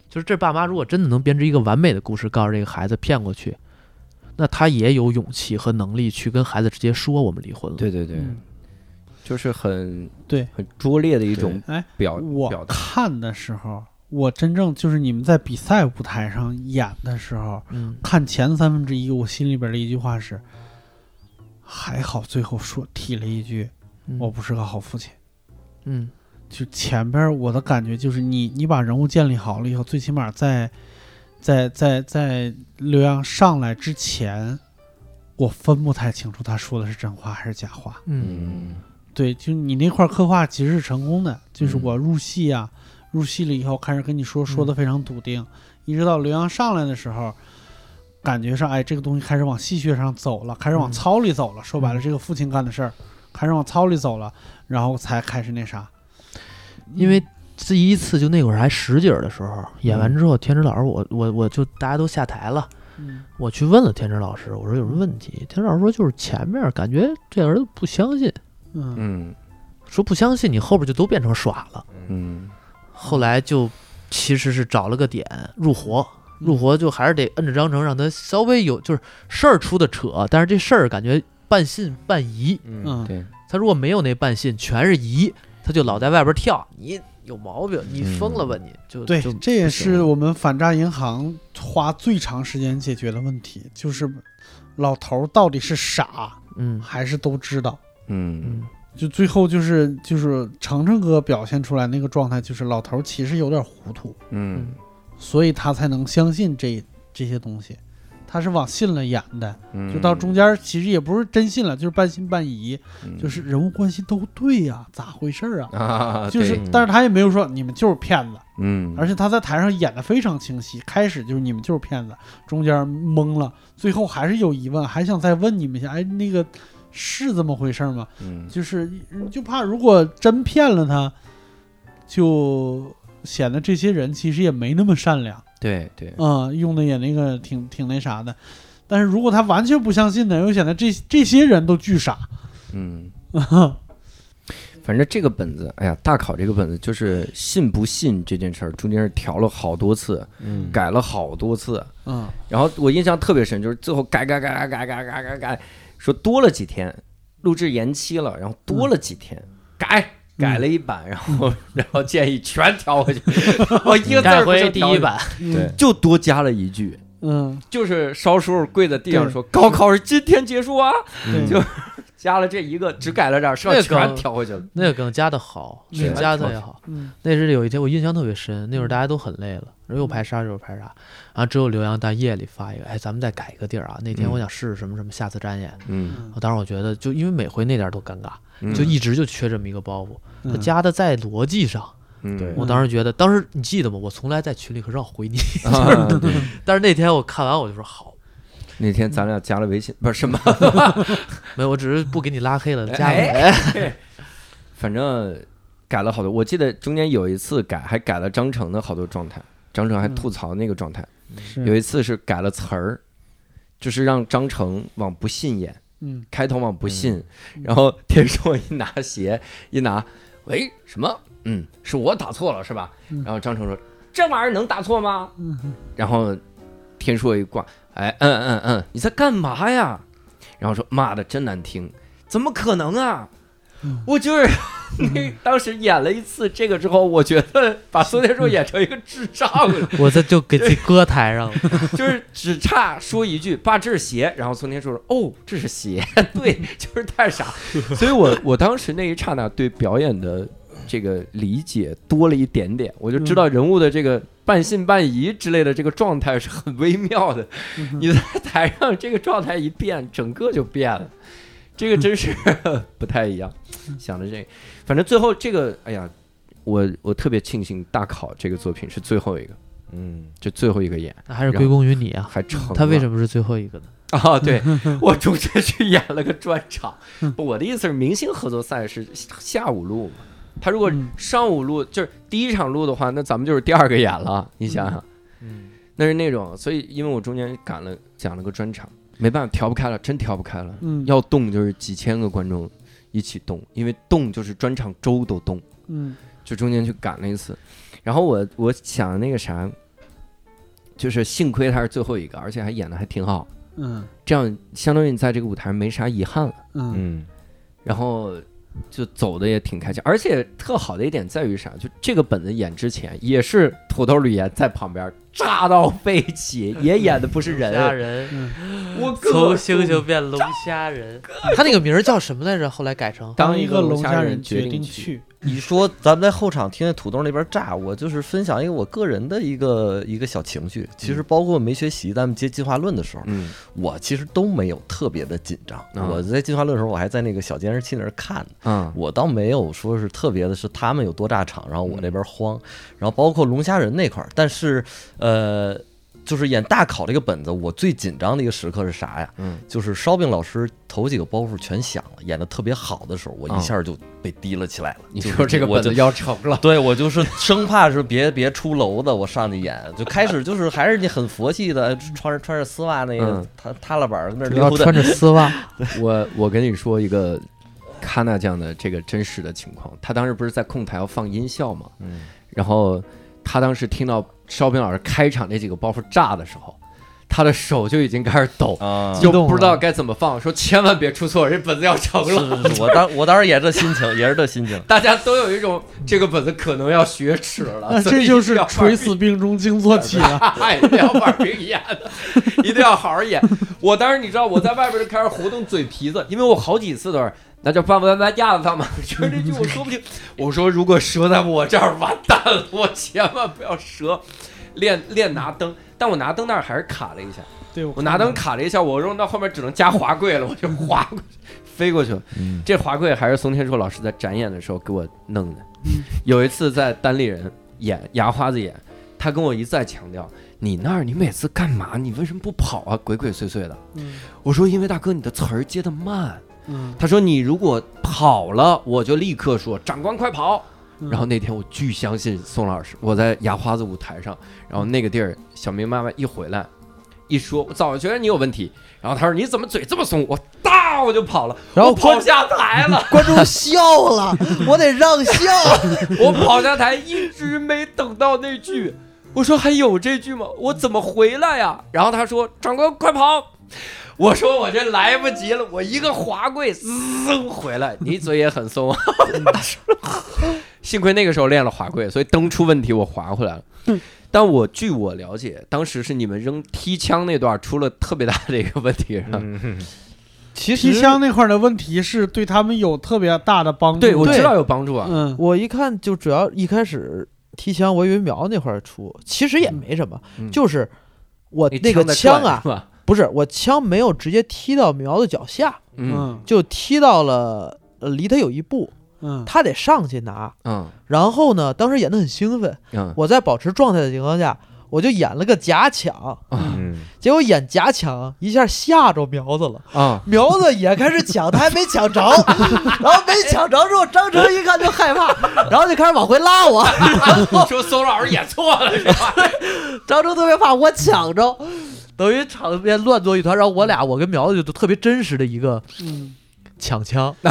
就是这爸妈如果真的能编织一个完美的故事，告诉这个孩子骗过去，那他也有勇气和能力去跟孩子直接说我们离婚了。对对对，嗯就是很对很拙劣的一种哎，表表我达。看的时候，我真正就是你们在比赛舞台上演的时候，嗯，看前三分之一，我心里边的一句话是：还好最后说提了一句，嗯我不是个好父亲。嗯就前边我的感觉就是你，你把人物建立好了以后，最起码在在在在刘洋上来之前，我分不太清楚他说的是真话还是假话。嗯嗯对，就你那块刻画其实是成功的，就是嗯我入戏啊，入戏了以后开始跟你说，说嗯的非常笃定，一直到刘洋上来的时候，感觉上哎，这个东西开始往戏谑上走了，开始往嗯操里走了。说白了，这个父亲干的事儿，开始往操里走了，然后才开始那啥。因为第一次就那会儿还十几儿的时候，演完之后，天池老师我我我就大家都下台了。嗯我去问了天池老师，我说有什么问题？天池老师说就是前面感觉这儿子不相信，嗯嗯说不相信你后边就都变成耍了。嗯后来就其实是找了个点入活，入活就还是得摁着章程让他稍微有就是事儿出的扯，但是这事儿感觉半信半疑。嗯，嗯对，他如果没有那半信，全是疑，他就老在外边跳。你有毛病，你疯了吧你？就对就，这也不行是我们反诈银行花最长时间解决的问题，就是老头儿到底是傻嗯还是都知道。嗯就最后就是就是程程哥表现出来那个状态，就是老头儿其实有点糊涂，嗯所以他才能相信这这些东西。他是往信了演的，嗯，就到中间儿其实也不是真信了，就是半信半疑，嗯就是人物关系都对呀、咋回事儿啊？啊，就是对，但是他也没有说你们就是骗子，嗯，而且他在台上演的非常清晰，开始就是你们就是骗子，中间懵了，最后还是有疑问，还想再问你们一下，哎，那个是这么回事儿吗？嗯就是嗯就怕如果真骗了他，就显得这些人其实也没那么善良对对，啊、用的也那个挺挺那啥的。但是如果他完全不相信呢，又显得这这些人都巨傻。嗯，反正这个本子，哎呀，大考这个本子就是信不信这件事儿，中间是调了好多次，嗯改了好多次。嗯然后我印象特别深，就是最后改改改改改改改改改，说多了几天，录制延期了，然后多了几天，改改了一版，然后然后建议全调回去，我一个字改儿不回剩第调一回版，去，就多加了一句，嗯，就是邵叔跪在地上对说：“高考是今天结束啊！”对，就加了这一个，只改了点儿，剩那下个全调回去 了。那个梗加的好，是加的也好。嗯那是有一天我印象特别深，那会儿大家都很累了，嗯然后又拍啥又拍啥，然后只有刘洋在夜里发一个，哎，咱们再改一个地儿啊。那天我想试试什么什么，下次展演。嗯，我当时我觉得，就因为每回那点儿都尴尬，就嗯一直就缺这么一个包袱。嗯他加的在逻辑上，嗯对我当时觉得，当时你记得吗？我从来在群里可让我 回你，啊对但是那天我看完我就说好，那天咱俩加了微信，不是什么，没有，我只是不给你拉黑了，加哎了。 反正改了好多。我记得中间有一次改，还改了张成的好多状态，张成还吐槽那个状态。有是，一次是改了词儿，就是让张成往不信演，嗯，开头往不信，嗯然后天硕一拿鞋一拿，喂，什么？嗯，是我打错了是吧？嗯然后张成说：“这玩意儿能打错吗？”嗯然后天硕一挂，哎，嗯嗯嗯，你在干嘛呀？然后说骂的真难听，怎么可能啊？嗯我就是 那当时演了一次这个之后，我觉得把孙天硕演成一个智障了， 我这就给自己搁台上了，就是只差说一句“爸，这是鞋”，然后孙天硕说：“哦，这是鞋。” 对，就是太傻。所以我我当时那一刹那对表演的这个理解多了一点点，我就知道人物的这个半信半疑之类的这个状态是很微妙的。嗯你在台上这个状态一变，整个就变了，这个真是 不太一样。想着这个，反正最后这个，哎呀，我我特别庆幸大考这个作品是最后一个，嗯，就最后一个演那还是归功于你 啊。还成了。他为什么是最后一个呢？啊，对我中间去演了个专场。不我的意思是，明星合作赛是下午录嘛？他如果嗯上午录，就是第一场录的话，那咱们就是第二个演了。你想想，嗯，那是那种，所以因为我中间赶了讲了个专场，没办法调不开了，真调不开了。嗯，要动就是几千个观众一起动，因为动就是专场周都动，嗯就中间去赶了一次。然后我我想那个啥，就是幸亏他是最后一个，而且还演的还挺好。嗯这样相当于你在这个舞台没啥遗憾了，嗯嗯，然后就走的也挺开心，而且特好的一点在于啥？就这个本子演之前也是土豆吕岩在旁边炸到飞起，也演的不是虾人，人我从个猩猩变龙虾人，他那个名儿叫什么来着？后来改成当一一个龙虾人决定去，去，一说咱们在后场听见土豆那边炸，我就是分享一个我个人的一个一个小情绪。其实包括没学习，咱们接进化论的时候，嗯我其实都没有特别的紧张。啊我在进化论的时候，我还在那个小监视器那儿看呢。啊我倒没有说是特别的，是他们有多炸场，然后嗯我这边慌，然后包括龙虾人那块儿，但是呃，就是演大考这个本子，我最紧张的一个时刻是啥呀？嗯，就是烧饼老师头几个包袱全响了，演的特别好的时候，我一下就被提了起来了。啊你就是说这个我本就子要成了， 对我就是生怕是别别出篓子，我上去演，就开始就是还是你很佛系的，穿着穿着丝袜那个嗯塌塌了板儿跟那儿主要溜达穿，着丝袜，我我跟你说一个。卡纳酱的这个真实的情况，他当时不是在控台要放音效吗？嗯，然后他当时听到烧饼老师开场那几个包袱炸的时候，他的手就已经开始抖，啊，就不知道该怎么放，说千万别出错，这本子要成是了。是是，我当我当时也这心情，也是这心情。大家都有一种这个本子可能要雪耻了，那啊所以啊这就是一定要垂死病中惊 坐起啊！玩命演，一定哎要玩命演的，一定要好好演。我当时你知道我在外边就开始活动嘴皮子，因为我好几次都是。那就办不办办架子他嘛， 就是这句我说不清。我说如果折在我这儿完蛋了，我千万不要折。练练拿灯，但我拿灯那儿还是卡了一下。对我拿灯卡了一下，我扔到后面只能加滑跪了，我就滑过去，飞过去了。嗯这滑跪还是松天硕老师在展演的时候给我弄的。有一次在单立人演牙花子演，他跟我一再强调：“你那儿你每次干嘛？你为什么不跑啊？鬼鬼祟祟的。嗯”我说：“因为大哥你的词儿接的慢。”嗯，他说：“你如果跑了，我就立刻说长官快跑。”嗯然后那天我巨相信宋老师，我在牙花子舞台上，然后那个地儿，小明妈妈一回来，一说，我早觉得你有问题，然后他说你怎么嘴这么松？我哒我就跑了，然后我跑下台了，观众笑 了，我得让笑。我跑下台一直没等到那句。我说还有这句吗？我怎么回来呀、然后他说长官快跑！我说我这来不及了，我一个滑跪，嗖回来。你嘴也很松，啊 幸亏那个时候练了滑跪，所以灯出问题我滑回来了。嗯但我据我了解，当时是你们扔踢枪那段出了特别大的一个问题，是吧？嗯，其提实枪那块儿的问题是对他们有特别大的帮助。对，我知道有帮助啊。嗯，我一看就主要一开始踢枪，我以为瞄那块儿出，其实也没什么，嗯就是我你那个在枪转啊，是吧？不是我枪没有直接踢到苗的脚下，嗯嗯就踢到了呃离他有一步，嗯他得上去拿。嗯然后呢，当时演得很兴奋，嗯我在保持状态的情况下，我就演了个假抢，嗯，结果演假抢一下吓着苗子了。啊，苗子也开始抢，他还没抢 着，然后没抢着之后，张成一看就害 怕，然后就开始往回拉我。说邹老师演错了是吧？张成特别怕我抢着，等于场面乱作一团。然后我俩，我跟苗子就特别真实的一个嗯，抢枪，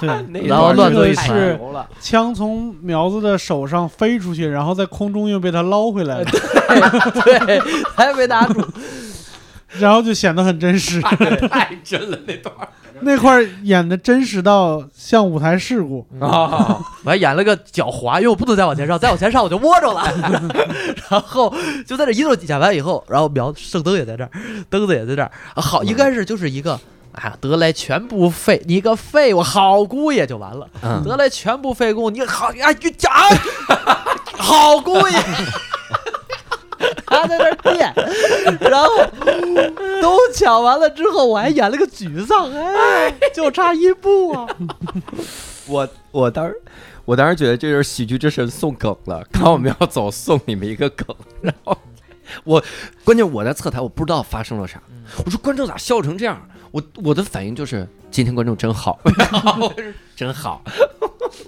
对，那然后乱作一团太牛了枪从苗子的手上飞出去，然后在空中又被他捞回来了，对，还没拿住。然后就显得很真 实。太太真了那段儿那块儿演的真实到像舞台事故。啊，我还演了个脚滑，因为我不能再往前上，再往前上我就窝 着了。然后就在这一路演完以后，然后苗圣灯也在这儿，灯子也在这儿，啊好，应该是就是一个。哎呀，得来全不费，你个废物，好姑爷就完了。嗯得来全不费工，你好呀，你讲，哎好姑爷，他在那儿垫，然后都抢完了之后，我还演了个沮丧，哎，就差一步啊。我我当时我当时觉得这就是喜剧之神送梗了，看我们要走送你们一个梗， 然后我关键我在侧台我不知道发生了啥，我说观众咋笑成这样？我我的反应就是今天观众真好，然后我是 真 好，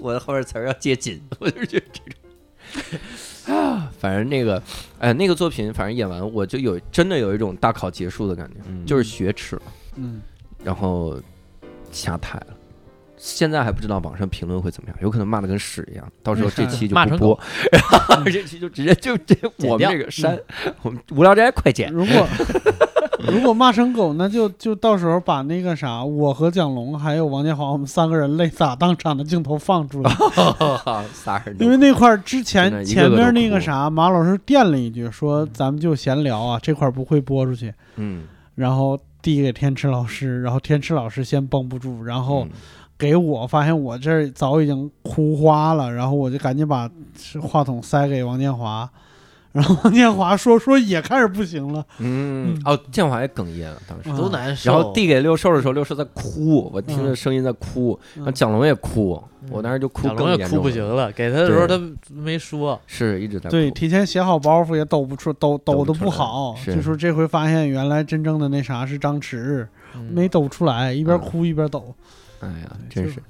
我的后边词儿要接紧， 我就是觉得这种。 啊，反正那个，哎，那个作品，反正演完我就有真的有一种大考结束的感觉，就是雪耻了，嗯，然后下台了。现在还不知道网上评论会怎么样，有可能骂的跟屎一样，到时候这期就骂不成播， 然后这期就直接就这我们这个删，我们无聊斋快剪，如果如果骂成狗，那就就到时候把那个啥，我和蒋龙还有王建华，我们三个人泪洒当场的镜头放 出来，啊仨人都因为那块儿之真的一前个个前都面那个哭啥，马老师垫了一句说咱们就闲聊啊，这块儿不会播出去，嗯，然后递给天池老师，然后天池老师先绷不住，然后嗯给我，发现我这儿早已经哭花了，然后我就赶紧把话筒塞给王建华，然后王建华说说也开始不行了，嗯，哦，建华也哽咽了，当时。嗯都难受。然后递给六兽的时候，六兽在哭，我听着声音在哭，嗯然后蒋龙也哭，我当时就哭小龙更也严哭重不了行，了，给他的时候他没说，是一直在哭。对，提前写好包袱也抖不出，抖抖不抖的出来不好。是就说这回发现原来真正的那啥是张弛，嗯没抖出来，一边嗯哭一边抖。哎呀，对真，就是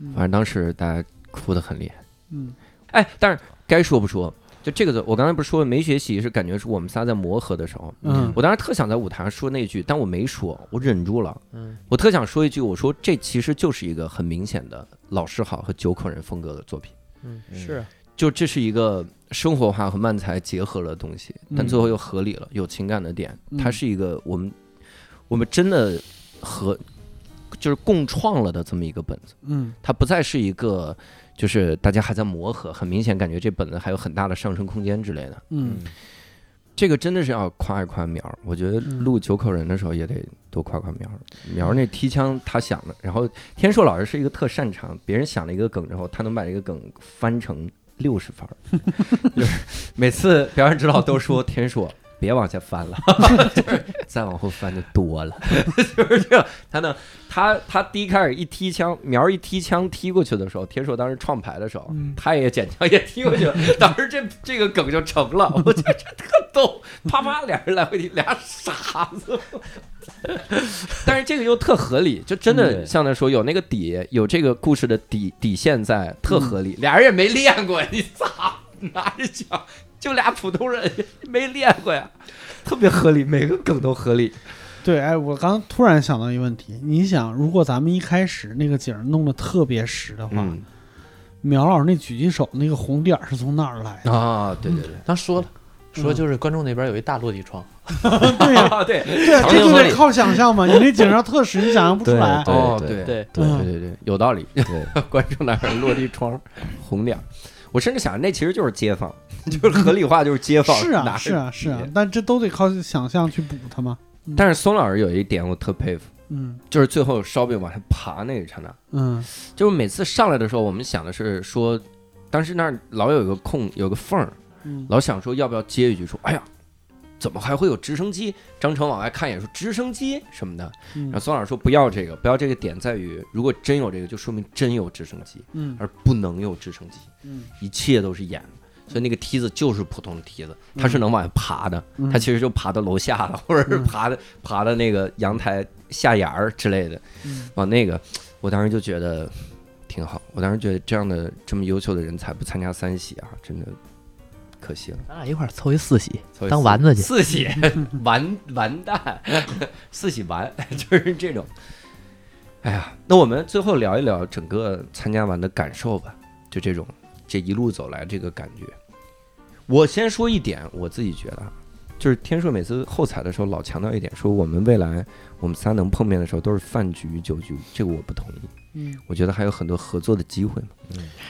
嗯反正当时大家哭的很厉害。嗯哎，但是该说不说，就这个作，我刚才不是说没学习是感觉是我们仨在磨合的时候，嗯我当时特想在舞台上说那句，但我没说，我忍住了。嗯，我特想说一句，我说这其实就是一个很明显的老师好和九口人风格的作品，嗯是就这是一个生活化和慢才结合了的东西，但嗯最后又合理了，有情感的点，它嗯是一个我们我们真的和就是共创了的这么一个本子。嗯它不再是一个就是大家还在磨合，很明显感觉这本子还有很大的上升空间之类的。嗯，这个真的是要夸一夸苗儿，我觉得嗯录九口人的时候也得多夸夸苗儿。苗儿那踢枪他想的，然后天硕老师是一个特擅长，别人想了一个梗之后，他能把这个梗翻成六十分儿。 就是每次表演指导都说天硕别往下翻了，就是再往后翻就多了， 就是这样。他能他他第一开始一踢枪，苗儿一踢枪踢过去的时候，天硕当时创牌的时候，嗯他也捡枪也踢过去了，当时这这个梗就成了，我觉得这特 逗，啪啪俩人来回踢，俩傻子。但是这个又特合理，就真的对像他说有那个底，有这个故事的底底线在，特合理。俩人也没练过，你咋拿着讲？啊就俩普通人没练过呀，特别合理，每个梗都合理。对，哎，我刚突然想到一个问题，你想，如果咱们一开始那个景儿弄得特别实的话，嗯苗老师那狙击手那个红点儿是从哪儿来的？啊，对对对，他说了，说就是观众那边有一大落地窗， 对呀， 啊对对，强这行就得合理靠想象嘛，你那景象特实，你想象不出对来。嗯哦对对对，对对对对，有道理。 对观众那儿落地窗红点儿，我甚至想那其实就是街坊， 就是合理化就是街坊。是啊，拿着是啊，是啊笔，但这都得靠想象去补它嘛。但是孙老师有一点我特佩服，嗯就是最后烧饼往上爬那一刹那，嗯就是每次上来的时候，我们想的是说，当时那儿老有一个空，有个缝儿，嗯，老想说要不要接一句说，哎呀，怎么还会有直升机？张成往外看一眼说直升机什么的，嗯然后孙老师说不要这个，不要这个点在于，如果真有这个，就说明真有直升机，嗯而不能有直升机，嗯一切都是演的。所以那个梯子就是普通的梯子，它是能往下爬的，嗯它其实就爬到楼下了，或者是嗯爬的爬到那个阳台下沿儿之类的。嗯往那个，我当时就觉得挺好。我当时觉得这样的这么优秀的人才不参加三喜啊，真的可惜了。咱俩一块儿凑一四喜，所以当四丸子去四喜完完蛋， 四喜完 就是这种。哎呀，那我们最后聊一聊整个参加完的感受吧，就这种这一路走来这个感觉。我先说一点，我自己觉得啊，就是天硕每次后采的时候老强调一点，说我们未来我们仨能碰面的时候都是饭局酒局，这个我不同意。嗯，我觉得还有很多合作的机会嘛。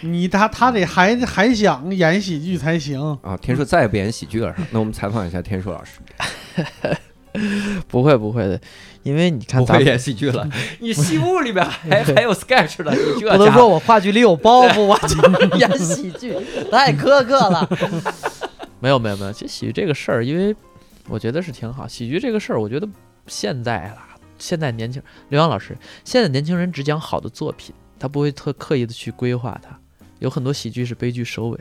你他他得还还想演喜剧才行。啊，天硕再也不演喜剧了，是吧那我们采访一下天硕老师，不会不会的，因为你看不咱会们演喜剧了。 你西部里面 还还有 sketch 了，你这 不家能伙说我话剧里有包袱，我就 演喜剧，太苛刻 了。没有没有没有，其实喜剧这个事儿，因为我觉得是挺好。喜剧这个事儿，我觉得现在啦，现在年轻刘洋老师，现在年轻人只讲好的作品，他不会特刻意的去规划它。有很多喜剧是悲剧收尾，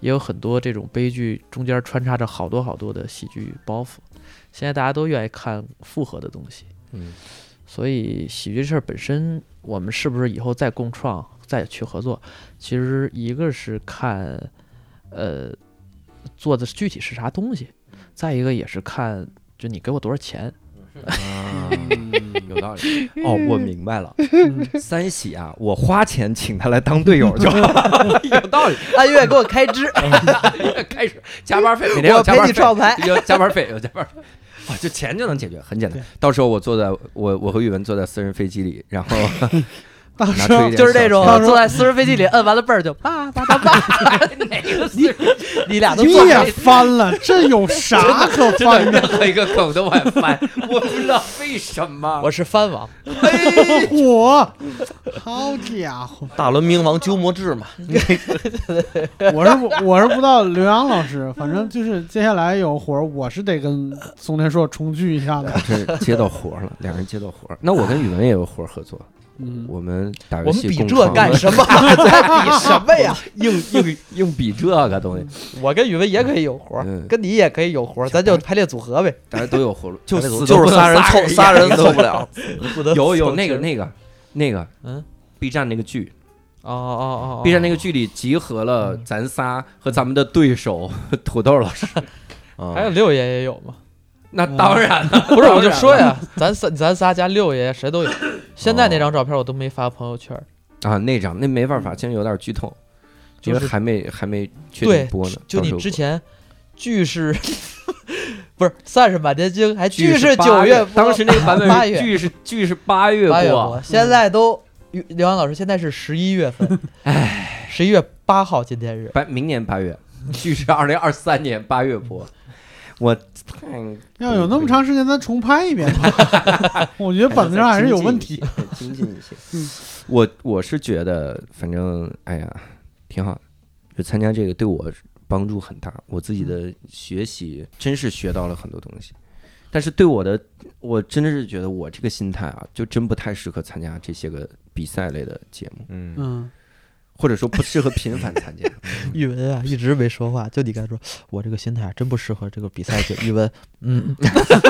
也有很多这种悲剧中间穿插着好多好多的喜剧包袱。现在大家都愿意看复合的东西，嗯，所以喜剧这事儿本身，我们是不是以后再共创、再去合作，其实一个是看，呃，做的具体是啥东西，再一个也是看，就你给我多少钱。啊，有道理。哦，我明白了，嗯三喜啊，我花钱请他来当队友就好，有道理。按月给我开支， 开始加班费，每天有我加陪班你费，创牌。有加班费，有加班费。哇，就钱就能解决，很简单。到时候我坐在我我和宇文坐在私人飞机里， 然后到拿时出一候点就是这种小钱坐在私人飞机里摁完了倍儿就叭叭叭叭， 哎哪个私人你俩都你坐也翻了，这有啥可真的翻的？任何一个梗都往翻，我不知道为什么。我是藩王，火，好家伙！大轮冥王鸠摩智嘛，我是不我是不知道刘洋老师，反正就是接下来有活儿，我是得跟宋天硕重聚 一下的。这接到活儿了，两人接到活儿。那我跟宇文也有活儿合作，嗯，我们打游我们戏比共这创 干 什么？在比什么呀？硬硬硬比这个东西， 我跟宇文也可以有活儿嗯，跟你也可以有活儿，咱就排列组合 呗。大家都有活路，就死都就不是能仨人仨凑仨人凑 不了。不得有有凑那个齐那个那个，嗯，B 站那个剧哦哦哦哦，嗯，B 站那个剧里集合了咱仨和咱们的对手 土豆老 师，嗯还有六爷也有吗？那当然了， 不是，我就说 呀，咱仨咱仨加六爷谁 都有。现在那张照片我都没发朋友圈儿，啊，那张那没办法，现在有点剧透，就因为是还没还没确定对播呢，，就到时你候之播前剧是 不是散是满天星，还剧是八九月，播当时那个版八本月是剧是剧是八月八月播啊嗯播，，现在都刘洋老师现在是十一月 份，哎，十一月八号今天是八明年八月，剧是二零二三年八月播。我太 要有那么长时间，咱重拍一遍吧。 我觉得本子上还是有问题。，精 进一些。嗯我我是觉得，反正哎呀，挺好的，就参加这个对我帮助很大，我自己嗯的学习真是学到了很多东西。但是对我的，我真的是觉得我这个心态啊，就真不太适合参加这些个比赛类的节目，嗯，嗯，或者说不适合频繁参 加。宇文啊，一直没说话，就你刚才说，我这个心态啊真不适合这个比赛。就宇文，嗯，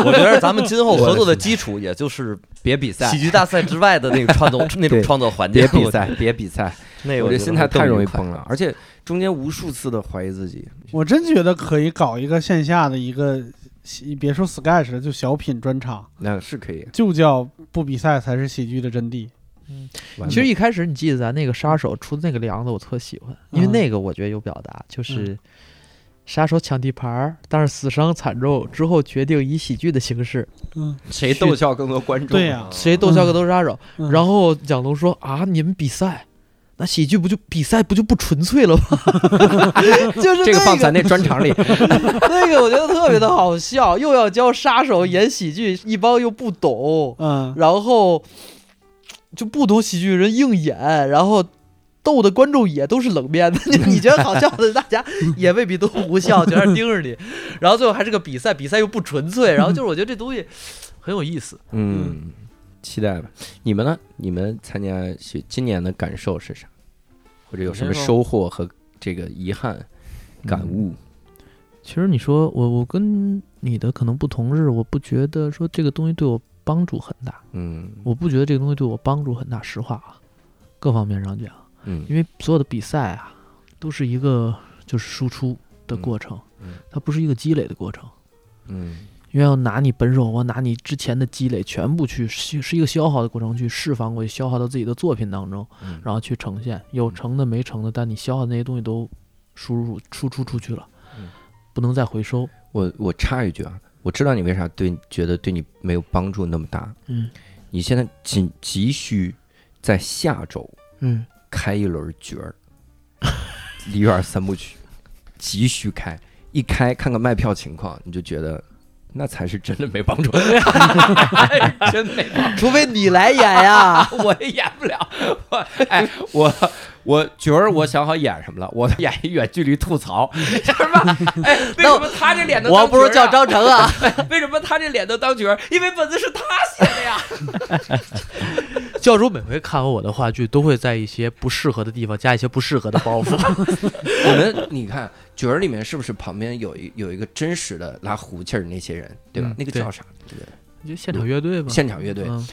我觉得咱们今后合作的基础，也就是别比赛喜，剧大赛之外的那个创 作那种创作环节。别比赛，别比赛。那个我我这觉得心态会更太容易愉快崩了，而且中间无数次的怀疑自己。我真觉得可以搞一个线下的一个，别说 sketch 了，就小品专场，那是可以，就叫不比赛才是喜剧的真谛。完其实美一开始你记得咱那个杀手出那个梁子，我特喜欢，因为嗯那个我觉得有表达，就是杀手抢地盘儿，但是死伤惨重，之后决定以喜剧的形式，嗯，谁逗笑更多观众？啊对呀 谁逗笑个都是杀手。嗯然后蒋龙说啊，你们比赛。那喜剧不就比赛不就不纯粹了吗？ 就是这那个放咱那专场里，那个我觉得特别的好笑，又要教杀手演喜剧，一帮又不懂，嗯，然后就不懂喜剧的人硬演，然后逗的观众也都是冷面的，你你觉得好笑的，大家也未必都无笑，就在那盯着你，然后最后还是个比赛，比赛又不纯粹，然后就是我觉得这东西很有意思。嗯，期待吧。你们呢？你们参加学今年的感受是啥？或者有什么我先说收获和这个遗憾、感悟？其实你说我我跟你的可能不同日，我不觉得说这个东西对我帮助很大，嗯我不觉得这个东西对我帮助很大。实话啊，各方面上讲，嗯因为所有的比赛啊，都是一个就是输出的过程，嗯嗯它不是一个积累的过程。嗯因为要拿你本手或拿你之前的积累全部去是是一个消耗的过程，去释放过去，消耗到自己的作品当中，嗯，然后去呈现，有成的没成的，但你消耗的那些东西都输入输出出去了嗯，不能再回收。我我插一句啊，我知道你为啥对觉得对你没有帮助那么大。嗯，你现在仅急需在下周嗯，开一轮角儿，梨园三部曲，急需开，一开看看卖票情况，你就觉得那才是真的没帮 助，真没帮助，除非你来演呀，我也演不了。我哎，我我角儿我想好演什么了，我演一远距离吐槽， 什么？哎，为什么他这脸能、我不如叫，张成啊， 为什么他这脸能当角儿？因为本子是他写的呀。教主每回看完我的话剧，都会在一些不适合的地方加一些不适合的包袱。 我们你看角儿里面是不是旁边有一有一个真实的拉胡琴儿那些人，对吧？嗯那个对叫啥？对不对？就现场乐队吧，现场乐队，嗯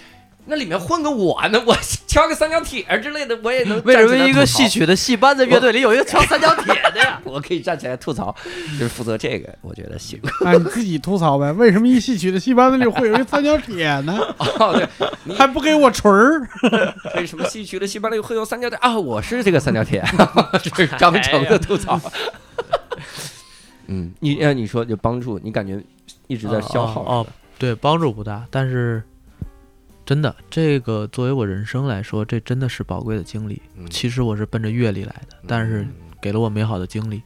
那里面混个我呢， 我敲个三角铁儿之类的，我也能。为什么一个戏？曲的戏班子乐队里有一个敲三角铁的呀？我可以站起来吐槽，就是负责这个，我觉得 行。啊，你自己吐槽呗。为什么一戏曲的戏班子里会有一三角铁呢？哦，对，还不给我锤儿？为什么戏曲的戏班里会有三角铁啊？我是这个三角 铁，这是张成的吐哎槽。嗯，你呃，你说就帮助你，感觉一直在消耗。哦哦，对，帮助不大，但是真的，这个作为我人生来说，这真的是宝贵的经历。嗯其实我是奔着阅历来的，嗯但是给了我美好的经历。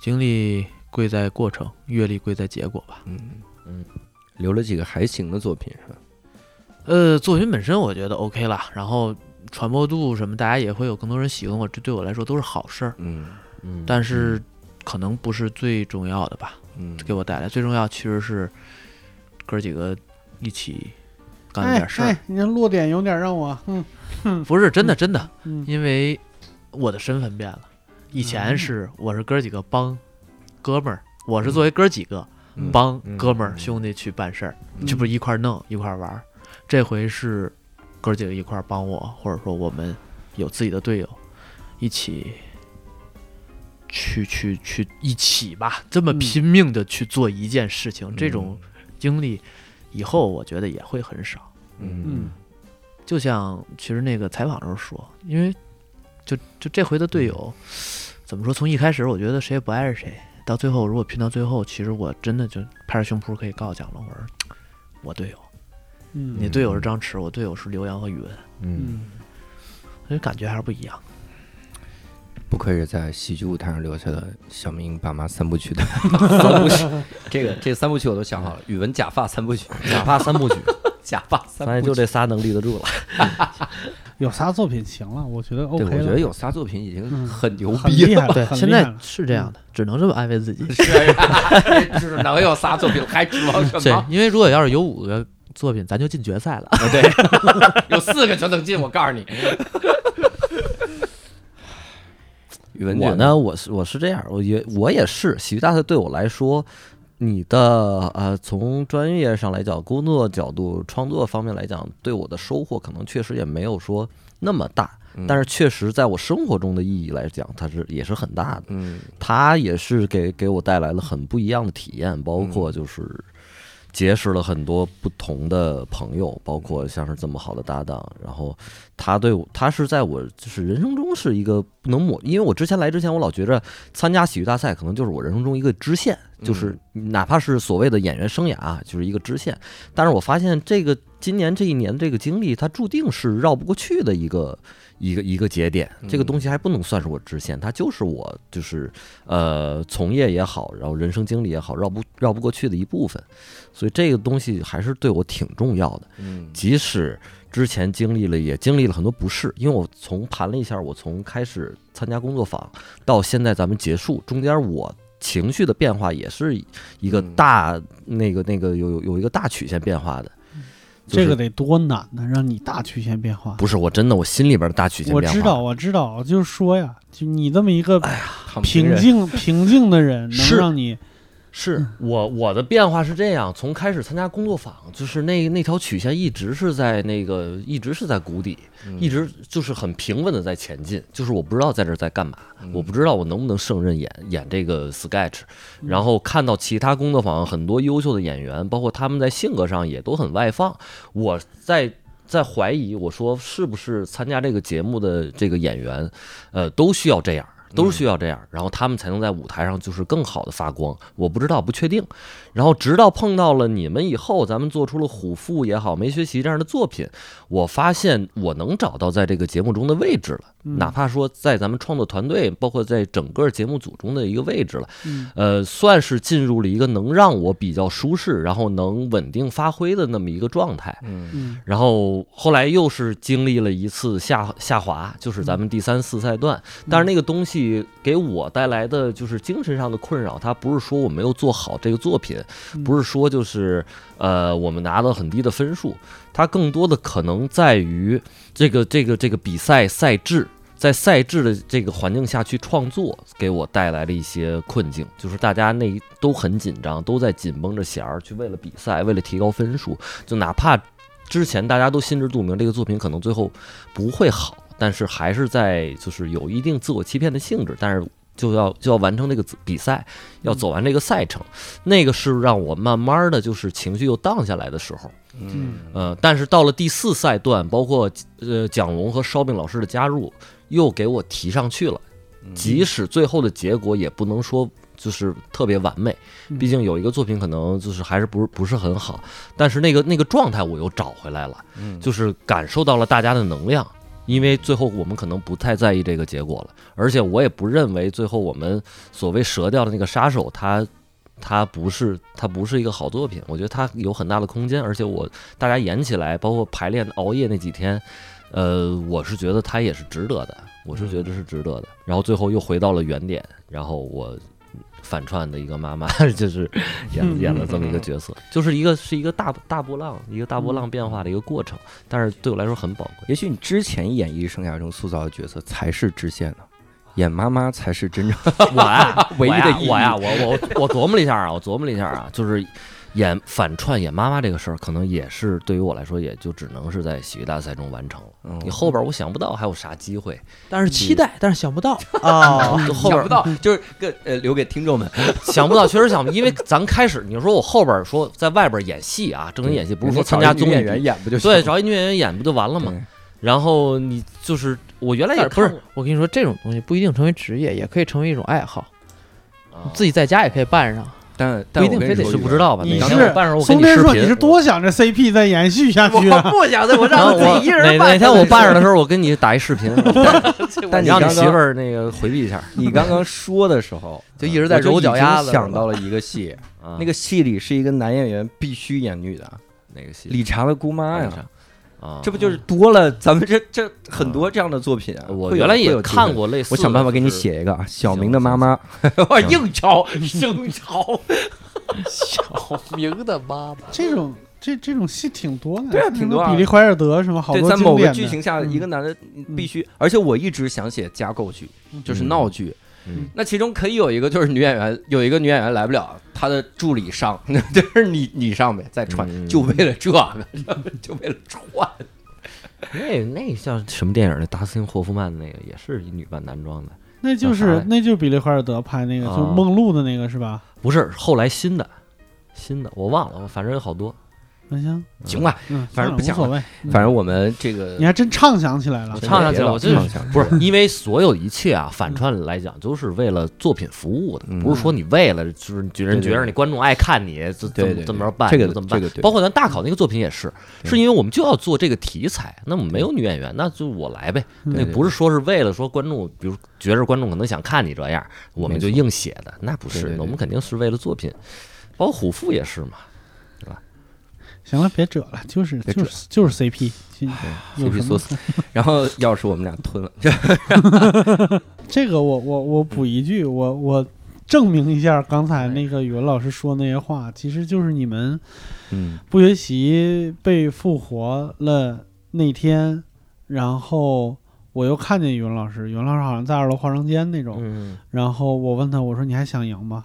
经历贵在过程，阅历贵在结果吧。嗯嗯嗯，留了几个还行的作品是吧？呃，作品本身我觉得 OK 啦，然后传播度什么，大家也会有更多人喜欢我，这对我来说都是好事儿。嗯嗯但是可能不是最重要的吧，嗯，给我带来最重要其实是哥几个一起干了点事儿。哎哎，你这落点有点让我，嗯不是真的，真的，嗯因为我的身份变了。以前是我是哥几个帮哥们儿，我是作为哥几个嗯帮嗯哥们儿嗯兄弟去办事儿，嗯这不是一块儿弄一块儿玩儿。这回是哥几个一块儿帮我，或者说我们有自己的队友，一起去去去一起吧，这么嗯拼命的去做一件事情，嗯嗯这种经历以后我觉得也会很少。嗯嗯就像其实那个采访时候说，因为就就这回的队友，怎么说？从一开始我觉得谁也不爱着谁，到最后如果拼到最后，其实我真的就拍着胸脯可以告诉蒋龙，我说我队友，嗯你队友是张弛，我队友是刘洋和宇文，嗯嗯，所以感觉还是不一样。不愧是在喜剧舞台上留下的小明爸妈三部曲的三部曲， 这个这三部曲我都想好了，语文假发三部曲，哪怕三部曲， 假发发三现部就曲。这仨能立得住了。有仨作品行了，我觉得 OK 对，了。我觉得有仨作品已经嗯很牛 很逼厉了，害了， 很厉现害在了是这样的，只能这么安慰自己。啊是就是能有仨作品，还指望什对么？，因为如果要是有五个作品，咱就进决 赛了。对， 有四个就能进，我告诉你。语文我呢，，我是我是这样，我也我也是喜剧大赛对我来说，你的呃，从专业上来讲，工作角度、创作方面来讲，对我的收获可能确实也没有说那么大，嗯但是确实在我生活中的意义来讲，它是也是很大的，嗯它也是给给我带来了很不一样的体验，包括就是。结识了很多不同的朋友，包括像是这么好的搭档。然后他对我，他是在我就是人生中是一个不能抹，因为我之前来之前，我老觉着参加喜剧大赛可能就是我人生中一个支线，就是哪怕是所谓的演员生涯，就是一个支线。但是我发现这个今年这一年这个经历，它注定是绕不过去的一个一个一个节点。这个东西还不能算是我支线，它就是我就是呃从业也好，然后人生经历也好，绕不绕不过去的一部分。所以这个东西还是对我挺重要的，嗯即使。之前经历了，也经历了很多不适，因为我从盘了一下，我从开始参加工作坊到现在咱们结束，中间我情绪的变化也是一个嗯大、那个那个有有有一个大曲线变化的，就嗯这是个得多难呢，让你大曲线变化。不是我真的，我心里边的大曲线我变化。知道，我知道，我就说呀，就你这么一个躺平平人静平静的人，能是让你嗯是我我的变化是这样，从开始参加工作坊，就是那那条曲线一直是在那个一直是在谷底，嗯一直就是很平稳的在前进，就是我不知道在这儿在干嘛，嗯我不知道我能不能胜任演演这个 sketch，然嗯后看到其他工作坊很多优秀的演员，包括他们在性格上也都很外放，我在在怀疑，我说是不是参加这个节目的这个演员，呃，都需要这样。都需要这样，然后他们才能在舞台上就是更好的发光。我不知道，不确定。然后直到碰到了你们以后，咱们做出了《虎父》也好，《没学习》这样的作品，我发现我能找到在这个节目中的位置了，嗯哪怕说在咱们创作团队，包括在整个节目组中的一个位置了，嗯呃，算是进入了一个能让我比较舒适，然后能稳定发挥的那么一个状态。嗯嗯然后后来又是经历了一次下下滑，就是咱们第三四赛段。但是那个东西给我带来的就是精神上的困扰，它不是说我没有做好这个作品，不是说就是呃我们拿到很低的分数，它更多的可能在于这个这个这个比赛赛制。在赛制的这个环境下去创作，给我带来了一些困境，就是大家那都很紧张，都在紧绷着弦儿去为了比赛，为了提高分数，就哪怕之前大家都心知肚明，这个作品可能最后不会好，但是还是在就是有一定自我欺骗的性质，但是就要就要完成这个比赛，要走完这个赛程，那个是让我慢慢的就是情绪又荡下来的时候。嗯呃，但是到了第四赛段，包括呃蒋龙和烧饼老师的加入，又给我提上去了。嗯即使最后的结果也不能说就是特别完美，嗯毕竟有一个作品可能就是还是不是不是很好，但是那个那个状态我又找回来了，嗯就是感受到了大家的能量。因为最后我们可能不太在意这个结果了，而且我也不认为最后我们所谓折掉的那个杀手他。他不是，他不是一个好作品。我觉得他有很大的空间，而且我大家演起来，包括排练熬夜那几天，呃，我是觉得他也是值得的，我是觉得是值得的。然后最后又回到了原点，然后我反串的一个妈妈，就是演演了这么一个角色，就是一个是一个大大波浪，一个大波浪变化的一个过程，但是对我来说很宝 贵。也许你之前演艺生涯中塑造的角色才是支线呢，演妈妈才是真正我 呀，唯一的意义我呀，我呀我我我琢磨了一下啊，我琢磨了一下啊，就是演反串演妈妈这个事儿，可能也是对于我来说，也就只能是在喜剧大赛中完成了。 嗯你后边我想不到还有啥机 会，但是嗯期待，但是想不到啊啊。就后哦想边不到，就是跟呃留给听众们， 想不到，确实想不，因为咱开始你说我后边说在外边演戏啊，正经演戏不是说参加人家找一综女艺演员演不就行对，找一女演员演不就完了吗？对然后你就是我原来但也是不看是，我跟你说，这种东西不一定成为职业，也可以成为一种爱好，过自己在家也可以办嗯上。但不但一我定跟非你得说是一不个知道吧？你哪天是我办上我给松你天视说频，你是多想着 CP 再延续下去啊？不想再，我然让后我我自己一人办哪哪天我办上的时候，我跟你打一视频，但你你让你刚媳刚妇儿那个回避一下。你刚刚说的时候，就一直在我揉已脚经丫子想是吧到了一个戏，啊那个戏里是一个男演员必须演女的，啊哪个戏？理查的姑妈啊呀，啊，这不哦就是多了？咱们这这很多这样的作品啊，嗯我会有原来会也有机会看过类似的，我想办法给你就 是写一个啊，小明的妈妈，行硬抄生抄，小明的妈妈，这种这这种戏挺多的，对啊什么挺多啊比利怀尔德什么好对，多在经某典个的剧情下，嗯一个男的必须，而且我一直想写架构剧，就是闹剧。嗯那其中可以有一个就是女演员，有一个女演员来不了，她的助理上， 就是你你上呗，再串，嗯就为了这个， 就为了串。那那像什么电影儿？那达斯汀霍夫曼那个也是一女扮男装的，那就啊叫啥是来那就是比利怀尔德拍那个，就是啊梦露的那个是吧？不是后来新的，新的我忘了，反正有好多。那行，行吧，嗯，反正不无讲所谓，啊反正我们这个你还真畅想起来了真我的唱上别去了老我就是畅想不是，因为所有一切 啊，反串来讲都是为了作品服务的嗯，不是说你为了就是觉对人对觉着你观众爱看你怎对对怎么怎对么着办，这个就怎么这办个对。嗯包括咱大考那个作品也是，对是因为我们就要做这个题材，那么没有女演员，那就我来呗。嗯那不是说是为了说观众，比如觉着观众可能想看你这样，我们就没硬写的，那不对对是对，我们肯定是为了作品。包括虎父也是嘛，行了，别扯了，就是别就扯嗯是就是 CP，其对有 CP 什么缩 死，然后钥匙我们俩吞了，这个我我我嗯补一句，我我证明一下刚哎才那个语文老师说那些话，其实就是你们嗯，不学习被复活了那天，然后我又看见语文老师，语文老师好像在二楼化妆间那种，嗯，然后我问他，我说你还想赢吗？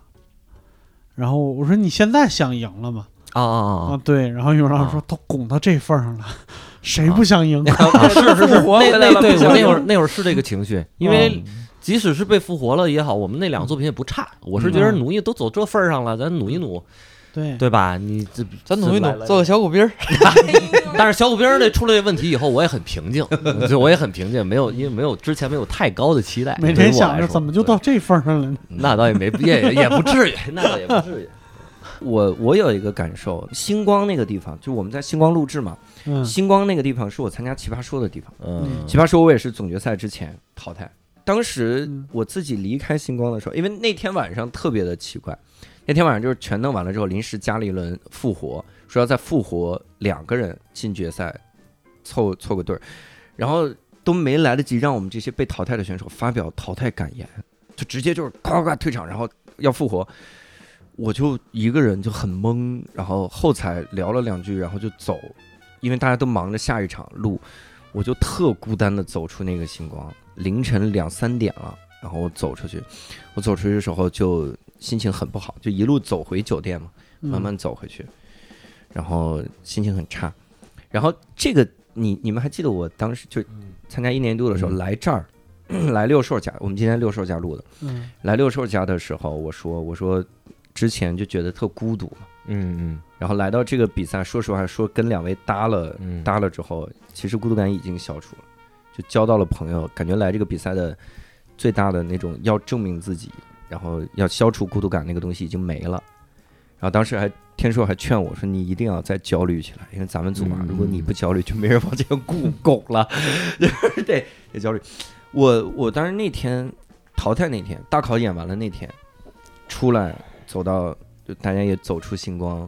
然后我说你现在想赢了吗？哦啊啊啊啊，对，然后语文老师说都拱到这份儿上了， 谁不想赢？ 啊！是是是，那那对我那会儿嗯那会儿是这个情绪，因为即使是被复活了也好，我们那两个作品也不差。我是觉得努一都走这份儿上了，咱努一努，嗯对对吧？你这咱努一来努，来做个小股兵儿。但是小虎兵儿这出了这问题以后，我也很平 静，就我也很平静，没有因为没有之前没有太高的期待。每对于天我想来着说怎么就到这份儿 上了呢？那倒也没也也不至于，那倒也不 至于。我我有一个感受，星光那个地方，就我们在星光录制嘛，嗯，星光那个地方是我参加奇葩说的地方，嗯，奇葩说我也是总决赛之前淘汰，当时嗯我自己离开星光的时候，因为那天晚上特别的奇怪，那天晚上就是全弄完了之后，临时加了一轮复活，说要再复活两个人进决赛，凑凑个对儿，然后都没来得及让我们这些被淘汰的选手发表淘汰感言，就直接就是呱呱呱退场，然后要复活。我就一个人就很懵，然后后采聊了两句，然后就走，因为大家都忙着下一场录，我就特孤单的走出那个星光，凌晨两三点了，然后我走出去，我走出去的时候就心情很不好，就一路走回酒店嘛，嗯慢慢走回去，然后心情很差，然后这个你你们还记得我当时就参加一年一度的时候、嗯来这儿， 来六兽家，我们今天六兽家录的，嗯，来六兽家的时候，我说我说之前就觉得特孤独嘛，嗯然后来到这个比赛，说实话说跟两位搭了嗯搭了之后，其实孤独感已经消除了，就交到了朋友，感觉来这个比赛的最大的那种要证明自己，然后要消除孤独感那个东西已经没了。然后当时还天硕还劝我说：“你一定要再焦虑起来，因为咱们组啊，嗯如果你不焦虑，就没人往这个故拱了， 就是得得焦虑。”我我当时那天淘汰那天，大考演完了那天，出来走到就大家也走出星光，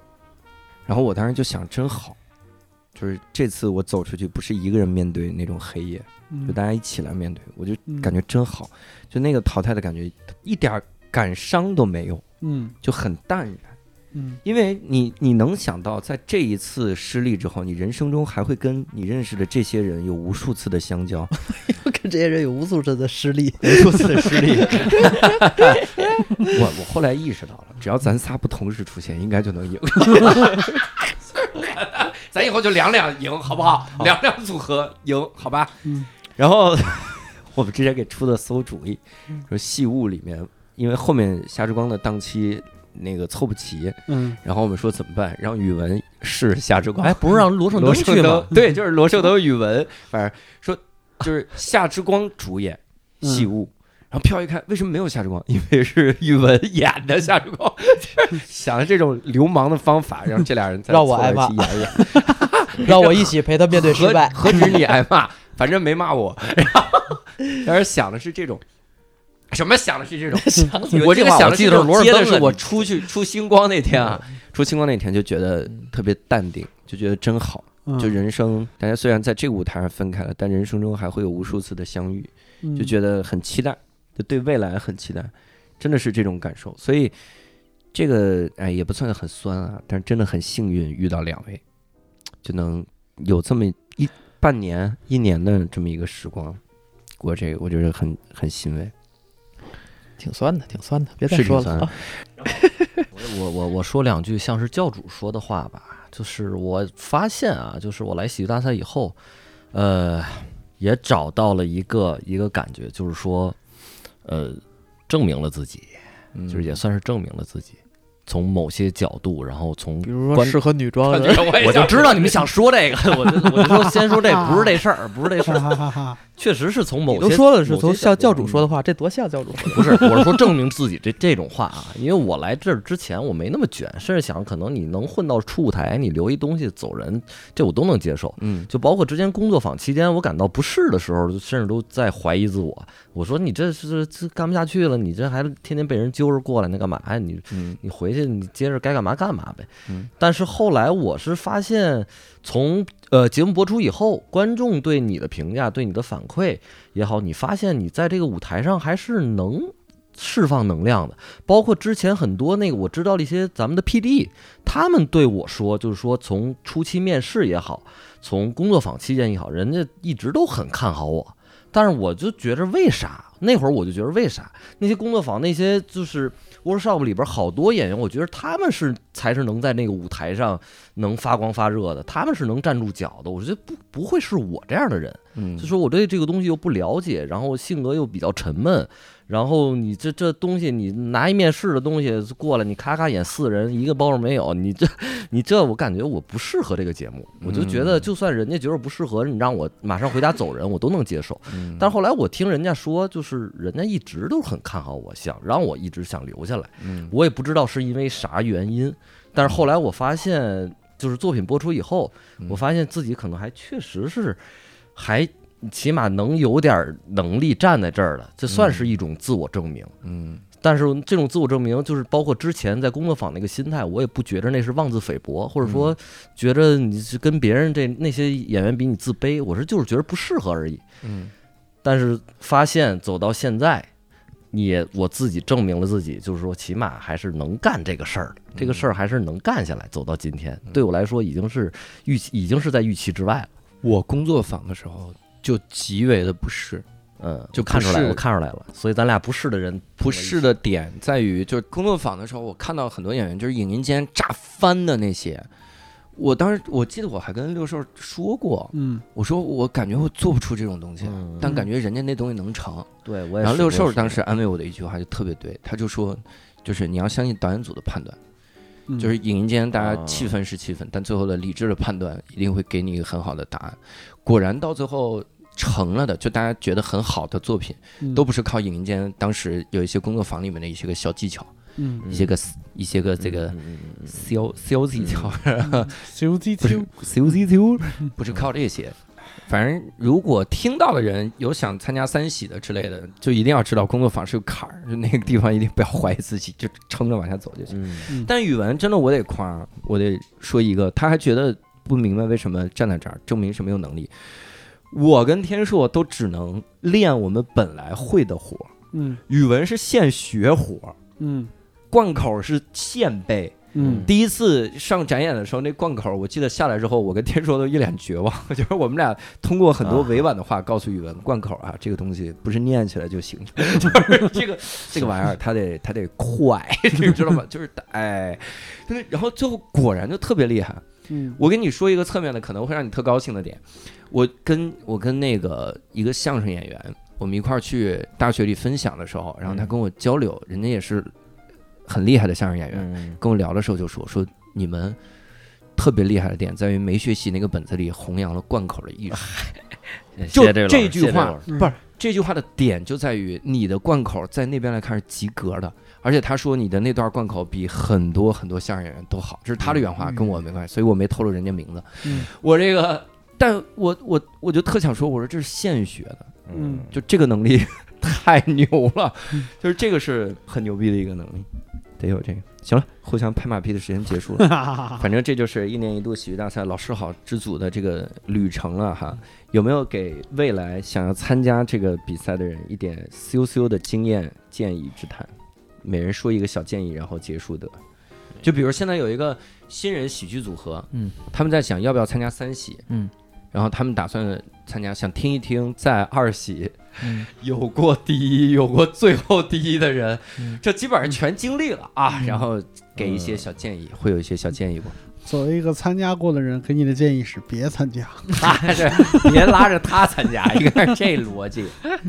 然后我当时就想，真好，就是这次我走出去不是一个人面对那种黑夜，嗯就大家一起来面对，我就嗯感觉真好，就那个淘汰的感觉一点儿感伤都没有，嗯就很淡然。嗯因为你你能想到，在这一次失利之后，你人生中还会跟你认识的这些人有无数次的相交，跟这些人有无数次的失利，无数次的失利。我我后来意识到了，只要咱仨不同时出现，应该就能赢。 咱以后就两两赢，好不好？两两组合赢，好吧？嗯然后 我们之前给出的馊主意，说戏物里面，因为后面夏之光的档期那个凑不齐，嗯然后我们说怎么办？让宇文试夏之光。 哎，不是让罗胜罗德胜去德吗？对，就是罗胜德、宇文，反正说就是夏之光主演嗯戏物。然后票一看，为什么没有夏之光？因为是宇文演的夏之 光，就是想了这种流氓的方法，让这俩人再 让我凑在挨一骂起演一演。 让我一起陪他面对失败。何 何止你挨骂，反正没骂我。然后当时想的是这种，什么想的是这种？我这个想的记得这种罗接胜的德是我出去出星光那天啊，出星光那天就觉得特别淡定，就觉得真好。嗯，就人生，大家虽然在这个舞台上分开了，但人生中还会有无数次的相遇，嗯就觉得很期待，就对未来很期待，真的是这种感受。所以这个哎也不算很酸啊，但是真的很幸运遇到两位，就能有这么一半年、一年的这么一个时光，我这个我觉得很很欣慰。挺酸的，挺酸的，别再是挺说酸了啊！我我我说两句像是教主说的话吧，就是我发现啊，就是我来喜剧大赛以后，呃，也找到了一个一个感觉，就是说，呃，证明了自己，嗯就是也算是证明了自己。从某些角度，然后从比如说关适合女装的，我就知道你们想说这个， 我就我就说先说这不是这事儿，不是这事 哈儿，哈哈哈！确实是从某你些都说了是某些从角像度教主说的话，这多像教主说的不是，我是说证明自己这这种话啊，因为我来这儿之前我没那么卷，甚至想可能你能混到初舞台，你留一东西走人，这我都能接受。嗯，就包括之前工作坊期间，我感到不适的时候，甚至都在怀疑自我。我说你这是这干不下去了，你这还天天被人揪着过来，那干嘛呀？你嗯你回去你接着该干嘛干嘛呗。嗯但是后来我是发现从，呃节目播出以后，观众对你的评价、对你的反馈也好，你发现你在这个舞台上还是能。释放能量的，包括之前很多那个我知道了一些咱们的 PD，他们对我说，就是说从初期面试也好，从工作坊期间也好，人家一直都很看好我，但是我就觉着为啥？那会儿我就觉得为啥那些工作坊那些就是 workshop 里边好多演员，我觉得他们是才是能在那个舞台上能发光发热的，他们是能站住脚的。我觉得不不会是我这样的人，嗯就说我对这个东西又不了解，然后性格又比较沉闷，然后你这这东西你拿一面试的东西过来，你咔咔演四人一个包袱没有，你这你这我感觉我不适合这个节目，我就觉得嗯就算人家觉得不适合，你让我马上回家走人，我都能接受。嗯但是后来我听人家说，就是人家一直都很看好我，想让我一直想留下来。嗯我也不知道是因为啥原因，但是后来我发现，就是作品播出以后，嗯我发现自己可能还确实是还。起码能有点能力站在这儿了，这算是一种自我证明。嗯但是这种自我证明，就是包括之前在工作坊那个心态，我也不觉着那是妄自菲薄，或者嗯说觉着你是跟别人这那些演员比你自卑，我是就是觉得不适合而已。嗯但是发现走到现在，也我自己证明了自己，就是说起码还是能干这个事儿的，嗯这个事儿还是能干下来。走到今天，对我来说已经是预期，已经是在预期之外了。我工作坊的时候就极为的不适，嗯，就看出来不了，是我看出来了。所以咱俩不是的人，不适的点在于，就是工作坊的时候，我看到很多演员就是影音间炸翻的那些。我当时我记得我还跟六兽说过，嗯，我说我感觉我做不出这种东西，嗯但感觉人家那东西能成。对我也然后是。六兽我当时安慰我的一句话就特别对，他就说，就是你要相信导演组的判断，嗯就是影音间大家啊气氛是气氛，但最后的理智的判断一定会给你一个很好的答案。果然到最后成了的，就大家觉得很好的作品，嗯都不是靠影音间当时有一些工作坊里面的一些个小技巧，嗯一些个一些个这个嗯嗯嗯嗯小小技巧， ，C U G 不 Q，是 小技巧，不是靠这些。反正如果听到的人有想参加三喜的之类的，就一定要知道工作坊是有坎儿，就那个地方一定不要怀疑自己，就撑着往下走就行。嗯但语文真的我得夸，我得说一个，他还觉得不明白为什么站在这儿，证明是没有能力。我跟天硕都只能练我们本来会的活儿，嗯语文是现学活儿，嗯贯口是现背。嗯第一次上展演的时候，那贯口我记得下来之后，我跟天硕都一脸绝望， 就是我们俩通过很多委婉的话告诉语文，贯口啊，这个东西不是念起来就行， 就是这个这个玩意儿，它得它得快，你知道吗？ 就是哎，就是然后最后果然就特别厉害。嗯，我跟你说一个侧面的，可能会让你特高兴的点。我跟我跟那个一个相声演员，我们一块儿去大学里分享的时候，然后他跟我交流，人家也是很厉害的相声演员，嗯跟我聊的时候就说说你们特别厉害的点在于没学习那个本子里弘扬了贯口的艺术。啊嗯就谢谢这位老师这句谢谢这位话老师嗯不是这句话的点就在于你的贯口在那边来看是及格的，而且他说你的那段贯口比很多很多相声演员都好，这是他的原话，嗯跟我没关系，所以我没透露人家名字。嗯我这个，但我我我就特想说，我说这是现学的，嗯就这个能力太牛了嗯，就是这个是很牛逼的一个能力，得有这个。行了，互相拍马屁的时间结束了。反正这就是一年一度喜剧大赛老师好之组的这个旅程了哈。有没有给未来想要参加这个比赛的人一点羞羞的经验建议之谈？每人说一个小建议，然后结束得。就比如现在有一个新人喜剧组合，嗯，他们在想要不要参加三喜，嗯，然后他们打算参加，想听一听在二喜嗯有过第一、有过最后第一的人，嗯这基本上全经历了啊。嗯然后给一些小建议，会有一些小建议不？作为一个参加过的人，给你的建议是别参加。拉着别拉着他参加，应该是这逻辑。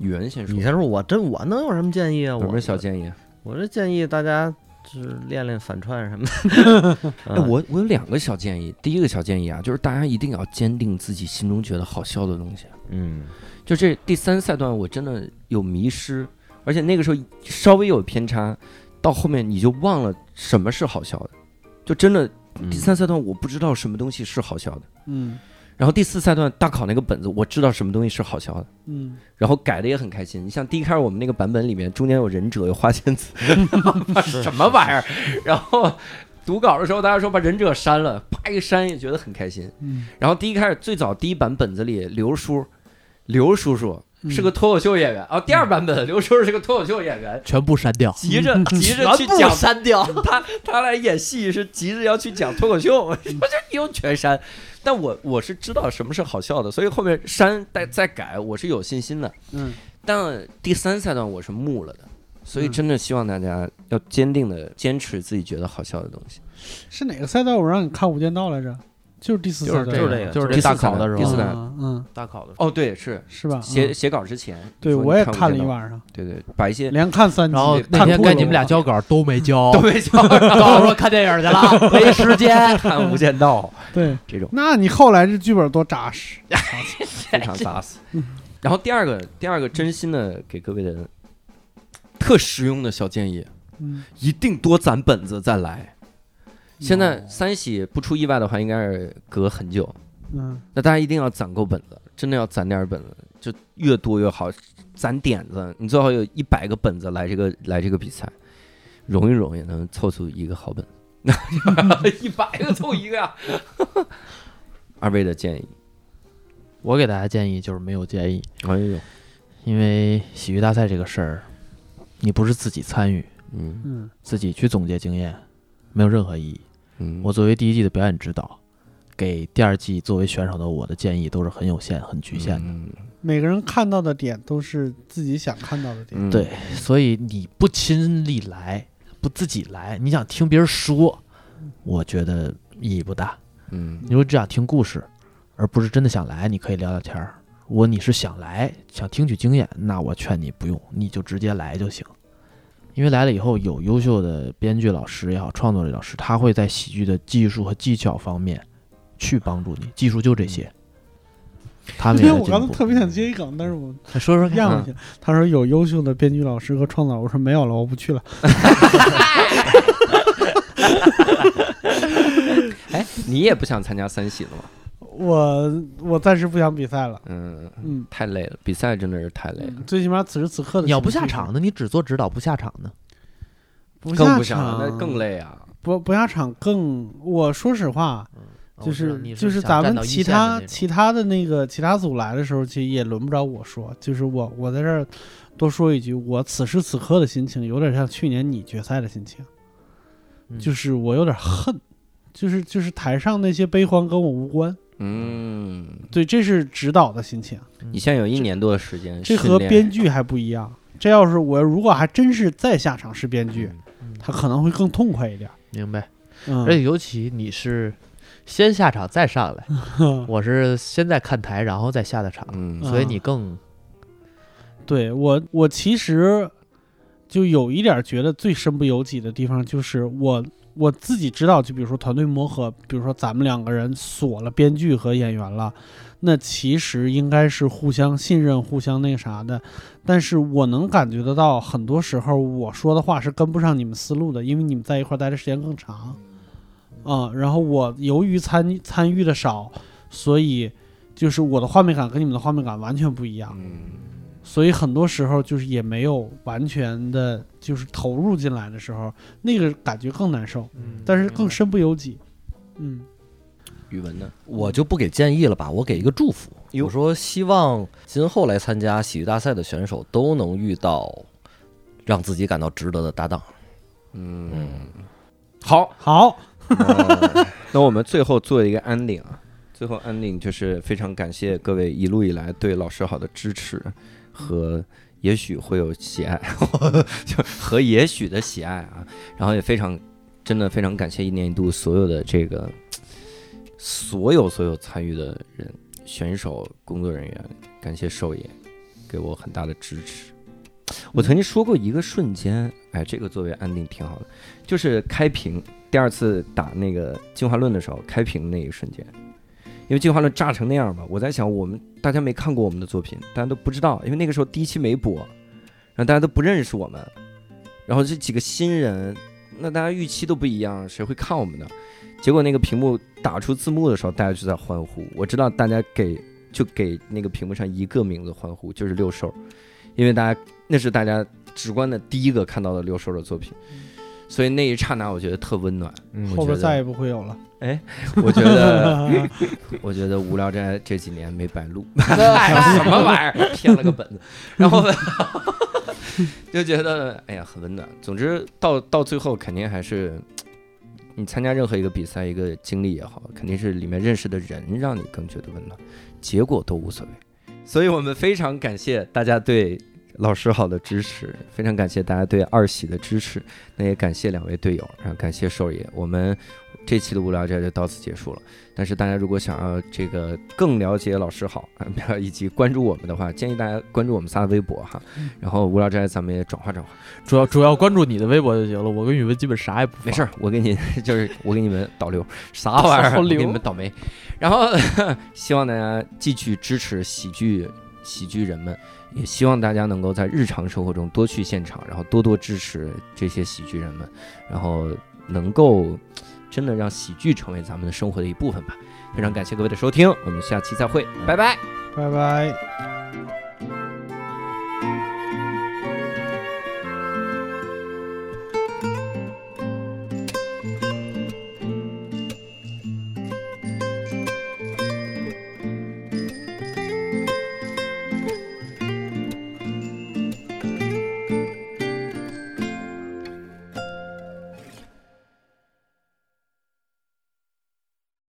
语文先说，你先说，我真我能有什么建议啊？有我没有小建议？我是建议大家就是练练反串什么的。哎，嗯我我有两个小建议。第一个小建议啊，就是大家一定要坚定自己心中觉得好笑的东西。嗯就这第三赛段，我真的有迷失，而且那个时候稍微有偏差，到后面你就忘了什么是好笑的，就真的嗯第三赛段我不知道什么东西是好笑的。嗯然后第四赛段大考那个本子，我知道什么东西是好笑的，嗯，然后改的也很开心。你像第一开始我们那个版本里面，中间有忍者，有花仙 子， 什么玩意儿？然后读稿的时候，大家说把忍者删了，啪一删也觉得很开心。嗯然后第一开始最早第一版本子里，刘叔，刘叔叔嗯是个脱口秀演员啊。第二版本刘叔叔是个脱口秀演员， 全部删掉，急着急着去嗯全部讲删掉。他他来演戏是急着要去讲脱口秀， 我就又全删。但我我是知道什么是好笑的，所以后面删再再改，我是有信心的。嗯，但第三赛段我是木了的，所以嗯真的希望大家要坚定的坚持自己觉得好笑的东西。是哪个赛道我让你看《无间道》来着？就是第四赛道，就是这个，就这是这第四大赛考的段时候，第四赛段啊嗯，大考的时候，哦，对，是是吧？写嗯写稿之前，对，说你我也看看了见一到，晚上，对对，把一些连看三集，然后那 看天哭跟了你们俩我交稿都没啊交，都没 笑，告诉我看电影去了，没时间。看《无间道对，》这种那你后来这剧本多扎实，非常扎实。然后第二个，第二个真心的给各位的特实用的小建议，嗯，一定多攒本子再来。现在哦三喜不出意外的话，应该是隔很久。嗯那大家一定要攒够本子，真的要攒点本子，就越多越好。攒点子，你最好有一百个本子来这个来这个比赛，容易容易能凑出一个好本子。一百个凑一个呀、 二位的建议，我给大家建议就是没有建议，哎呦，因为喜剧大赛这个事儿，你不是自己参与，嗯嗯自己去总结经验，没有任何意义。嗯，我作为第一季的表演指导，给第二季作为选手的我的建议都是很有限、很局限的。嗯，每个人看到的点都是自己想看到的点，嗯对，所以你不亲力来，不自己来，你想听别人说，我觉得意义不大。嗯你如果只想听故事，而不是真的想来，你可以聊聊天儿。如果你是想来想听取经验，那我劝你不用，你就直接来就行。因为来了以后，有优秀的编剧老师也好，创作者老师，他会在喜剧的技术和技巧方面去帮助你。技术就这些，他们因也为嗯 我在进刚才步。特别想接一梗，但是我 说说看，咽回去了。他说有优秀的编剧老师和创造，我说没有了，我不去了。哎，你也不想参加三喜了吗？我我暂时不想比赛了，嗯，嗯，太累了，比赛真的是太累了。最起码此时此刻的鸟不情下绪场，的，你只做指导不下场呢？不更下不想场了，那更累啊。不不下场更，我说实话，嗯哦就是就是咱们其他其他的那个其他组来的时候，其实也轮不着我说，就是我我在这儿多说一句，我此时此刻的心情有点像去年你决赛的心情，嗯就是我有点恨，就是就是台上那些悲欢跟我无关，嗯，对，这是指导的心情，你现在有一年多的时间，这和编剧还不一样。这要是我如果还真是再下场是编剧，他可能会更痛快一点。明白。嗯而，且尤其你是先下场再上 来，我是先在看台，然后再下的场，嗯所以你更对我，我其实就有一点觉得最身不由己的地方，就是我我自己知道，就比如说团队磨合，比如说咱们两个人锁了编剧和演员了，那其实应该是互相信任、互相那个啥的。但是我能感觉得到，很多时候我说的话是跟不上你们思路的，因为你们在一块儿待的时间更长。啊、然后我由于参参与的少，所以就是我的画面感跟你们的画面感完全不一样。嗯所以很多时候就是也没有完全的，就是投入进来的时候，那个感觉更难受，但是嗯更身不由己。嗯语文的，我就不给建议了吧，我给一个祝福。哟我说希望今后来参加喜剧大赛的选手都能遇到让自己感到值得的搭档。嗯，好，好，那我们最后做一个安定啊，最后安定就是非常感谢各位一路以来对老师好的支持和。也许会有喜爱， 就和也许的喜爱啊，然后也非常，真的非常感谢一年一度所有的这个，所有所有参与的人、选手、工作人员，感谢兽爷给我很大的支持。我曾经说过一个瞬间，哎，这个作为安定挺好的，就是开屏第二次打那个进化论的时候，开屏那一瞬间，因为进化论炸成那样嘛，我在想我们大家没看过我们的作品，大家都不知道，因为那个时候第一期没播，然后大家都不认识我们，然后这几个新人，那大家预期都不一样，谁会看我们呢？结果那个屏幕打出字幕的时候，大家就在欢呼。我知道大家给就给那个屏幕上一个名字欢呼，就是六兽，因为大家那是大家直观的第一个看到的六兽的作品，所以那一刹那我觉得特温暖。嗯后边觉得再也不会 有了。我觉得，我觉得无聊斋这几年没白 录，什么玩意 儿，骗了个本子，然后 就觉得哎呀很温暖。总之到到最后肯定还是。你参加任何一个比赛，一个经历也好，肯定是里面认识的人让你更觉得温暖，结果都无所谓。所以我们非常感谢大家对老师好的支持，非常感谢大家对二喜的支持，那也感谢两位队友，然后感谢兽爷，我们这期的无聊斋就到此结束了。但是大家如果想要这个更了解老师好， 啊以及关注我们的话，建议大家关注我们仨的微博哈。然后无聊斋咱们也转化转化，主要主要关注你的微博就行了。我跟宇文基本啥也不发没事，儿，我给你就是我给你们导流，啥玩意儿，导我给流你们倒霉。然后 希望大家继续支持喜剧喜剧人们，也希望大家能够在日常生活中多去现场，然后多多支持这些喜剧人们，然后能够真的让喜剧成为咱们的生活的一部分吧。非常感谢各位的收听，我们下期再会，拜拜。拜拜。拜